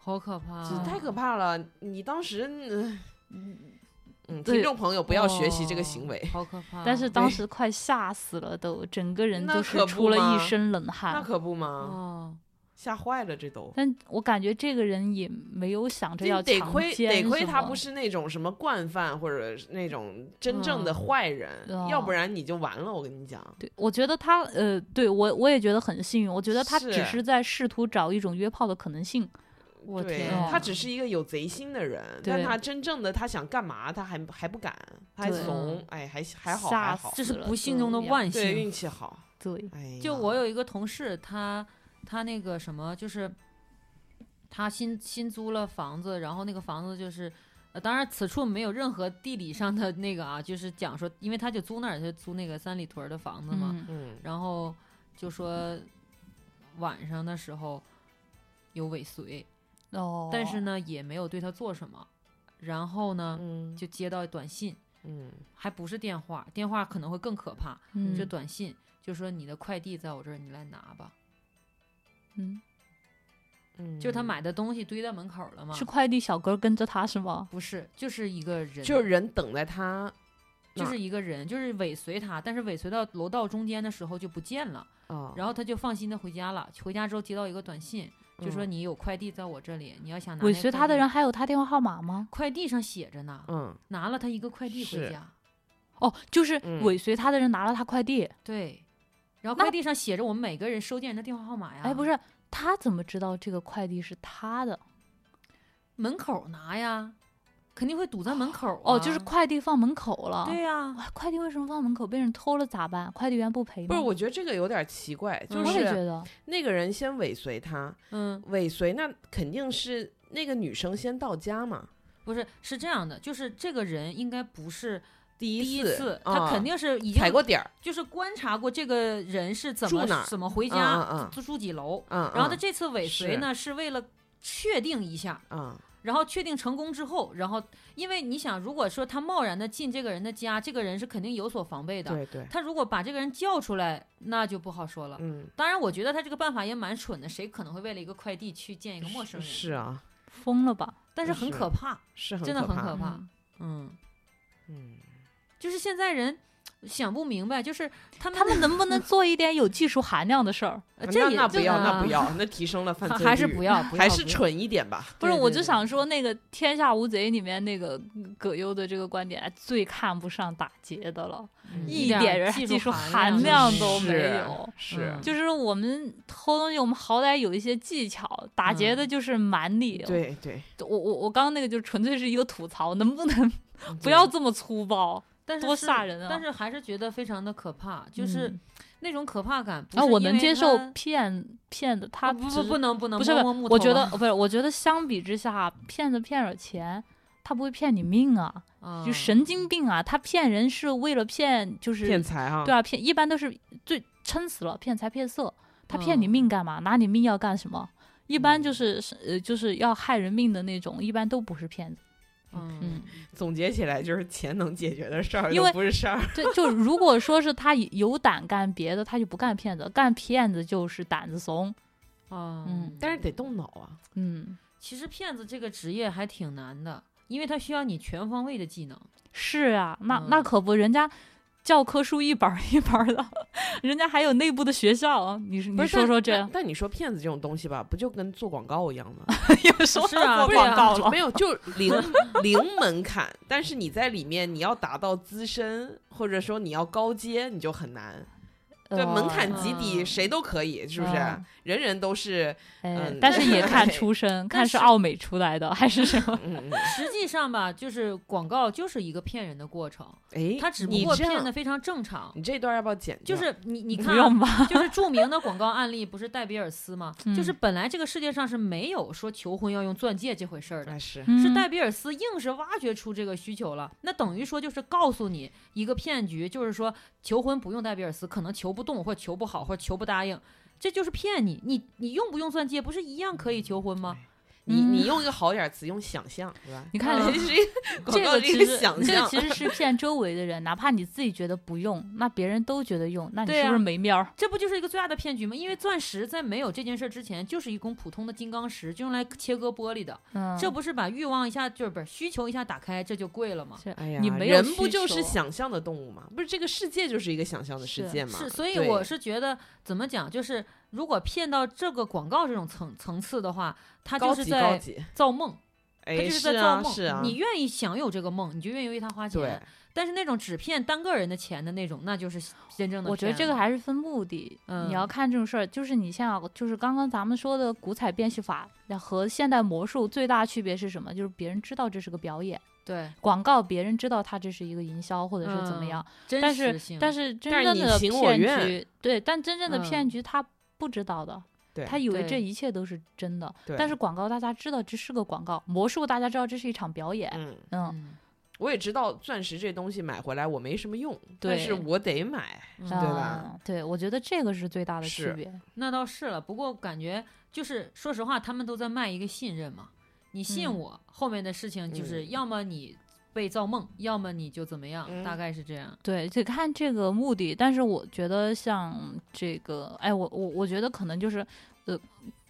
Speaker 3: 好可怕
Speaker 2: 这
Speaker 3: 啊！
Speaker 2: 太可怕了。你当时，嗯嗯，
Speaker 1: 对
Speaker 2: 听众朋友不要学习这个
Speaker 3: 哦
Speaker 2: 行为，
Speaker 3: 好可 怕。
Speaker 1: 但是当
Speaker 2: 啊对
Speaker 1: 时快吓死了都，整个人
Speaker 2: 那
Speaker 1: 都是
Speaker 2: 可
Speaker 1: 出
Speaker 2: 不
Speaker 1: 了一
Speaker 2: 嘛
Speaker 1: 身冷
Speaker 2: 那
Speaker 1: 汗。
Speaker 2: 可不嘛，
Speaker 3: 哦，
Speaker 2: 吓坏了这都。
Speaker 1: 但我感觉这个人也没有想着要
Speaker 2: 这得
Speaker 1: 强
Speaker 2: 亏
Speaker 1: 奸
Speaker 2: 得亏
Speaker 1: 什
Speaker 2: 他
Speaker 1: 么
Speaker 2: 不是那种什么惯犯或者是那种真正的
Speaker 3: 嗯
Speaker 2: 坏人，
Speaker 1: 哦
Speaker 2: 要不然你就完了。我跟你讲，
Speaker 1: 对，我觉得他呃，对我我也觉得很幸运，我觉得他只
Speaker 2: 是
Speaker 1: 是在试图找一种约炮的可能性。
Speaker 3: 我
Speaker 2: 对
Speaker 3: 天
Speaker 1: 啊
Speaker 2: 他只是一个有贼心的人，但
Speaker 1: 对
Speaker 2: 他真正的他想干嘛，他还还不敢，他还
Speaker 1: 对
Speaker 2: 怂，哎，还还好
Speaker 1: 吓
Speaker 2: 还
Speaker 1: 死
Speaker 2: 好，
Speaker 3: 这是
Speaker 1: 了
Speaker 3: 不幸中的
Speaker 1: 对
Speaker 3: 万
Speaker 2: 对，
Speaker 3: 幸。
Speaker 2: 运气好。
Speaker 1: 对，
Speaker 2: 哎呀，
Speaker 3: 就我有一个同事，他他那个什么，就是他新新租了房子，然后那个房子就是，呃，当然此处没有任何地理上的那个啊，就是讲说，因为他就租那儿，他就租那个三里屯儿的房子嘛，
Speaker 1: 嗯。
Speaker 2: 嗯，
Speaker 3: 然后就说晚上的时候有尾随，
Speaker 1: 哦，
Speaker 3: 但是呢也没有对他做什么，然后呢
Speaker 2: 嗯
Speaker 3: 就接到短信，
Speaker 2: 嗯
Speaker 3: 还不是电话，电话可能会更可怕，
Speaker 1: 嗯，
Speaker 3: 就短信就说你的快递在我这儿，你来拿吧。
Speaker 1: 嗯，
Speaker 2: 嗯，
Speaker 3: 就是他买的东西堆在门口了嘛？
Speaker 1: 是快递小哥跟着他是吗？
Speaker 3: 不是，就是一个人，
Speaker 2: 就是人等待他，
Speaker 3: 就
Speaker 2: 哪
Speaker 3: 是一个人，就是尾随他，但是尾随到楼道中间的时候就不见了，
Speaker 2: 哦，
Speaker 3: 然后他就放心的回家了。回家之后接到一个短信，就说
Speaker 2: 嗯
Speaker 3: 你有快递在我这里，你要想拿
Speaker 1: 尾
Speaker 3: 那
Speaker 1: 随
Speaker 3: 快
Speaker 1: 他的
Speaker 3: 递
Speaker 1: 人，还有他电话号码吗？
Speaker 3: 快递上写着呢，
Speaker 2: 嗯
Speaker 3: 拿了他一个快递回
Speaker 2: 是
Speaker 3: 家，
Speaker 1: 哦，就是
Speaker 2: 嗯
Speaker 1: 尾随他的人拿了他快
Speaker 3: 哎
Speaker 1: 递。
Speaker 3: 对，然后
Speaker 1: 那
Speaker 3: 快递上写着我们每个人收件人的电话号码呀，
Speaker 1: 哎，不是，他怎么知道这个快递是他的？
Speaker 3: 门口拿呀，肯定会堵在门口、啊
Speaker 1: 哦，就是快递放门口了。
Speaker 3: 对呀、
Speaker 1: 哇，快递为什么放门口？被人偷了咋办？快递员不赔吗？
Speaker 2: 不是，我觉得这个有点奇怪，就
Speaker 3: 嗯
Speaker 1: 我也觉
Speaker 2: 是
Speaker 1: 得，
Speaker 2: 那个人先尾随他，
Speaker 3: 嗯，
Speaker 2: 尾随那肯定是那个女生先到家嘛，
Speaker 3: 不是，是这样的，就是这个人应该不是
Speaker 2: 第
Speaker 3: 第一
Speaker 2: 次
Speaker 3: 次，
Speaker 2: 啊
Speaker 3: 他肯定是已经
Speaker 2: 踩过点儿，
Speaker 3: 就是观察过这个人是怎
Speaker 2: 住哪
Speaker 3: 么
Speaker 2: 儿
Speaker 3: 怎么回
Speaker 2: 嗯
Speaker 3: 家，
Speaker 2: 嗯
Speaker 3: 住住几楼。
Speaker 2: 嗯，
Speaker 3: 然后他
Speaker 2: 嗯
Speaker 3: 这次尾随呢，是为了确定一下，
Speaker 2: 嗯
Speaker 3: 然后确定成功之后，然后因为你想，如果说他贸然的进这个人的家，这个人是肯定有所防备的。
Speaker 2: 对对，
Speaker 3: 他如果把这个人叫出来，那就不好说了。
Speaker 2: 嗯，
Speaker 3: 当然，我觉得他这个办法也蛮蠢的，谁可能会为了一个快递去见一个陌生人？
Speaker 2: 是啊，
Speaker 1: 疯了吧？
Speaker 3: 但是很
Speaker 2: 是
Speaker 3: 可怕，
Speaker 2: 是很
Speaker 3: 真的
Speaker 2: 可
Speaker 3: 很
Speaker 2: 怕
Speaker 3: 可怕。
Speaker 1: 嗯
Speaker 3: 嗯，
Speaker 2: 嗯，
Speaker 3: 就是现在人想不明白，就是他 们
Speaker 1: 他们能不能做一点有技术含量的事 儿？
Speaker 3: 呃
Speaker 2: 那
Speaker 3: 这也
Speaker 2: 那不
Speaker 3: 这
Speaker 2: 要，
Speaker 3: 个
Speaker 2: 那不要，那提升了犯罪
Speaker 3: 还还是
Speaker 2: 率
Speaker 3: 不要，不要
Speaker 2: 还
Speaker 3: 不
Speaker 2: 是
Speaker 3: 要
Speaker 2: 蠢一 点吧。
Speaker 1: 不是，
Speaker 3: 对
Speaker 1: 我
Speaker 3: 对
Speaker 1: 就
Speaker 3: 对
Speaker 1: 想说那个《天下无贼》里面那个葛优的这个观点，哎最看不上打劫的了，
Speaker 3: 嗯
Speaker 1: 一
Speaker 3: 一点
Speaker 1: 点
Speaker 3: 儿
Speaker 1: 人
Speaker 3: 技
Speaker 1: 技术
Speaker 3: 术含
Speaker 1: 含
Speaker 3: 量
Speaker 1: 量都
Speaker 2: 是
Speaker 1: 没有。
Speaker 2: 是啊
Speaker 3: 嗯，
Speaker 1: 就是我们偷东西，我们好歹有一些技巧，打劫
Speaker 3: 嗯
Speaker 1: 的就是蛮力。
Speaker 2: 对对，
Speaker 1: 我我我刚刚那个就纯粹是一个吐槽，能不能不
Speaker 3: 嗯
Speaker 2: 对
Speaker 1: 要这么粗暴？
Speaker 3: 但是
Speaker 1: 多
Speaker 3: 是
Speaker 1: 吓人啊
Speaker 3: 但是还是觉得非常的可怕，就是
Speaker 1: 嗯
Speaker 3: 那种可怕感不是
Speaker 1: 啊，
Speaker 3: 因为它。
Speaker 1: 我能接受骗骗的，他
Speaker 3: 哦不
Speaker 1: 只
Speaker 3: 不不能不能
Speaker 1: 不是
Speaker 3: 摸
Speaker 1: 不
Speaker 3: 摸
Speaker 1: 是
Speaker 3: 木头
Speaker 1: 我觉得
Speaker 3: 吧
Speaker 1: 不是，我觉得相比之下，骗子骗点钱，他不会骗你命啊，
Speaker 3: 啊
Speaker 1: 就神经病啊！他骗人是为了骗，就是
Speaker 2: 骗财哈。
Speaker 1: 对啊，骗一般都是最撑死了，骗财骗色。他骗你
Speaker 3: 嗯
Speaker 1: 命干嘛？拿你命要干什么？一般就是是呃，就是要害人命的那种，一般都不是骗子。
Speaker 3: 嗯
Speaker 1: 嗯，
Speaker 2: 总结起来就是钱能解决的事儿，
Speaker 1: 因为
Speaker 2: 不是事儿。
Speaker 1: 对，就如果说是他有有胆干别的，他就不干骗子，干骗子就是胆子怂。
Speaker 3: 啊
Speaker 1: 嗯
Speaker 2: 但是得动脑啊，
Speaker 1: 嗯，
Speaker 3: 其实骗子这个职业还挺难的，因为他需要你全方位的技能。
Speaker 1: 是啊，那、
Speaker 3: 嗯
Speaker 1: 那可不，人家教科书一本儿一本儿的， 人家还有内部的学校啊，你是
Speaker 2: 不
Speaker 1: 你
Speaker 2: 是
Speaker 1: 说说这
Speaker 2: 但，但你说骗子这种东西吧，不就跟做广告一样 吗？
Speaker 1: 又说
Speaker 3: 是啊
Speaker 1: 到
Speaker 2: 不
Speaker 1: 做
Speaker 2: 是
Speaker 1: 广告
Speaker 2: 没
Speaker 1: 了，
Speaker 2: 有，就零零门槛，但是你在里面你要达到资深，或者说你要高阶，你就很难。 对，
Speaker 1: 哦
Speaker 2: 门槛极低，
Speaker 3: 嗯
Speaker 2: 谁都可以，是不是
Speaker 1: 嗯？
Speaker 2: 人人都是，
Speaker 1: 哎
Speaker 2: 嗯，
Speaker 1: 但是也看
Speaker 2: 对
Speaker 1: 出身，
Speaker 3: 但
Speaker 1: 看是
Speaker 3: 是
Speaker 1: 奥美出来的还是什么。
Speaker 2: 嗯，
Speaker 3: 实际上吧，就是广告就是一个骗人的过程，
Speaker 2: 哎，
Speaker 3: 它只不
Speaker 2: 你
Speaker 3: 过
Speaker 2: 这样
Speaker 3: 骗的非常正常。
Speaker 2: 你这段要不要剪
Speaker 3: 就
Speaker 2: 掉？
Speaker 3: 是你你
Speaker 1: 不
Speaker 3: 看啊，
Speaker 1: 用吧，
Speaker 3: 就是著名的广告案例，不是戴比尔 斯吗？
Speaker 1: 嗯
Speaker 3: 就是本来这个世界上是没有说求婚要用钻戒这回事儿的，
Speaker 2: 那是
Speaker 1: 嗯
Speaker 3: 是戴比尔斯硬是挖掘出这个需求了，那等于说就是告诉你一个骗局，就是说求婚不用戴比尔斯，可能求不动或求不好或求不答应，这就是骗你。你你用不用钻戒，不是一样可以求婚吗？
Speaker 2: 你
Speaker 1: 嗯
Speaker 2: 你用一个好点儿词，用想象，对吧？
Speaker 1: 你看
Speaker 3: 嗯
Speaker 2: 这是一个广
Speaker 1: 这
Speaker 2: 告
Speaker 1: 个
Speaker 2: 的一
Speaker 1: 其
Speaker 2: 个
Speaker 1: 实
Speaker 2: 想
Speaker 1: 这个
Speaker 2: 象，
Speaker 1: 其实是骗周围的人，哪怕你自己觉得不用，那别人都觉得用，那你
Speaker 3: 对
Speaker 1: 是不是
Speaker 3: 啊
Speaker 1: 没面儿？
Speaker 3: 这不就是一个最大的骗局吗？因为钻石在没有这件事儿之前，就是一根普通的金刚石，就用来切割玻璃的。
Speaker 1: 嗯，
Speaker 3: 这不是把欲望一下就是不是需求一下打开，这就贵了吗？
Speaker 1: 是
Speaker 2: 哎呀，
Speaker 1: 你没有
Speaker 2: 人不
Speaker 1: 需
Speaker 2: 就是
Speaker 1: 求
Speaker 2: 想象的动物吗？不是这个世界就是一个想象的世
Speaker 1: 是
Speaker 2: 界嘛？
Speaker 3: 是，所以
Speaker 2: 对
Speaker 3: 我是觉得怎么讲，就是如果骗到这个广告这种层层次的话，它就
Speaker 2: 高
Speaker 3: 是
Speaker 2: 级高
Speaker 3: 在
Speaker 2: 级，
Speaker 3: 造梦。
Speaker 2: 哎，
Speaker 3: 他就是在
Speaker 2: 啊
Speaker 3: 造梦。
Speaker 2: 是啊，
Speaker 3: 你愿意享有这个梦，你就愿意为他花
Speaker 2: 对
Speaker 3: 钱。但是那种只骗单个人的钱的那种，那就是真正的骗了。
Speaker 1: 我觉得这个还是分目的，
Speaker 3: 嗯
Speaker 1: 你要看这种事儿，就是你像就是刚刚咱们说的古彩变戏法那和现代魔术最大区别是什么？就是别人知道这是个表演，
Speaker 3: 对
Speaker 1: 广告别人知道它这是一个营销或者是怎么样，
Speaker 3: 真
Speaker 1: 但是
Speaker 3: 实性。
Speaker 1: 但
Speaker 3: 是
Speaker 1: 是真
Speaker 2: 但是
Speaker 1: 正
Speaker 2: 你
Speaker 1: 的
Speaker 2: 情我
Speaker 1: 骗
Speaker 2: 愿
Speaker 1: 局，对，但真正的骗
Speaker 3: 嗯
Speaker 1: 局他不知道的。
Speaker 2: 对
Speaker 1: 他以为
Speaker 3: 对
Speaker 1: 这一切都是真的，
Speaker 2: 对
Speaker 1: 但是广告大家知道这是个广告，魔术大家知道这是一场表演，
Speaker 2: 嗯，
Speaker 1: 嗯，
Speaker 3: 嗯，
Speaker 2: 我也知道钻石这东西买回来我没什么用，但
Speaker 1: 对
Speaker 2: 是我得买。
Speaker 3: 嗯
Speaker 2: 对吧
Speaker 1: 嗯对，我觉得这个是最大的区
Speaker 2: 是
Speaker 1: 别，
Speaker 3: 那倒是了。不过感觉就是，说实话，他们都在卖一个信任嘛。你信
Speaker 1: 嗯
Speaker 3: 我，后面的事情就是
Speaker 2: 嗯
Speaker 3: 要么你被造梦，要么你就怎么样，
Speaker 2: 嗯
Speaker 3: 大概是这样。
Speaker 1: 对，得看这个目的。但是我觉得像这个，哎，我我我觉得可能就是，呃，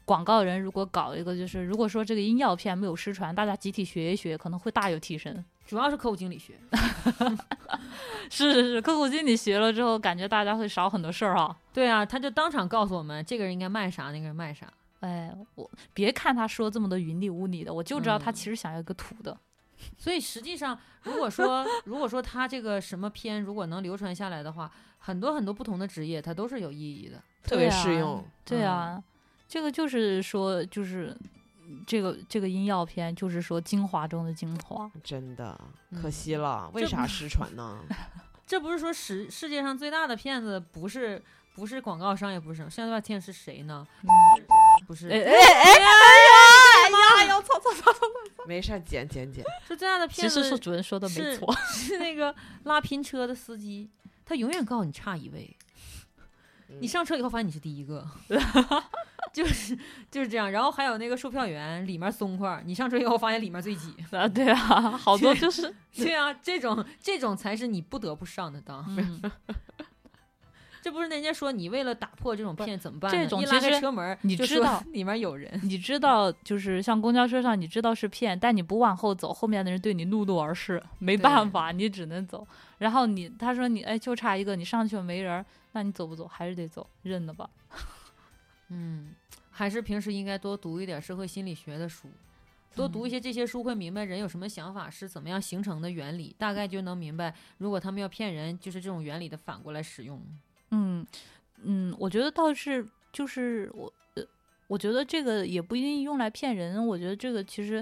Speaker 1: 广告人如果搞一个，就是如果说这个医药片没有失传，大家集体学一学，可能会大有提升。
Speaker 3: 主要是客户经理学，
Speaker 1: 是是是，客户经理学了之后，感觉大家会少很多事儿啊。
Speaker 3: 对啊，他就当场告诉我们这个人应该卖啥，那个人卖啥。
Speaker 1: 哎，我别看他说这么多云里雾里的，我就知道他
Speaker 3: 嗯
Speaker 1: 其实想要一个土的。
Speaker 3: 所以实际上，如果说 如果说他这个什么片如果能流传下来的话，很多很多不同的职业它都是有意义的。
Speaker 1: 对
Speaker 2: 特别适
Speaker 1: 啊
Speaker 2: 用。
Speaker 1: 对啊，这个就是说，就是这个这个医药片，就是说精华中的精华。
Speaker 2: 真的，
Speaker 3: 嗯
Speaker 2: 可惜了，为
Speaker 3: 这
Speaker 2: 啥失传呢？
Speaker 3: 这不是说世世界上最大的骗子不是不是广告商，也不是什么，现在大骗是谁呢？不是，
Speaker 1: 嗯 哎哎哎哎呀呀！操操操！
Speaker 2: 没事儿，剪剪剪。
Speaker 3: 这最大的骗
Speaker 1: 其
Speaker 3: 子
Speaker 1: 实是主任说的没
Speaker 3: 是
Speaker 1: 错，
Speaker 3: 是 那个拉拼车的司机，他永远告诉你差一位，
Speaker 2: 嗯
Speaker 3: 你上车以后发现你是第一个，就是就是这样。然后还有那个售票员里面松块儿，你上车以后发现里面最挤。
Speaker 1: 啊，对啊，好多就是，
Speaker 3: 对啊，这种这种才是你不得不上的当。
Speaker 1: 嗯，
Speaker 3: 这不是人家说你为了打破这种骗怎么办
Speaker 1: 这
Speaker 3: 呢？
Speaker 1: 种
Speaker 3: 一拉
Speaker 1: 其实
Speaker 3: 开车门儿，
Speaker 1: 你
Speaker 3: 就
Speaker 1: 知
Speaker 3: 说
Speaker 1: 道
Speaker 3: 里面有人。
Speaker 1: 你知道，就是像公交车上，你知道是骗，但你不往后走，后面的人对你怒路而视，没办法，你只能走。然后你他说你哎，就差一个，你上去了没人儿，那你走不走？还是得走，认了吧。
Speaker 3: 嗯，还是平时应该多读一点社会心理学的书，多读
Speaker 1: 嗯
Speaker 3: 一些这些书，会明白人有什么想法是怎么样形成的原理，大概就能明白，如果他们要骗人，就是这种原理的反过来使用。
Speaker 1: 嗯嗯，我觉得倒是就是我，呃，我觉得这个也不一定用来骗人，我觉得这个其实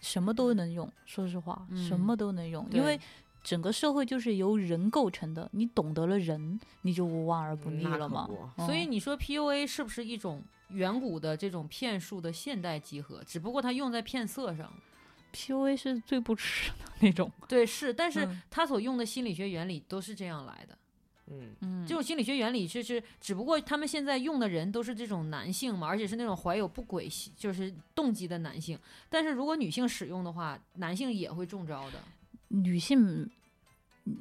Speaker 1: 什么都能用，说实话，什
Speaker 3: 嗯
Speaker 1: 么都能用，因为
Speaker 3: 对
Speaker 1: 整个社会就是由人构成的，你懂得了人，你就无往而不
Speaker 2: 嗯
Speaker 1: 利
Speaker 2: 那
Speaker 1: 了
Speaker 2: 可
Speaker 1: 嘛。
Speaker 2: 不
Speaker 3: 所以
Speaker 1: 嗯
Speaker 3: 你说 PUA 是不是一种远古的这种骗术的现代集合？只不过它用在骗色上。
Speaker 1: PUA 是最不耻的那种，
Speaker 3: 对，是，但是
Speaker 1: 嗯
Speaker 3: 它所用的心理学原理都是这样来的。
Speaker 2: 嗯，
Speaker 1: 嗯，
Speaker 3: 这种心理学原理就是，只不过他们现在用的人都是这种男性嘛，而且是那种怀有不轨心就是动机的男性。但是如果女性使用的话，男性也会中招的。
Speaker 1: 女性。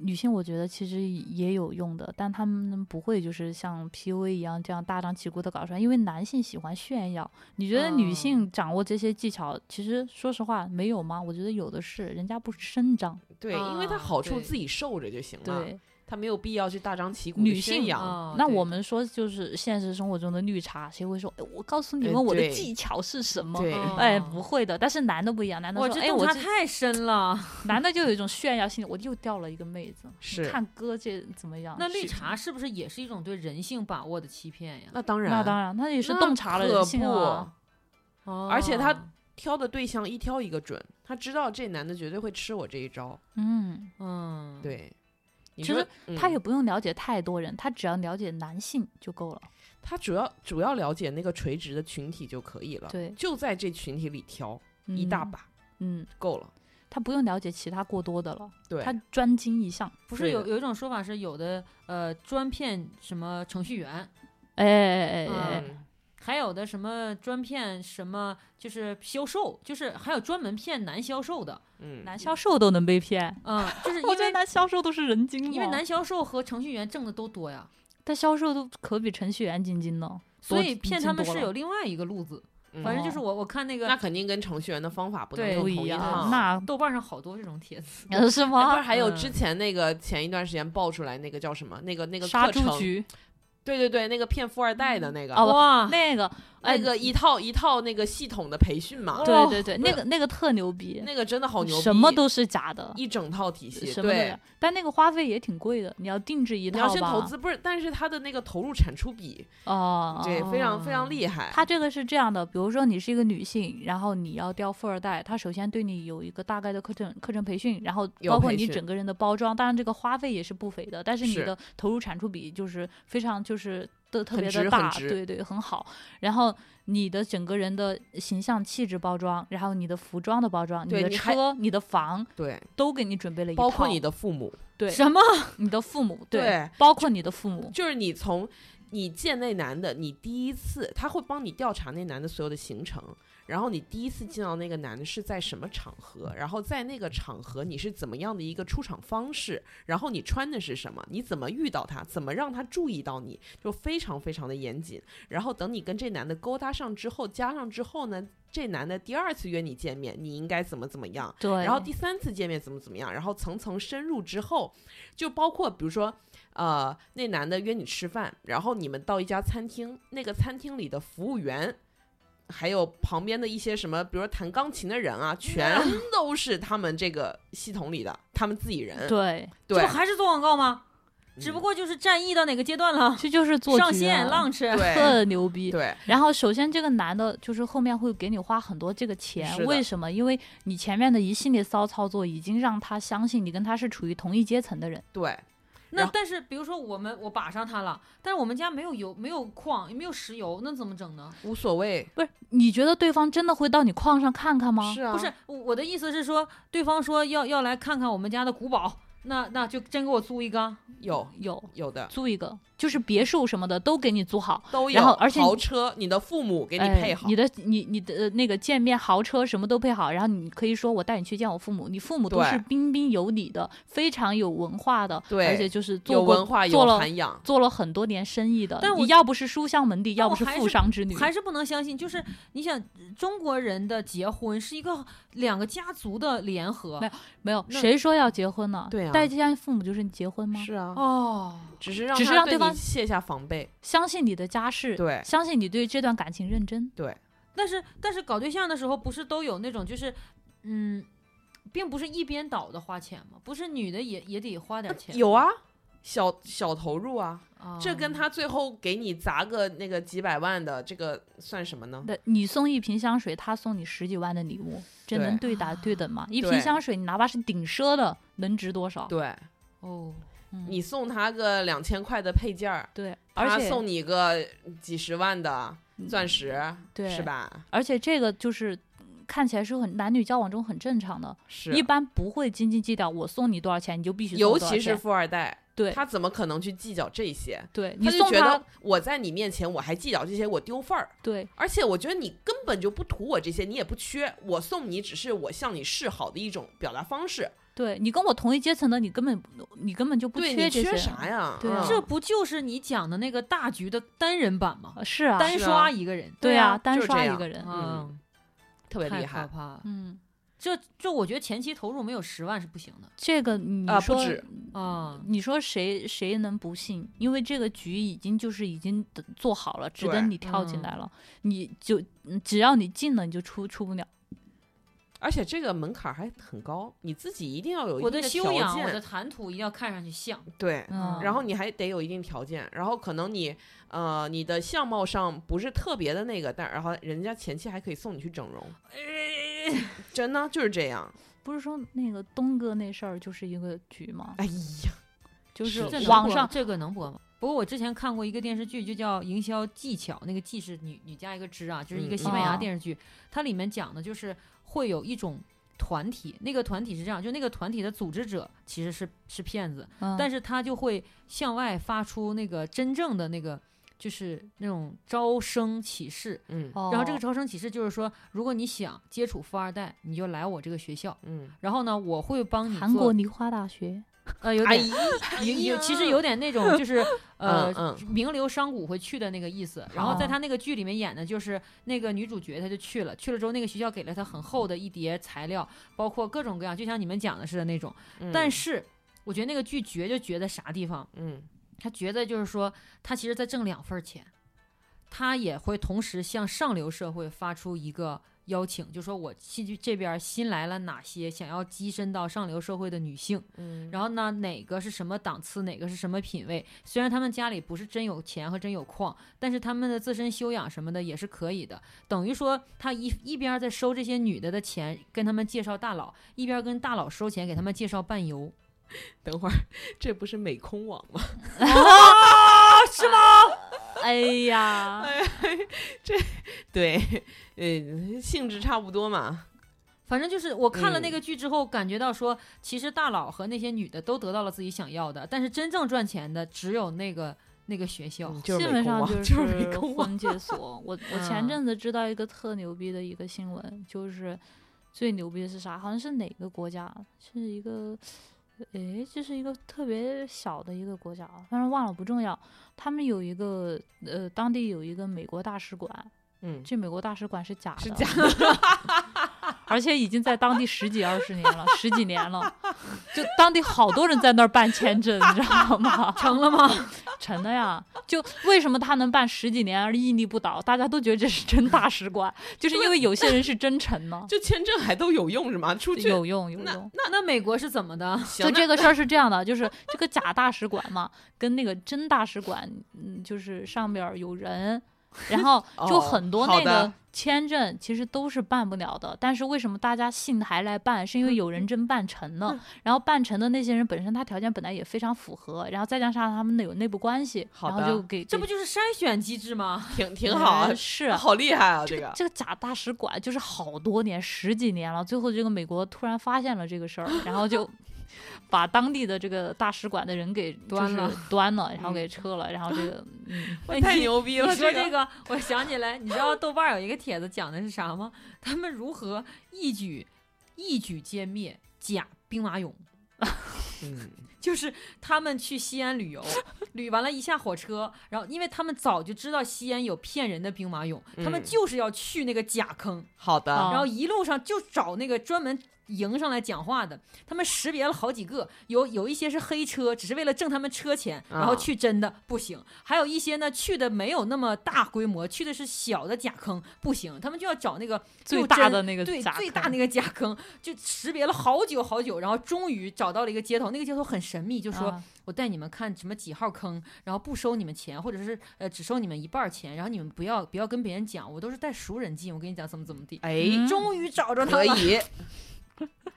Speaker 1: 女性，我觉得其实也有用的，但她们不会就是像 PUA 一样这样大张旗鼓的搞出来，因为男性喜欢炫耀。你觉得女
Speaker 3: 嗯
Speaker 1: 性掌握这些技巧，其实说实话没有吗？我觉得有的是，人家不声张。
Speaker 2: 对，因为它
Speaker 3: 啊
Speaker 2: 好处
Speaker 3: 对
Speaker 2: 自己受着就行了。
Speaker 1: 对，
Speaker 2: 他没有必要去大张旗鼓地
Speaker 1: 女
Speaker 2: 宣
Speaker 1: 性嗯
Speaker 2: 扬。
Speaker 3: 啊
Speaker 1: 那
Speaker 3: 对
Speaker 1: 我们说就是现实生活中的绿茶，谁会说？哎，我告诉你
Speaker 2: 哎
Speaker 1: 们我的
Speaker 2: 对
Speaker 1: 技巧是什么？
Speaker 2: 对，
Speaker 3: 哦
Speaker 1: 哎，不会的。但是男的不一样，男的
Speaker 3: 我
Speaker 1: 说，
Speaker 3: 这
Speaker 1: 哎，
Speaker 3: 洞
Speaker 1: 我
Speaker 3: 察
Speaker 1: 这
Speaker 3: 太深了。
Speaker 1: 男的就有一种炫耀心理，我又钓了一个妹子，
Speaker 2: 是
Speaker 1: 看哥这怎么样？
Speaker 3: 那绿
Speaker 1: 是
Speaker 3: 茶是不是也是一种对人性把握的欺骗呀？
Speaker 2: 那当然，
Speaker 1: 那当然，那也是
Speaker 2: 那
Speaker 1: 洞察了
Speaker 2: 可
Speaker 1: 人性啊。
Speaker 3: 哦
Speaker 2: 而且他挑的对象一挑一个准，他知道这男的绝对会吃我这一招。
Speaker 1: 嗯，
Speaker 3: 嗯，
Speaker 2: 对，你
Speaker 1: 其
Speaker 2: 说
Speaker 1: 实他也
Speaker 2: 嗯、
Speaker 1: 不用了解太多人，他只要了解男性就够了。
Speaker 2: 他主要主要了解那个垂直的群体就可以了，
Speaker 1: 对
Speaker 2: 就在这群体里挑一大
Speaker 1: 嗯，
Speaker 2: 把
Speaker 1: 嗯，
Speaker 2: 够了。
Speaker 1: 他不用了解其他过多的了，
Speaker 2: 对嗯
Speaker 1: 他，专精一项。
Speaker 3: 不
Speaker 2: 对
Speaker 3: 是有有一种说法是有的呃专骗什么程序员，
Speaker 1: 哎哎哎哎哎，
Speaker 2: 嗯，
Speaker 3: 还有的什么专骗什么就是销售，就是还有专门骗男销售的，
Speaker 2: 嗯
Speaker 1: 男销售都能被骗，
Speaker 3: 嗯，就是 因
Speaker 1: 我觉得
Speaker 3: 为
Speaker 1: 男销售都是人精，
Speaker 3: 因为男销售和程序员挣的都多呀，
Speaker 1: 但销售都可比程序员精精呢。
Speaker 3: 所
Speaker 1: 多
Speaker 3: 以骗
Speaker 1: 精
Speaker 3: 他们
Speaker 1: 多
Speaker 3: 是
Speaker 1: 了哦
Speaker 3: 有另外一个路子。
Speaker 2: 嗯
Speaker 3: 反正就是我我看那
Speaker 2: 那
Speaker 3: 个
Speaker 2: 肯定跟程序员的方法不能
Speaker 3: 对
Speaker 2: 用
Speaker 1: 不
Speaker 2: 同
Speaker 1: 一样
Speaker 2: 套
Speaker 1: 那
Speaker 3: 豆瓣上好多这种帖子，
Speaker 1: 呃是
Speaker 2: 哎不是
Speaker 1: 吗？
Speaker 2: 还有
Speaker 3: 嗯
Speaker 2: 之前那个前一段时间爆出来那个叫什么？那个那个
Speaker 1: 杀
Speaker 2: 课
Speaker 1: 猪
Speaker 2: 程，
Speaker 1: 局
Speaker 2: 对对对，那个骗富二代的那个，
Speaker 1: 哦
Speaker 3: 哇，
Speaker 1: 那个，哎
Speaker 2: 那个一套一套那个系统的培训嘛，
Speaker 1: 对对对，
Speaker 2: 不是
Speaker 1: 那个那个特牛逼，
Speaker 2: 哦那个真的好牛逼，
Speaker 1: 什么都是假的，
Speaker 2: 一整套体系，
Speaker 1: 什么都
Speaker 2: 对
Speaker 1: 有，。但那个花费也挺贵的，你要定制一
Speaker 2: 你
Speaker 1: 套
Speaker 2: 要
Speaker 1: 吧？
Speaker 2: 先投资，不是？但是它的那个投入产出比，
Speaker 1: 哦，
Speaker 2: 对，非常非常
Speaker 3: 哦
Speaker 2: 厉害。
Speaker 1: 他这个是这样的，比如说你是一个女性，然后你要钓富二代，他首先对你有一个大概的课程课程培训，然后
Speaker 2: 有
Speaker 1: 包括
Speaker 2: 培
Speaker 1: 你
Speaker 2: 训
Speaker 1: 整个人的包装，当然这个花费也是不菲的，但是你
Speaker 2: 是
Speaker 1: 的投入产出比就是非常就是的特
Speaker 2: 很
Speaker 1: 别
Speaker 2: 值
Speaker 1: 的
Speaker 2: 很
Speaker 1: 大，
Speaker 2: 值
Speaker 1: 对对，很好。然后你的整个人的形象气质包装，然后你的服装的包装，
Speaker 2: 对
Speaker 1: 的
Speaker 2: 你还
Speaker 1: 车、你的房
Speaker 2: 对，
Speaker 1: 都给你准备了一套，
Speaker 2: 包括你的父母，
Speaker 1: 对
Speaker 3: 什么
Speaker 1: 你的父母，对，
Speaker 2: 对
Speaker 1: 包括你的父母，
Speaker 2: 就是你从你见那男的，你第一次他会帮你调查那男的所有的行程，然后你第一次见到那个男的是在什么场合，然后在那个场合你是怎么样的一个出场方式，然后你穿的是什么，你怎么遇到他，怎么让他注意到你，就非常非常的严谨。然后等你跟这男的勾搭上之后，加上之后呢，这男的第二次约你见面，你应该怎么怎么样，
Speaker 1: 对，
Speaker 2: 然后第三次见面怎么怎么样，然后层层深入之后，就包括比如说，呃，那男的约你吃饭，然后你们到一家餐厅，那个餐厅里的服务员，还有旁边的一些什么，比如说弹钢琴的人啊，全都是他们这个系统里的，他们自己人。
Speaker 1: 对，
Speaker 3: 这
Speaker 2: 对
Speaker 3: 不，还是做广告吗？
Speaker 2: 嗯
Speaker 3: 只不过就是战役到哪个阶段了，
Speaker 1: 这就是 做
Speaker 3: 上
Speaker 1: 局
Speaker 3: 线
Speaker 1: 啊
Speaker 3: launch，
Speaker 2: 对
Speaker 1: 特牛逼。
Speaker 2: 对
Speaker 1: 然后，首先这个男的，就是后面会给你花很多这个钱
Speaker 2: 是的，
Speaker 1: 为什么？因为你前面的一系列骚操作已经让他相信你跟他是处于同一阶层的人。
Speaker 2: 对，
Speaker 3: 那
Speaker 2: 然后
Speaker 3: 但是，比如说我们我把上它了，但是我们家没有油，没有矿，也没有石油，那怎么整呢？
Speaker 2: 无所谓。
Speaker 1: 不是，你觉得对方真的会到你矿上看看吗？
Speaker 2: 是啊，
Speaker 3: 不是我我的意思是说，对方说要要来看看我们家的古堡，那那就真给我租一个。
Speaker 2: 有
Speaker 1: 有
Speaker 2: 有的
Speaker 1: 租一个，就是别墅什么的都给你租好，
Speaker 2: 都有，
Speaker 1: 然后而且
Speaker 2: 豪
Speaker 1: 你
Speaker 2: 车，你的父母给你
Speaker 1: 哎
Speaker 2: 配好，
Speaker 1: 你的你你的、呃那个见面豪车什么都配好，然后你可以说我带你去见我父母，你父母都
Speaker 2: 对
Speaker 1: 是彬彬有礼的，非常有文化的，
Speaker 2: 对
Speaker 1: 而且就是做
Speaker 2: 有
Speaker 1: 过
Speaker 2: 文化
Speaker 1: 做
Speaker 2: 有
Speaker 1: 了
Speaker 2: 涵养，
Speaker 1: 做了很多年生意的，
Speaker 3: 但我
Speaker 1: 你要不是书香门第，
Speaker 3: 但
Speaker 1: 要不
Speaker 3: 我还是
Speaker 1: 富商之女，
Speaker 3: 还是不能相信，就是你想中国人的结婚是一个两个家族的联合
Speaker 1: 没没有
Speaker 3: 那
Speaker 1: 谁说要结婚呢？
Speaker 2: 对啊
Speaker 1: 代替父母就是你结婚吗？
Speaker 2: 是啊，
Speaker 3: 哦，
Speaker 2: 只是让
Speaker 1: 只是
Speaker 2: 他
Speaker 1: 让
Speaker 2: 对
Speaker 1: 对
Speaker 2: 你
Speaker 1: 方
Speaker 2: 卸下防备。
Speaker 1: 相信你的家世，
Speaker 2: 对
Speaker 1: 相信你对这段感情认真。
Speaker 2: 对，
Speaker 3: 但是但是搞对象的时候不是都有那种就是嗯，并不是一边倒的花钱吗？不是女的也也得花点钱，
Speaker 2: 有啊，小小投入啊，
Speaker 1: 哦
Speaker 3: 啊
Speaker 2: 这跟他最后给你砸个那个几百万的这个算什么呢？
Speaker 1: 那你送一瓶香水，他送你十几万的礼物，这
Speaker 2: 对啊
Speaker 1: 能对打对等吗？一
Speaker 2: 对
Speaker 1: 瓶香水，你哪怕是顶奢的，能值多少？
Speaker 2: 对
Speaker 3: 哦。
Speaker 1: 嗯
Speaker 2: 你送他个两千块的配件儿，
Speaker 1: 对，
Speaker 2: 他
Speaker 1: 而且嗯
Speaker 2: 送你个几十万的钻石，
Speaker 1: 对
Speaker 2: 是吧？
Speaker 1: 而且这个就是嗯看起来是很男女交往中很正常的，
Speaker 2: 是，
Speaker 1: 一般不会斤斤计较，我送你多少钱你就必须送
Speaker 2: 尤
Speaker 1: 我多少
Speaker 2: 其是
Speaker 1: 钱
Speaker 2: 富二代，
Speaker 1: 对
Speaker 2: 他怎么可能去计较这些？
Speaker 1: 对，你
Speaker 2: 他就
Speaker 1: 送
Speaker 2: 觉得我在你面前我还计较这些，我丢份儿。
Speaker 1: 对
Speaker 2: 而且我觉得你根本就不图我这些，你也不缺，我送你只是我向你示好的一种表达方式。
Speaker 1: 对你跟我同一阶层的，你根本你根本就不
Speaker 2: 对
Speaker 1: 这
Speaker 2: 你
Speaker 1: 些。
Speaker 2: 缺啥呀？
Speaker 1: 对啊
Speaker 2: 嗯
Speaker 3: 这不就是你讲的那个大局的单人版吗？
Speaker 1: 呃是啊，
Speaker 3: 单
Speaker 2: 是啊
Speaker 3: 刷一个人，
Speaker 1: 对
Speaker 3: 啊，
Speaker 1: 单
Speaker 2: 就是这
Speaker 1: 刷一
Speaker 2: 样
Speaker 1: 个人。
Speaker 2: 嗯
Speaker 3: 嗯，
Speaker 2: 特别
Speaker 3: 太
Speaker 2: 厉
Speaker 3: 可
Speaker 2: 害。
Speaker 3: 怕了。
Speaker 1: 嗯，
Speaker 3: 这这我觉得前期投入没有十万是不行的
Speaker 1: 这个你
Speaker 2: 啊不
Speaker 1: 说、
Speaker 2: 止
Speaker 3: 啊。
Speaker 1: 你说谁谁能不信？因为这个局已经就是已经得做好了，只
Speaker 2: 对嗯
Speaker 1: 等你跳进来了，你就嗯只要你进了，你就出出不了。
Speaker 2: 而且这个门槛儿还很高，你自己一定要有一
Speaker 3: 我
Speaker 2: 定
Speaker 3: 的修
Speaker 2: 条
Speaker 3: 养，
Speaker 2: 件
Speaker 3: 我的谈吐一定要看上去像。啊
Speaker 2: 对，
Speaker 1: 嗯，
Speaker 2: 然后你还得有一定条件，然后可能你呃你的相貌上不是特别的那个，但然后人家前期还可以送你去整 容，真的就是这样。
Speaker 1: 不是说那个东哥那事儿就是一个局吗？
Speaker 2: 哎呀，
Speaker 1: 就是是
Speaker 3: 这能
Speaker 1: 网
Speaker 3: 播
Speaker 1: 上
Speaker 3: 这个能播吗？不过我之前看过一个电视剧，就叫《营销技巧》，那个“技”是女女加一个“之”啊，就是一
Speaker 2: 嗯
Speaker 3: 个西
Speaker 1: 嗯
Speaker 3: 班牙
Speaker 1: 哦
Speaker 3: 电视剧。它里面讲的就是会有一种团体，那个团体是这样，就那个团体的组织者其实是是骗子，
Speaker 1: 嗯
Speaker 3: 但是他就会向外发出那个真正的那个就是那种招生启事。
Speaker 2: 嗯
Speaker 3: 然后这个
Speaker 1: 哦
Speaker 3: 招生启事就是说，如果你想接触富二代，你就来我这个学校，
Speaker 2: 嗯，
Speaker 3: 然后呢，我会帮你
Speaker 1: 韩国
Speaker 3: 做
Speaker 1: 梨花大学，
Speaker 3: 呃有
Speaker 2: 哎
Speaker 3: 点有有其实有点那种就是 呃
Speaker 2: 嗯
Speaker 3: 名流商贾会去的那个意思。然后在
Speaker 1: 哦
Speaker 3: 他那个剧里面演的就是那个女主角，她就去了，去了之后那个学校给了她很厚的一叠材料，包括各种各样，就像你们讲的似的那种。
Speaker 2: 嗯，
Speaker 3: 但是我觉得那个剧绝就绝在啥地方，
Speaker 2: 嗯
Speaker 3: 他觉得就是说他其实在挣两份钱，他也会同时向上流社会发出一个。邀请就说我戏剧这边新来了哪些想要跻身到上流社会的女性，
Speaker 2: 嗯，
Speaker 3: 然后呢，哪个是什么档次，哪个是什么品位？虽然他们家里不是真有钱和真有矿，但是他们的自身修养什么的也是可以的。等于说，他一一边在收这些女的的钱，跟他们介绍大佬，一边跟大佬收钱，给他们介绍伴游。
Speaker 2: 等会儿这不是美空网吗？
Speaker 1: 哎呀，
Speaker 2: 对，呃，性质差不多嘛。
Speaker 3: 反正就是我看了那
Speaker 2: 嗯
Speaker 3: 个剧之后，感觉到说，其实大佬和那些女的都得到了自己想要的，但是真正赚钱的只有那个那个学校。
Speaker 2: 嗯就
Speaker 1: 基
Speaker 2: 是
Speaker 1: 本
Speaker 2: 美空
Speaker 1: 上就
Speaker 2: 网，
Speaker 1: 是
Speaker 2: 美空网。
Speaker 1: 婚介所。 我我前
Speaker 3: 嗯
Speaker 1: 阵子知道一个特牛逼的一个新闻，就是最牛逼的是啥？好像是哪个国家？是一个，诶，这是一个特别小的一个国家啊，反正忘了不重要。他们有一个呃，当地有一个美国大使馆，
Speaker 2: 嗯，
Speaker 1: 这美国大使馆是假的，
Speaker 2: 是假的。，
Speaker 1: 而且已经在当地十几二十年了，十几年了，就当地好多人在那儿办签证，你知道吗？
Speaker 3: 成了吗？
Speaker 1: 成的呀！就为什么他能办十几年而屹立不倒？大家都觉得这是真大使馆，就是因为有些人是真诚呢
Speaker 2: 就签证还都有用是吗？出去
Speaker 1: 有用有用。
Speaker 3: 那那美国是怎么的？
Speaker 2: 行
Speaker 1: 就这个事 儿是这样的，就是这个假大使馆嘛，跟那个真大使馆，嗯，就是上面儿有人，然 后就
Speaker 2: 哦
Speaker 1: 很多
Speaker 2: 好
Speaker 1: 那
Speaker 2: 的
Speaker 1: 个签证其实都是办不了的。但是为什么大家信还来办？是因
Speaker 2: 嗯
Speaker 1: 为有人真办成了，然后办成的那些人本身他条件本来也非常符合，然后再加上他们有内部关系，
Speaker 2: 好
Speaker 1: 然后
Speaker 2: 的
Speaker 1: 就给
Speaker 3: 这
Speaker 1: 给
Speaker 3: 不就是筛选机制 吗？
Speaker 2: 挺挺好啊
Speaker 1: 哎， 是。
Speaker 2: 好厉害啊！这个
Speaker 1: 这个假大使馆就是好多年，十几年了。最后，这个美国突然发现了这个事儿，然后 就把当地的这个大使馆的人给
Speaker 3: 端
Speaker 1: 就是
Speaker 3: 了
Speaker 1: 端了，然后
Speaker 2: 嗯
Speaker 1: 给撤了。然后这 个，嗯，
Speaker 3: 哎
Speaker 2: 太
Speaker 3: 你
Speaker 2: 牛逼
Speaker 3: 你
Speaker 2: 了！
Speaker 3: 说
Speaker 2: 这
Speaker 3: 这个，我想起来，你知道豆瓣儿有一个帖子讲的是啥吗？他们如何一举一举歼灭假兵马俑。
Speaker 2: 嗯，
Speaker 3: 就是他们去西安旅游，旅完了一下火车，然后因为他们早就知道西安有骗人的兵马俑，他们
Speaker 2: 嗯
Speaker 3: 就是要去那个假坑，
Speaker 2: 好的
Speaker 1: 啊，
Speaker 3: 然后一路上就找那个专门迎上来讲话的，他们识别了好几个，有有一些是黑车，只是为了挣他们车钱，然后
Speaker 2: 啊
Speaker 3: 去真的不行；还有一些呢去的没有那么大规模，去的是小的假坑，不行，他们就要找那个
Speaker 1: 最
Speaker 3: 又
Speaker 1: 大
Speaker 3: 真
Speaker 1: 的那个
Speaker 3: 对
Speaker 1: 假
Speaker 3: 最大
Speaker 1: 坑
Speaker 3: 那个假坑，就识别了好久好久，然后终于找到了一个街头，那个街头很神秘，就说、
Speaker 1: 啊
Speaker 3: 我带你们看什么几号坑，然后不收你们钱，或者是呃只收你们一半儿钱，然后你们不要不要跟别人讲，我都是带熟人进，我跟你讲怎么怎么地。
Speaker 2: 哎，
Speaker 1: 嗯
Speaker 3: 终于找着他
Speaker 2: 可
Speaker 3: 了，
Speaker 2: 以，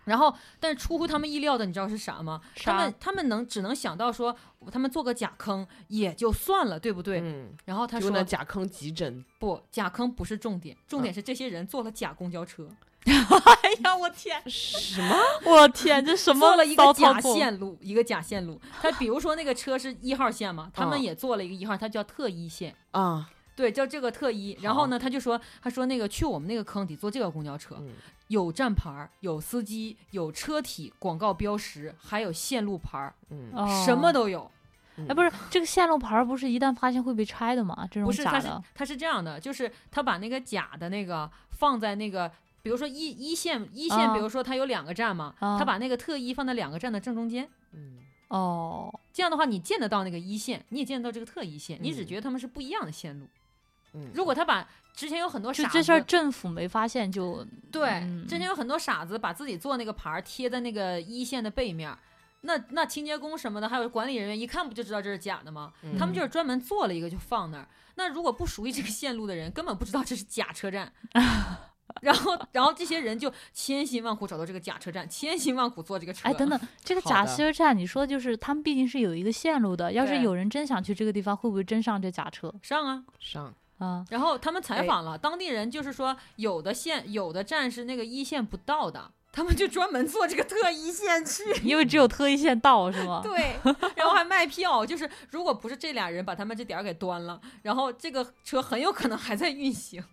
Speaker 3: 然后但是出乎他们意料的，你知道是啥吗？他
Speaker 1: 啥
Speaker 3: 们他们能只能想到说他们做个假坑也就算了，对不对？
Speaker 2: 嗯，
Speaker 3: 然后他
Speaker 2: 结果
Speaker 3: 说
Speaker 2: 呢，假坑急诊，
Speaker 3: 不，假坑不是重点，重
Speaker 2: 啊
Speaker 3: 点是这些人坐了假公交车，
Speaker 1: 哎呀，我天，
Speaker 2: 什么？
Speaker 1: 我天，这什
Speaker 3: 做
Speaker 1: 么
Speaker 3: 了一
Speaker 1: 骚
Speaker 3: 个
Speaker 1: 操
Speaker 3: 假
Speaker 1: 作？
Speaker 3: 线路，一个假线路。他比如说那个车是一号线嘛，他
Speaker 2: 啊
Speaker 3: 们也做了一个一号，它叫特一线。
Speaker 2: 啊，
Speaker 3: 对，叫这个特一。然
Speaker 2: 好
Speaker 3: 后呢，他就说，他说那个去我们那个坑得坐这个公交车，
Speaker 2: 嗯
Speaker 3: 有站牌儿，有司机，有车体广告标识，还有线路牌儿，
Speaker 2: 嗯，
Speaker 1: 哦
Speaker 3: 什么都有。
Speaker 1: 哎，不是这个线路牌儿不是一旦发现会被拆的吗？这种
Speaker 3: 不是，
Speaker 1: 假
Speaker 3: 他是
Speaker 1: 的，
Speaker 3: 他是这样的，就是他把那个假的那个放在那个。比如说一一线一
Speaker 1: 啊
Speaker 3: 线，比如说它有两个站嘛，
Speaker 1: 啊
Speaker 3: 它把那个特一放在两个站的正中间，
Speaker 2: 嗯，
Speaker 1: 哦，
Speaker 3: 这样的话你见得到那个一线，你也见得到这个特一线，你只
Speaker 2: 嗯
Speaker 3: 觉得他们是不一样的线路。
Speaker 2: 嗯
Speaker 3: 如果他把之前有很多
Speaker 1: 就
Speaker 3: 傻
Speaker 1: 这
Speaker 3: 子
Speaker 1: 事儿政府没发现就
Speaker 3: 对，
Speaker 1: 嗯
Speaker 3: 之前有很多傻子把自己做那个牌儿贴在那个一线的背面儿，那那清洁工什么的，还有管理人员一看不就知道这是假的吗？
Speaker 2: 嗯
Speaker 3: 他们就是专门做了一个就放那儿。那如果不熟悉这个线路的人，根本不知道这是假车 站。然后，然后这些人就千辛万苦找到这个假车站，千辛万苦坐这个车。
Speaker 1: 哎，等，等，这个
Speaker 2: 好
Speaker 1: 假
Speaker 2: 的
Speaker 1: 车站，你说就是他们毕竟是有一个线路的，要是
Speaker 3: 对
Speaker 1: 有人真想去这个地方，会不会真上这假车
Speaker 3: 上啊！
Speaker 2: 上
Speaker 1: 啊？
Speaker 3: 然后他们采访了、当地人，就是说有的线有的站是那个一线不到的，他们就专门坐这个特一线去。
Speaker 1: 因为只有特一线到是吗？
Speaker 3: 对，然后还卖票，就是如果不是这俩人把他们这点儿给端了，然后这个车很有可能还在运行。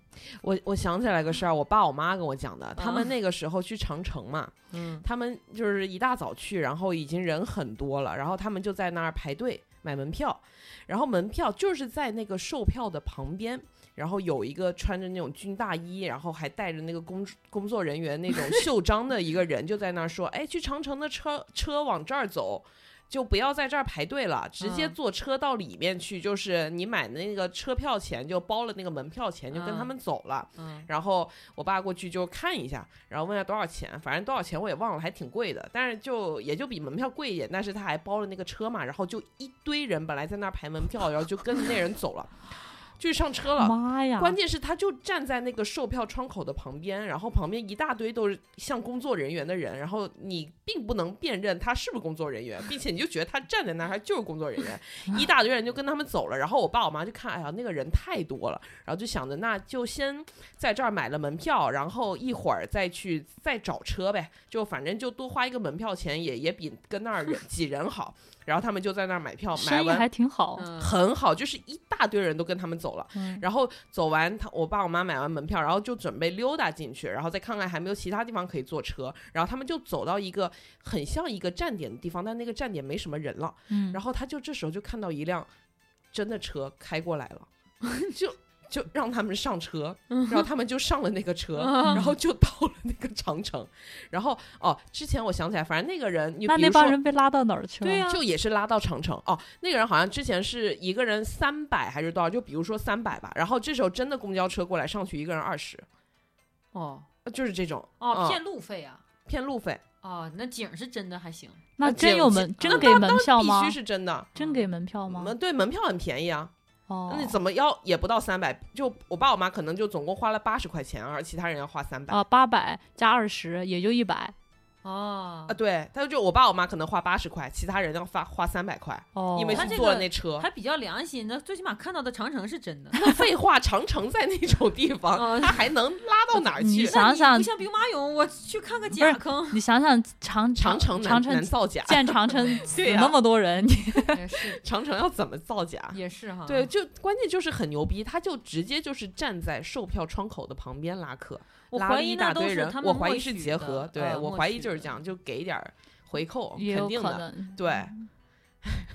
Speaker 2: 我我想起来个事儿，我爸我妈跟我讲的，他
Speaker 3: 啊
Speaker 2: 们那个时候去长城嘛，
Speaker 3: 嗯，
Speaker 2: 他们就是一大早去，然后已经人很多了，然后他们就在那儿排队买门票，然后门票就是在那个售票的旁边，然后有一个穿着那种军大衣，然后还带着那个工工作人员那种袖章的一个人就在那儿说：“哎，去长城的车车往这儿走。”就不要在这儿排队了，直接
Speaker 3: 嗯
Speaker 2: 坐车到里面去。就是你买那个车票钱，就包了那个门票钱，就跟他
Speaker 3: 嗯
Speaker 2: 们走了。
Speaker 3: 嗯，
Speaker 2: 然后我爸过去就看一下，然后问下多少钱，反正多少钱我也忘了，还挺贵的，但是就也就比门票贵一点，但是他还包了那个车嘛，然后就一堆人本来在那儿排门票，然后就跟着那人走了，就上车了。
Speaker 1: 妈呀！
Speaker 2: 关键是他就站在那个售票窗口的旁边，然后旁边一大堆都是像工作人员的人，然后你并不能辨认他是不是工作人员，并且你就觉得他站在那儿他就是工作人 员，一大堆人就跟他们走了。然后我爸我妈就看，哎呀，那个人太多了，然后就想着那就先在这儿买了门票，然后一会儿再去再找车呗，就反正就多花一个门票钱也也比跟那儿 人挤人好。然后他们就在那儿买票，买
Speaker 1: 生意还
Speaker 2: 完
Speaker 1: 挺好。
Speaker 3: 嗯
Speaker 2: 哦很好，就是一大堆人都跟他们走了。
Speaker 1: 嗯，
Speaker 2: 然后走完他，我爸我妈买完门票，然后就准备溜达进去，然后再看看还没有其他地方可以坐车。然后他们就走到一个很像一个站点的地方，但那个站点没什么人了。
Speaker 1: 嗯
Speaker 2: 然后他就这时候就看到一辆真的车开过来了，就就让他们上车，
Speaker 1: 嗯
Speaker 2: 然后他们就上了那个车，然后就到了那个长城。然后哦，之前我想起来，反正那个人，你
Speaker 1: 那
Speaker 2: 比
Speaker 1: 那
Speaker 2: 如说
Speaker 1: 帮人被拉到哪儿去了？
Speaker 3: 对啊呀、
Speaker 2: 就也是拉到长城哦。那个人好像之前是一个人三百还是多少，就比如说三百吧。然后这时候真的公交车过来上去，一个人二十，
Speaker 3: 哦
Speaker 2: 呃就是这种
Speaker 3: 哦，
Speaker 2: 嗯
Speaker 3: 骗路费啊。
Speaker 2: 骗路费，
Speaker 3: 哦，那景儿是真的还行，
Speaker 1: 那
Speaker 2: 啊
Speaker 1: 真
Speaker 2: 姐
Speaker 1: 有
Speaker 2: 我
Speaker 1: 门，
Speaker 3: 记
Speaker 1: 真给门票
Speaker 2: 必
Speaker 1: 吗
Speaker 2: 须？是真的。
Speaker 1: 真给门票吗？
Speaker 2: 门对门票很便宜啊，
Speaker 1: 哦
Speaker 2: 那你，怎么要也不到三百？就我爸我妈可能就总共花了八十块钱，而其他人要花三百
Speaker 1: 啊，八百加二十也就一百。
Speaker 3: 哦
Speaker 2: 啊。，对，他就我爸我妈可能花八十块，其他人要花花三百块，
Speaker 1: 哦，
Speaker 2: 因为
Speaker 3: 他
Speaker 2: 去
Speaker 3: 这
Speaker 2: 坐了
Speaker 3: 个
Speaker 2: 那车。
Speaker 3: 还比较良心，那最起码看到的长城是真的。
Speaker 2: 废话，长城在那种地
Speaker 3: 哦
Speaker 2: 方，他还能拉到哪 儿
Speaker 1: 你
Speaker 2: 去？
Speaker 1: 想
Speaker 3: 那你
Speaker 1: 想
Speaker 3: 不像兵马俑，我去看个
Speaker 1: 不
Speaker 3: 假
Speaker 1: 是
Speaker 3: 坑。
Speaker 1: 你想想长
Speaker 2: 长城难
Speaker 1: 长城
Speaker 2: 难造假，
Speaker 1: 建长城死
Speaker 2: 对呀
Speaker 1: 那么多人，你
Speaker 3: 也是
Speaker 2: 长城要怎么造假？
Speaker 3: 也是哈。
Speaker 2: 对，，就关键就是很牛逼，他就直接就是站在售票窗口的旁边拉客，
Speaker 3: 我
Speaker 2: 拉
Speaker 3: 怀
Speaker 2: 了
Speaker 3: 疑
Speaker 2: 一
Speaker 3: 那
Speaker 2: 大
Speaker 3: 都
Speaker 2: 堆
Speaker 3: 是
Speaker 2: 人
Speaker 3: 他，们
Speaker 2: 我怀疑
Speaker 3: 默
Speaker 2: 是
Speaker 3: 许
Speaker 2: 结
Speaker 3: 的
Speaker 2: 合，对、
Speaker 3: 呃
Speaker 2: 我
Speaker 3: 默
Speaker 2: 怀疑
Speaker 3: 许
Speaker 2: 就是
Speaker 3: 的
Speaker 2: 这样，就给点儿回扣，
Speaker 1: 也
Speaker 2: 哦肯
Speaker 1: 有
Speaker 2: 定
Speaker 1: 可
Speaker 2: 的，
Speaker 1: 能。
Speaker 2: 对，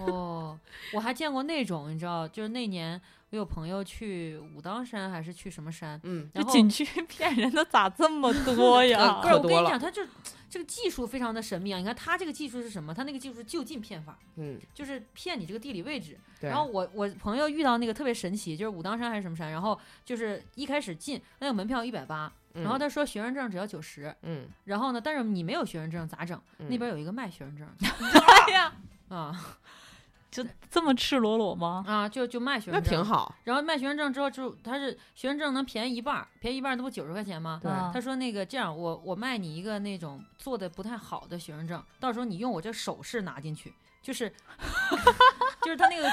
Speaker 3: 哦，我还见过那种，你知道，就是那年我有朋友去武当山还是去什么山，
Speaker 2: 嗯，
Speaker 1: 这
Speaker 3: 然后
Speaker 1: 景啊区 骗人的咋这么多呀
Speaker 2: 嗯
Speaker 3: 不？是
Speaker 2: 可
Speaker 3: 我跟
Speaker 2: 多
Speaker 3: 你
Speaker 2: 了
Speaker 3: 讲，他就这个技术非常的神秘啊。你看他这个技术是什么？他那个技术是就近骗法，
Speaker 2: 嗯，
Speaker 3: 就是骗你这个地理位置。
Speaker 2: 对，
Speaker 3: 然后我我朋友遇到那个特别神奇，就是武当山还是什么山，然后就是一开始进那个门票一百八，
Speaker 2: 嗯
Speaker 3: 然后他说学生证只要九十，
Speaker 2: 嗯，
Speaker 3: 然后呢，但是你没有学生证咋整？
Speaker 2: 嗯
Speaker 3: 那边有一个卖学生 证
Speaker 1: 哎呀，
Speaker 3: 的啊
Speaker 1: 就这么赤裸裸吗？
Speaker 3: 啊，就就卖学
Speaker 2: 那
Speaker 3: 生证
Speaker 2: 挺。好，
Speaker 3: 然后卖学生证之后，就他是学生证能便宜一半儿，便宜一半儿，那不九十块钱吗？
Speaker 2: 对
Speaker 1: 啊
Speaker 3: 他说那个这样，我我卖你一个那种做的不太好的学生证，到时候你用我这手势拿进去，就是 就是他那个，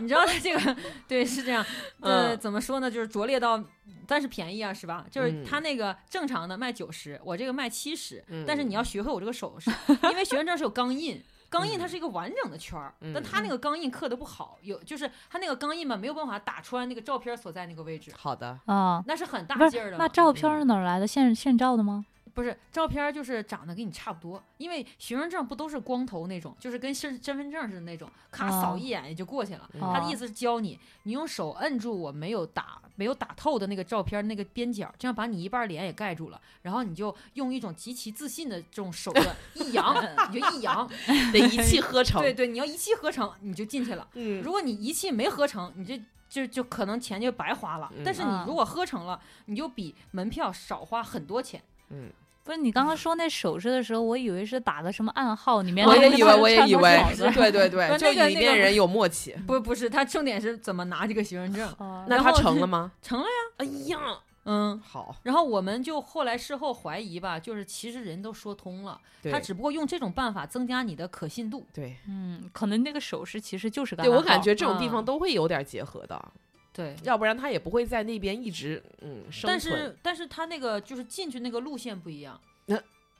Speaker 3: 你知道他这个对是这样，呃，
Speaker 2: 嗯
Speaker 3: 怎么说呢，就是拙劣到，但是便宜啊，是吧？就是
Speaker 2: 嗯
Speaker 3: 他那个正常的卖九十，我这个卖七十、
Speaker 2: 嗯
Speaker 3: 但是你要学会我这个手势，因为学生证是有钢印。钢印它
Speaker 2: 嗯
Speaker 3: 是一个完整的圈儿、但
Speaker 2: 嗯
Speaker 3: 他那个钢印刻的不好，有就是他那个钢印吧，没有办法打穿那个照片所在那个位置，
Speaker 2: 嗯好的，
Speaker 1: 啊，
Speaker 3: 那是很大
Speaker 1: 不是嗯
Speaker 3: 劲儿的嘛。
Speaker 1: 那照片是哪儿来的？现现照的吗？
Speaker 3: 不是照片儿就是长得跟你差不多，因为学生证不都是光头那种，就是跟身身份证似的那种，咔
Speaker 1: 哦
Speaker 3: 扫一眼也就过去了。
Speaker 2: 嗯
Speaker 3: 他的意思是教你，你用手摁住我没有打没有打透的那个照片那个边角，这样把你一半脸也盖住了，然后你就用一种极其自信的这种 手段一扬，你就一扬，
Speaker 2: 得一气 呵成。
Speaker 3: 对对，你要一气呵成，你就进去了。
Speaker 2: 嗯
Speaker 3: 如果你一气没合成，你这就就可能钱就白花了。
Speaker 2: 嗯
Speaker 3: 但是你
Speaker 1: 啊
Speaker 3: 如果合成了，你就比门票少花很多钱。
Speaker 2: 嗯，
Speaker 1: 不是你刚刚说那手势的时候，我以为是打个什么暗号，里面
Speaker 2: 我
Speaker 1: 那
Speaker 2: 也
Speaker 1: 个
Speaker 2: 以为，
Speaker 1: 穿
Speaker 2: 我也以为
Speaker 1: 穿着饺，子。
Speaker 2: 对对
Speaker 3: 不
Speaker 2: 对，
Speaker 3: 是
Speaker 2: 就
Speaker 3: 那个
Speaker 2: 里
Speaker 3: 那
Speaker 2: 面
Speaker 3: 个
Speaker 2: 人有默契。
Speaker 3: 不不是，他重点是怎么拿这个学生证
Speaker 1: 哦
Speaker 2: 那
Speaker 3: 然
Speaker 2: 他
Speaker 3: 后
Speaker 2: 成了吗？
Speaker 3: 成了
Speaker 2: 呀！哎呀，
Speaker 3: 嗯，
Speaker 2: 好，
Speaker 3: 然后我们就后来事后怀疑吧，就是其实人都说通了，
Speaker 2: 对
Speaker 3: 他只不过用这种办法增加你的可信度。
Speaker 2: 对
Speaker 1: 嗯，可能那个手势其实就是个
Speaker 2: 对，我
Speaker 1: 暗号
Speaker 2: 感觉这种地
Speaker 3: 嗯
Speaker 2: 方都会有点结合的，
Speaker 3: 对，
Speaker 2: 要不然他也不会在那边一直嗯生
Speaker 3: 但
Speaker 2: 存。
Speaker 3: 是但是他那个就是进去那个路线不一样。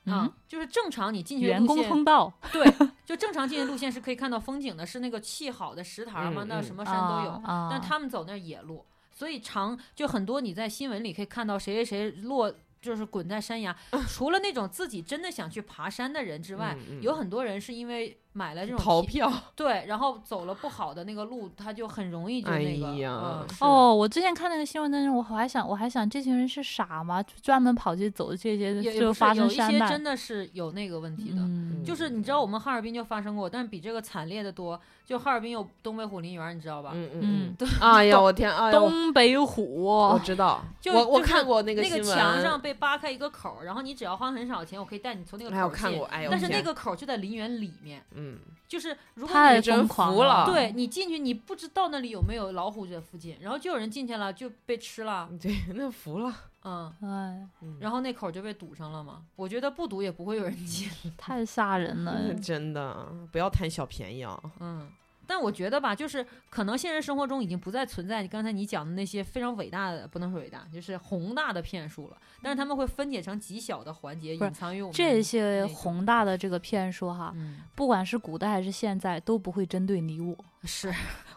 Speaker 3: 啊
Speaker 1: 嗯，，
Speaker 3: 就是正常你进去的
Speaker 1: 员
Speaker 3: 路
Speaker 1: 工
Speaker 3: 线
Speaker 1: 通道
Speaker 3: 对，就正常进去路线是可以看到风景的，是那个砌好的石台嘛，
Speaker 2: 嗯
Speaker 3: 那
Speaker 2: 嗯
Speaker 3: 什么山都有。
Speaker 1: 啊
Speaker 3: 但他们走那儿野路，所以长就很多。你在新闻里可以看到谁谁谁落，就是滚在山 崖。除了那种自己真的想去爬山的人之外，
Speaker 2: 嗯嗯
Speaker 3: 有很多人是因为买了这种
Speaker 2: 逃
Speaker 3: 皮
Speaker 2: 票，
Speaker 3: 对，然后走了不好的那个路，他就很容易就
Speaker 2: 哎
Speaker 3: 那个。
Speaker 2: 呀
Speaker 3: 嗯、是的，
Speaker 1: 哦，我之前看那个新闻的时候，我还想，我还想这群人是傻吗？就专门跑去走这些，
Speaker 3: 也也
Speaker 1: 就
Speaker 3: 不是
Speaker 1: 发
Speaker 3: 有
Speaker 1: 生
Speaker 3: 一
Speaker 1: 山
Speaker 3: 些
Speaker 1: 难
Speaker 3: 真的是有那个问题的。
Speaker 1: 嗯
Speaker 3: 就是你知道我们哈尔滨就发生过，但是比这个惨烈的多。就哈尔滨有东北虎林园，你知道吧？
Speaker 2: 嗯
Speaker 1: 嗯
Speaker 2: 嗯，嗯，哎呀，我天，哎呀，我
Speaker 1: 东北虎
Speaker 2: 我，知道，
Speaker 3: 哦就
Speaker 2: 我我
Speaker 3: 就是
Speaker 2: 看过那个
Speaker 3: 那个
Speaker 2: 新
Speaker 3: 墙
Speaker 2: 闻，
Speaker 3: 上被扒开一个口儿，然后你只要花很少钱，我可以带你从那个口
Speaker 2: 哎
Speaker 3: 儿
Speaker 2: 呀，我看
Speaker 3: 进
Speaker 2: 过，哎呀，
Speaker 3: 但是
Speaker 2: 我天
Speaker 3: 那个口儿就在林园里面，
Speaker 2: 嗯，
Speaker 3: 就是如果
Speaker 1: 太
Speaker 3: 你
Speaker 2: 真
Speaker 1: 疯狂
Speaker 2: 服了
Speaker 3: 对你进去，你不知道那里有没有老虎在附近，然后就有人进去了就被吃了，
Speaker 2: 对，那服了，
Speaker 3: 嗯，
Speaker 1: 哎，
Speaker 2: 嗯
Speaker 3: 然后那口儿就被堵上了嘛。我觉得不堵也不会有人进，
Speaker 1: 太吓人了。嗯
Speaker 2: 真的不要贪小便宜啊，
Speaker 3: 嗯。但我觉得吧，就是可能现实生活中已经不再存在刚才你讲的那些非常伟大的，不能说伟大，就是宏大的骗术了。但是他们会分解成极小的环节，
Speaker 1: 不是
Speaker 3: 隐藏于我们
Speaker 1: 这
Speaker 3: 的
Speaker 1: 些
Speaker 3: 那个
Speaker 1: 宏大的这个骗术哈，
Speaker 3: 嗯
Speaker 1: 不管是古代还是现在，都不会针对你我，
Speaker 3: 是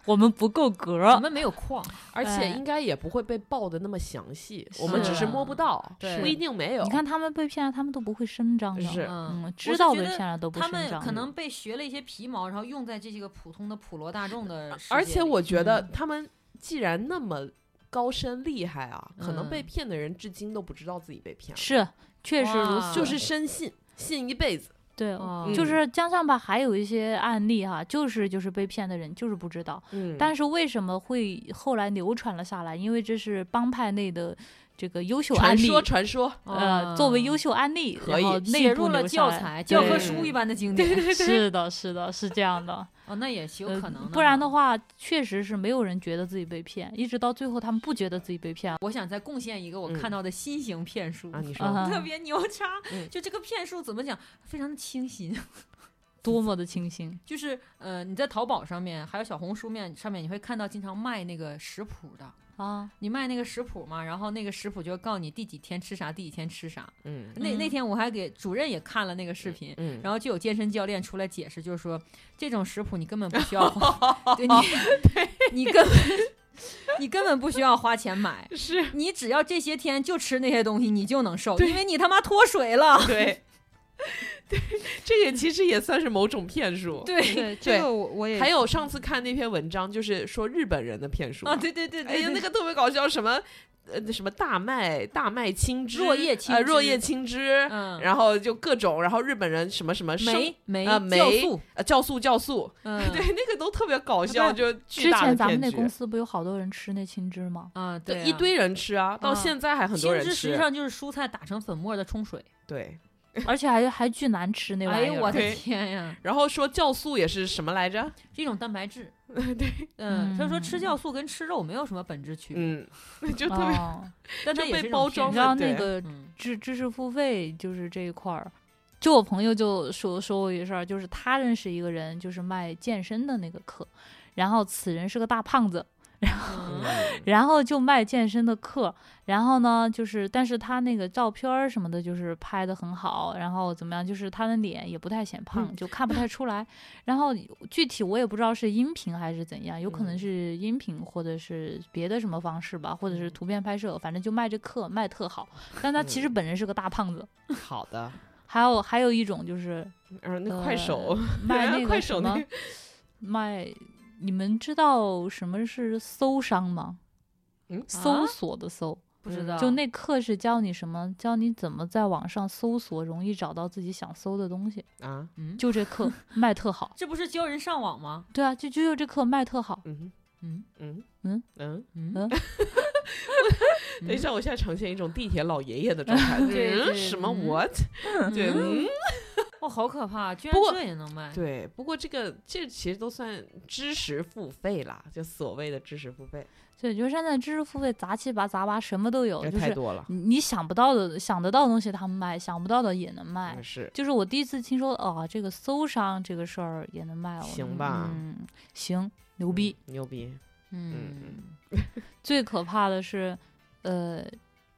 Speaker 1: 我们不够格
Speaker 3: 我
Speaker 1: 儿。
Speaker 3: 们没有矿，
Speaker 2: 而且
Speaker 1: 哎
Speaker 2: 应该也不会被报的那么详细，我们只是
Speaker 3: 是啊
Speaker 2: 摸不到，
Speaker 3: 对
Speaker 2: 不一定没有。
Speaker 1: 你看他们被骗了，他们都不会声张的，
Speaker 2: 是
Speaker 1: 嗯，
Speaker 3: 我
Speaker 1: 知
Speaker 3: 是
Speaker 1: 道
Speaker 3: 觉
Speaker 1: 被
Speaker 3: 得
Speaker 1: 骗了都不
Speaker 3: 他
Speaker 1: 声张
Speaker 3: 们
Speaker 1: 的。
Speaker 3: 可能被学了一些皮毛，然后用在这些个普通的普罗大众的世界里。
Speaker 2: 而且我觉得
Speaker 3: 嗯
Speaker 2: 他们既然那么高深厉害啊，可能被
Speaker 3: 嗯
Speaker 2: 骗的人至今都不知道自己被骗了，
Speaker 1: 是，确实如
Speaker 3: 哇嗯
Speaker 1: 此，
Speaker 2: 就是深信，信一辈子。
Speaker 1: 对。
Speaker 3: 哦，
Speaker 2: 嗯
Speaker 1: 就是江上吧，还有一些案例哈，就是就是被骗的人就是不知道，
Speaker 2: 嗯
Speaker 1: 但是为什么会后来流传了下来？因为这是帮派内的这个优秀案
Speaker 2: 传
Speaker 1: 例
Speaker 2: 说，传说，
Speaker 3: 嗯
Speaker 1: 呃，作为优秀案例，
Speaker 2: 可
Speaker 1: 然后
Speaker 2: 以
Speaker 1: 内
Speaker 3: 写
Speaker 1: 部
Speaker 3: 入嗯了
Speaker 1: 留下
Speaker 3: 教
Speaker 1: 来
Speaker 3: 材、教科
Speaker 1: 对
Speaker 3: 书一般的经典。
Speaker 1: 是的，是的，是这样的。
Speaker 3: 哦，那也是有
Speaker 1: 呃
Speaker 3: 可能。
Speaker 1: 不然的，话，确实是没有人觉得自己被骗，一直到最后他们不觉得自己被骗了。
Speaker 3: 我想再贡献一个我看到的新型骗术
Speaker 2: 啊，
Speaker 1: 嗯
Speaker 2: 你
Speaker 1: 啊
Speaker 2: 说
Speaker 1: 哈
Speaker 3: 特别牛叉
Speaker 2: 嗯。
Speaker 3: 就这个骗术怎么讲，非常的清新。
Speaker 1: 多么的清新，
Speaker 3: 就是呃，你在淘宝上面还有小红书面上面，你会看到经常卖那个食谱的。
Speaker 1: 啊！
Speaker 3: 你卖那个食谱嘛，然后那个食谱就会告诉你第几天吃啥，第几天吃啥。
Speaker 2: 嗯
Speaker 3: 那
Speaker 1: 嗯
Speaker 3: 那天我还给主任也看了那个视频，
Speaker 2: 嗯，
Speaker 3: 然后就有健身教练出来解释，就是说这种食谱你根本不需要 花，对你，你根本你根本不需要花钱买，
Speaker 2: 是
Speaker 3: 你只要这些天就吃那些东西，你就能瘦，
Speaker 2: 对
Speaker 3: 因为你他妈脱水 了。
Speaker 2: 对 对，这个其实也算是某种骗术。
Speaker 3: 对这个我我也
Speaker 2: 还有上次看那篇文章，就是说日本人的骗术
Speaker 3: 啊，对对对
Speaker 2: 哎
Speaker 3: 对
Speaker 2: 呀，那
Speaker 3: 对，
Speaker 2: 个特别搞笑，什么呃那什么大麦大麦青汁，
Speaker 3: 若叶青
Speaker 2: 呃若
Speaker 3: 汁
Speaker 2: 叶青汁，
Speaker 3: 嗯，
Speaker 2: 然后就各种，然后日本人什么什么生
Speaker 3: 酶酶酵
Speaker 2: 啊 酶
Speaker 3: 素，
Speaker 2: 呃酵素酵素，
Speaker 3: 嗯，
Speaker 2: 对，那个都特别搞
Speaker 3: 啊
Speaker 2: 笑，
Speaker 3: 不
Speaker 2: 就
Speaker 1: 之
Speaker 2: 巨大的
Speaker 1: 前咱们
Speaker 2: 骗
Speaker 1: 那公
Speaker 2: 局。
Speaker 1: 司不有好多人吃那青汁 吗？
Speaker 3: 啊，
Speaker 2: 对
Speaker 3: 对，
Speaker 2: 一。堆人吃啊，到
Speaker 3: 啊
Speaker 2: 现在还很多
Speaker 3: 青
Speaker 2: 人
Speaker 3: 汁实际
Speaker 2: 吃。啊
Speaker 3: 上就是蔬菜打成粉末的冲水。
Speaker 2: 对，
Speaker 1: 而且还还巨难吃那玩
Speaker 3: 哎
Speaker 1: 意
Speaker 3: 呦
Speaker 1: 儿。
Speaker 3: 我的
Speaker 2: 对
Speaker 3: 天呀，
Speaker 2: 然后说酵素也是什么来着？
Speaker 3: 这种蛋白 质，
Speaker 2: 对，
Speaker 3: 嗯，所以说吃
Speaker 1: 嗯
Speaker 3: 酵素跟吃肉没有什么本质区别，
Speaker 2: 嗯， 就特别
Speaker 1: 哦，
Speaker 3: 但它
Speaker 2: 就
Speaker 3: 也
Speaker 2: 被
Speaker 3: 是一
Speaker 2: 包
Speaker 3: 种骗
Speaker 2: 装
Speaker 1: 你知
Speaker 3: 术
Speaker 2: 了
Speaker 1: 道那
Speaker 2: 对
Speaker 1: 个
Speaker 3: 嗯
Speaker 1: 知知识付费就是这一块儿。就我朋友就说说过一事儿，就是他认识一个人，就是卖健身的那个课，然后此人是个大胖子，哦
Speaker 2: 嗯
Speaker 1: 然后就卖健身的课，然后呢，就是但是他那个照片儿什么的，就是拍的很好，然后怎么样，就是他的脸也不太显胖，
Speaker 2: 嗯
Speaker 1: 就看不太出 来。然后具体我也不知道是音频还是怎样，有可能
Speaker 2: 嗯
Speaker 1: 是音频或者是别的什么方式吧，或
Speaker 2: 嗯
Speaker 1: 者是图片拍摄，反正就卖这课卖特好。但他
Speaker 2: 嗯
Speaker 1: 其实本人是个大胖子。
Speaker 2: 好的，
Speaker 1: 还有还有一种 就是
Speaker 2: 嗯，那快手
Speaker 1: 呃 卖那
Speaker 2: 啊快
Speaker 1: 个什
Speaker 2: 手
Speaker 1: 么
Speaker 2: 那个
Speaker 1: 卖，你们知道什么是搜商吗？
Speaker 2: 嗯
Speaker 1: 搜索的搜。
Speaker 3: 不知道
Speaker 1: 就那课是教你什么？教你怎么在网上搜索容易找到自己想搜的东西。
Speaker 2: 啊，
Speaker 3: 嗯，
Speaker 1: 就这 课卖特好，
Speaker 3: 这不是教人上网吗？
Speaker 1: 对啊，就就这课卖特好。
Speaker 2: 嗯
Speaker 3: 嗯
Speaker 2: 嗯
Speaker 1: 嗯
Speaker 2: 嗯，
Speaker 3: 嗯
Speaker 1: 嗯
Speaker 2: 等一下，我现在呈现一种地铁老爷爷的状态，
Speaker 3: 对
Speaker 2: 嗯
Speaker 3: 对
Speaker 2: 什么
Speaker 3: 嗯
Speaker 2: what？对，嗯
Speaker 3: 哇，好可怕，居然
Speaker 2: 不过
Speaker 3: 这也能卖？
Speaker 2: 对，不过这个这其实都算知识付费啦，就所谓的知识付费，
Speaker 1: 对，就是现在知识付费杂七八杂八什么都有，
Speaker 2: 这
Speaker 1: 哦就
Speaker 2: 太
Speaker 1: 是
Speaker 2: 多了，
Speaker 1: 你你想不到的、想得到的东西他们卖，想不到的也能卖
Speaker 2: 也。嗯是
Speaker 1: 就是我第一次听说哦，这个搜商这个事儿也能卖，我
Speaker 2: 行
Speaker 1: 说
Speaker 2: 吧
Speaker 1: 嗯，行，牛逼。
Speaker 2: 嗯牛逼，嗯
Speaker 3: 嗯，
Speaker 1: 最可怕的是，呃，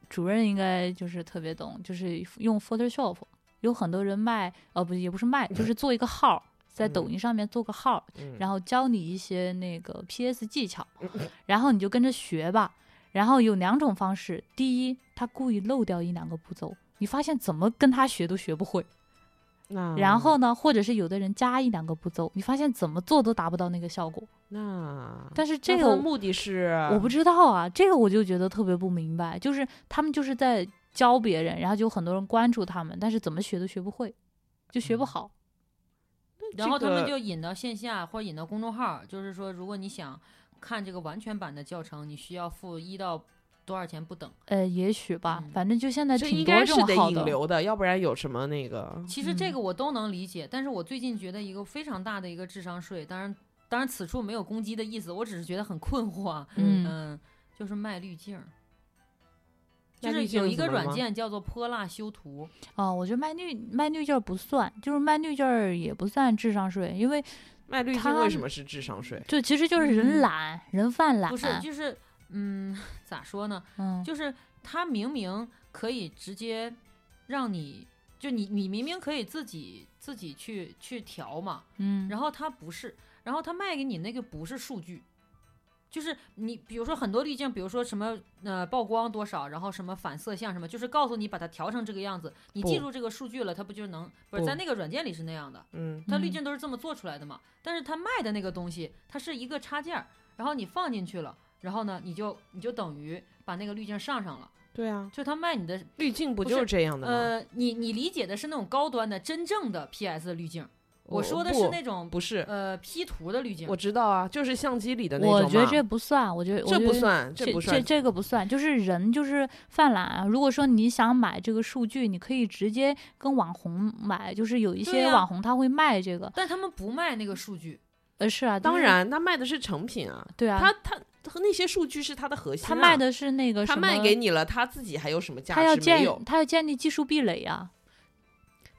Speaker 1: 主任应该就是特别懂，就是用 Photoshop，有很多人卖，呃，不，也不是卖，就是做一个号儿，在抖
Speaker 2: 嗯
Speaker 1: 音上面做个号儿，
Speaker 2: 嗯，
Speaker 1: 然后教你一些那个 PS 技巧
Speaker 2: 嗯，
Speaker 1: 然后你就跟着学吧。然后有两种方式，第一，他故意漏掉一两个步骤，你发现怎么跟他学都学不会。
Speaker 2: 那
Speaker 1: 然后呢，或者是有的人加一两个步骤，你发现怎么做都达不到那个效果。
Speaker 2: 那
Speaker 1: 但是
Speaker 2: 那
Speaker 1: 这
Speaker 2: 它
Speaker 1: 个
Speaker 2: 的目的是
Speaker 1: 我不知道啊，这个我就觉得特别不明白，就是他们就是在教别人，然后就很多人关注他们，但是怎么学都学不会，就
Speaker 2: 嗯
Speaker 1: 学不好。
Speaker 3: 然后他们
Speaker 2: 这
Speaker 3: 就
Speaker 2: 个
Speaker 3: 引到线下或者引到公众号，就是说，如果你想看这个完全版的教程，你需要付一到多少钱不等。
Speaker 1: 呃，也许吧，
Speaker 3: 嗯
Speaker 1: 反正就现在
Speaker 2: 这
Speaker 1: 挺
Speaker 2: 应
Speaker 1: 多
Speaker 2: 该
Speaker 1: 这
Speaker 2: 是
Speaker 1: 种
Speaker 2: 得
Speaker 1: 好
Speaker 2: 引
Speaker 1: 的。
Speaker 2: 流的，要不然有什么那个
Speaker 3: 其实这
Speaker 1: 嗯
Speaker 3: 个我都能理解，但是我最近觉得一个非常大的一个智商税，当然，当然此处没有攻击的意思，我只是觉得很困惑啊。
Speaker 1: 嗯，
Speaker 3: 嗯，就是卖滤镜儿，
Speaker 2: 卖
Speaker 3: 就
Speaker 2: 滤
Speaker 3: 是
Speaker 2: 镜
Speaker 3: 有
Speaker 2: 是
Speaker 3: 一
Speaker 2: 怎
Speaker 3: 个
Speaker 2: 么了
Speaker 3: 软
Speaker 2: 吗
Speaker 3: 件叫做泼辣修图，
Speaker 2: 嗯
Speaker 1: 哦，我觉得卖绿卖绿券不算，就是卖绿券也不算智商税，因为
Speaker 2: 卖滤镜
Speaker 1: 它
Speaker 2: 为什么是智商税？
Speaker 1: 就其实就是人
Speaker 3: 嗯
Speaker 1: 懒，人犯懒。
Speaker 3: 不是，就是嗯， 咋说呢？
Speaker 1: 嗯，
Speaker 3: 就是它明明可以直接让你，就你你明明可以自己自己去去调嘛，
Speaker 1: 嗯，
Speaker 3: 然后它不是，然后它卖给你那个不是数据，就是你比如说很多滤镜，比如说什么呃曝光多少，然后什么反色像什么，就是告诉你把它调成这个样子，你记
Speaker 2: 不
Speaker 3: 住这个数据了，它不就能不是
Speaker 2: 不
Speaker 3: 在那个软件里是那样的，
Speaker 2: 嗯，
Speaker 3: 它
Speaker 1: 嗯
Speaker 3: 滤镜都是这么做出来的嘛，但是它卖的那个东西，它是一个插件儿，然后你放进去了，然后呢，你就你就等于把那个滤镜上上了，
Speaker 2: 对啊，
Speaker 3: 就它卖你的，
Speaker 2: 滤镜不
Speaker 3: 不
Speaker 2: 就是
Speaker 3: 是
Speaker 2: 这样的吗？
Speaker 3: 呃，你你理解的是那种高端的真正的 PS 滤镜，我说的
Speaker 2: 不
Speaker 3: 是那种
Speaker 2: 不是，
Speaker 3: 呃 P 图的滤镜
Speaker 2: 我，知道啊，就是相机里的那种
Speaker 1: 我觉得
Speaker 2: 嘛
Speaker 1: 这不算，我觉得我
Speaker 2: 这
Speaker 1: 觉
Speaker 2: 不
Speaker 1: 得
Speaker 2: 算，这
Speaker 1: 这
Speaker 2: 不
Speaker 1: 这
Speaker 2: 算，
Speaker 1: 这个不算，就是人就是犯懒啊。如果说你想买这个数据，你可以直接跟网红买，就是有一
Speaker 3: 对
Speaker 1: 些
Speaker 3: 呀
Speaker 1: 网红他会卖这个。
Speaker 3: 但他们不卖那个数据，
Speaker 1: 呃，是啊，
Speaker 2: 当
Speaker 1: 就是，
Speaker 2: 然他卖的是成品啊，
Speaker 1: 对啊，
Speaker 2: 他他和那些数据是他的核心、啊，
Speaker 1: 他卖的是那个
Speaker 2: 他
Speaker 1: 什么，
Speaker 2: 卖给你了，他自己还有什么价
Speaker 1: 他要
Speaker 2: 值没
Speaker 1: 建
Speaker 2: 有？
Speaker 1: 他要建立技术壁垒啊。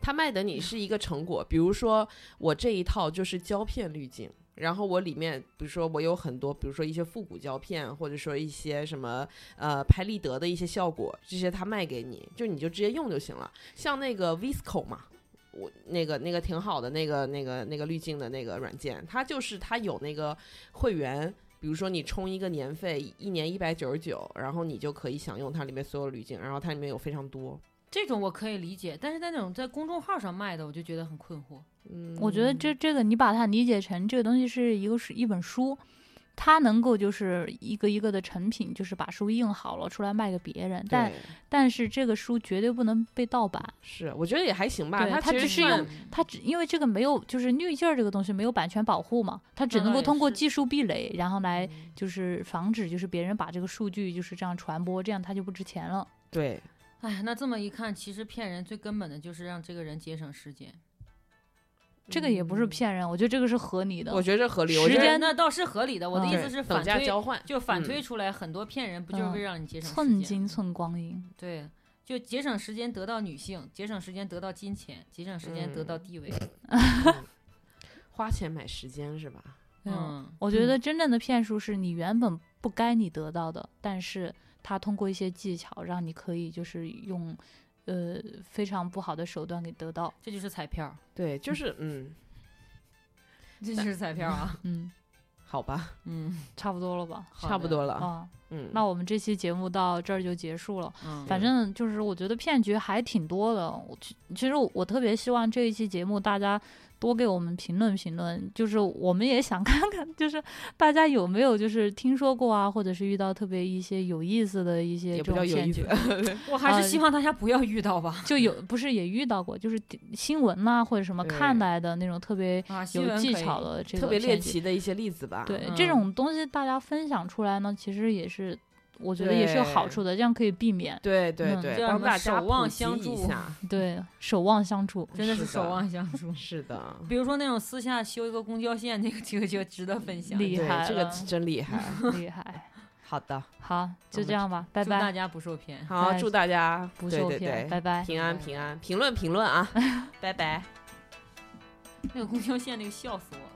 Speaker 2: 他卖的你是一个成果，比如说我这一套就是胶片滤镜。然后我里面，比如说我有很多，比如说一些复古胶片，或者说一些什么呃拍立得的一些效果，这些他卖给你，就你就直接用就行了。像那个 Visco 嘛，我那个那个挺好的那个那个那个滤镜的那个软件，它就是它有那个会员，比如说你充一个年费，一年一百九十九，然后你就可以享用它里面所有的滤镜，然后它里面有非常多。
Speaker 3: 这种我可以理解，但是在那种在公众号上卖的，我就觉得很困惑。
Speaker 2: 嗯，
Speaker 1: 我觉得这这个你把它理解成这个东西是一个是一本书，它能够就是一个一个的成品，就是把书印好了出来卖给别人，但
Speaker 2: 对
Speaker 1: 但是这个书绝对不能被盗版。
Speaker 2: 是，我觉得也还行吧。
Speaker 1: 对
Speaker 2: 它
Speaker 1: 它
Speaker 2: 其
Speaker 1: 只
Speaker 2: 实
Speaker 1: 是
Speaker 2: 算
Speaker 1: 用它只因为这个没有，就是滤镜儿这个东西没有版权保护嘛，它只
Speaker 3: 那
Speaker 1: 能
Speaker 3: 倒
Speaker 1: 够
Speaker 3: 也
Speaker 1: 通过
Speaker 3: 是嗯
Speaker 1: 技术壁垒，然后
Speaker 3: 哎
Speaker 1: 来就是防止就是别人把这个数据就是这样传播，这样它就不值钱了。
Speaker 2: 对，
Speaker 3: 哎，那这么一看，其实骗人最根本的就是让这个人节省时间。
Speaker 1: 这个也不是
Speaker 2: 嗯。
Speaker 1: 骗人，我觉得这个是合理的。
Speaker 2: 我觉得这合理，我
Speaker 1: 时
Speaker 2: 觉得
Speaker 1: 间
Speaker 3: 那倒是合理的。我的
Speaker 1: 嗯
Speaker 3: 意
Speaker 2: 对
Speaker 3: 思是
Speaker 2: 等
Speaker 3: 反
Speaker 2: 价
Speaker 3: 推，
Speaker 2: 交换。
Speaker 3: 就反
Speaker 2: 嗯
Speaker 3: 推出来很多骗人，不就是
Speaker 1: 嗯
Speaker 3: 为了让你节省时
Speaker 1: 寸
Speaker 3: 间
Speaker 1: 金寸光阴，
Speaker 3: 对，就节省时间得到女性，节省时间得
Speaker 1: 嗯
Speaker 3: 到
Speaker 1: 哎
Speaker 2: 嗯
Speaker 3: 金钱，节省时间得到地位。
Speaker 2: 花钱买时间是吧？
Speaker 1: 嗯
Speaker 3: 嗯
Speaker 1: 我觉得真正的骗术是你原本不该你得到的，但是他通过一些技巧，让你可以就是用呃非常不好的手段给得到。
Speaker 3: 这就是彩 票，
Speaker 2: 对，就是嗯，
Speaker 3: 这就是彩票啊。
Speaker 1: 嗯，
Speaker 2: 好吧，
Speaker 3: 嗯，
Speaker 1: 差不多了吧？
Speaker 3: 好
Speaker 2: 差不多
Speaker 3: 的。
Speaker 2: 了。
Speaker 1: 啊，
Speaker 2: 嗯，
Speaker 1: 那我们这期节目到这儿就结束了。
Speaker 3: 嗯，
Speaker 1: 反正就是我觉得骗局还挺多的。我其其实我特别希望这一期节目大家多给我们评论评论，就是我们也想看看，就是大家有没有就是听说过啊，或者是遇到特别一些有意思的一些
Speaker 2: 也
Speaker 1: 这
Speaker 2: 不叫
Speaker 1: 种
Speaker 2: 有
Speaker 1: 骗
Speaker 2: 意
Speaker 1: 局
Speaker 2: 思，，
Speaker 3: 我还
Speaker 1: 呃
Speaker 3: 是希望大家不要遇到 吧。
Speaker 1: 就有不是也遇到过，就是新闻呐、或者什么
Speaker 2: 对
Speaker 1: 看来的那种特别
Speaker 3: 啊，新
Speaker 1: 有
Speaker 3: 闻
Speaker 1: 技
Speaker 3: 可以
Speaker 1: 巧。的 这个
Speaker 2: 特别猎
Speaker 1: 骗局
Speaker 2: 奇的一些例子吧。
Speaker 1: 对、
Speaker 3: 嗯
Speaker 1: 这种东西，大家分享出来呢，其实也是我觉得也是有好处的，这样可以避免
Speaker 2: 对对
Speaker 1: 嗯
Speaker 2: 对
Speaker 3: 叫什
Speaker 2: 帮
Speaker 3: 么
Speaker 2: 大家
Speaker 3: 守望
Speaker 2: 普及
Speaker 3: 相助
Speaker 2: 一 下。
Speaker 1: 对守望相助。
Speaker 3: 真的
Speaker 2: 是
Speaker 3: 是守
Speaker 2: 的。
Speaker 3: 望相助
Speaker 2: 是的，
Speaker 3: 比如说那种私下修一个公交线，那个这个就值得分享。
Speaker 1: 厉
Speaker 2: 对
Speaker 1: 害
Speaker 2: 这个
Speaker 1: 了
Speaker 2: 真厉害。
Speaker 1: 厉害。
Speaker 2: 好的，
Speaker 1: 好，就
Speaker 2: 们
Speaker 1: 这样吧，拜
Speaker 3: 祝大
Speaker 1: 拜，
Speaker 3: 家不受骗。
Speaker 2: 好，
Speaker 1: 拜
Speaker 2: 祝大家
Speaker 1: 不
Speaker 2: 对
Speaker 1: 受
Speaker 2: 对
Speaker 1: 骗，拜
Speaker 2: 对，
Speaker 1: 拜。
Speaker 2: 平安平安，评论评论啊，拜拜。
Speaker 3: 那个公交线那个笑死我了。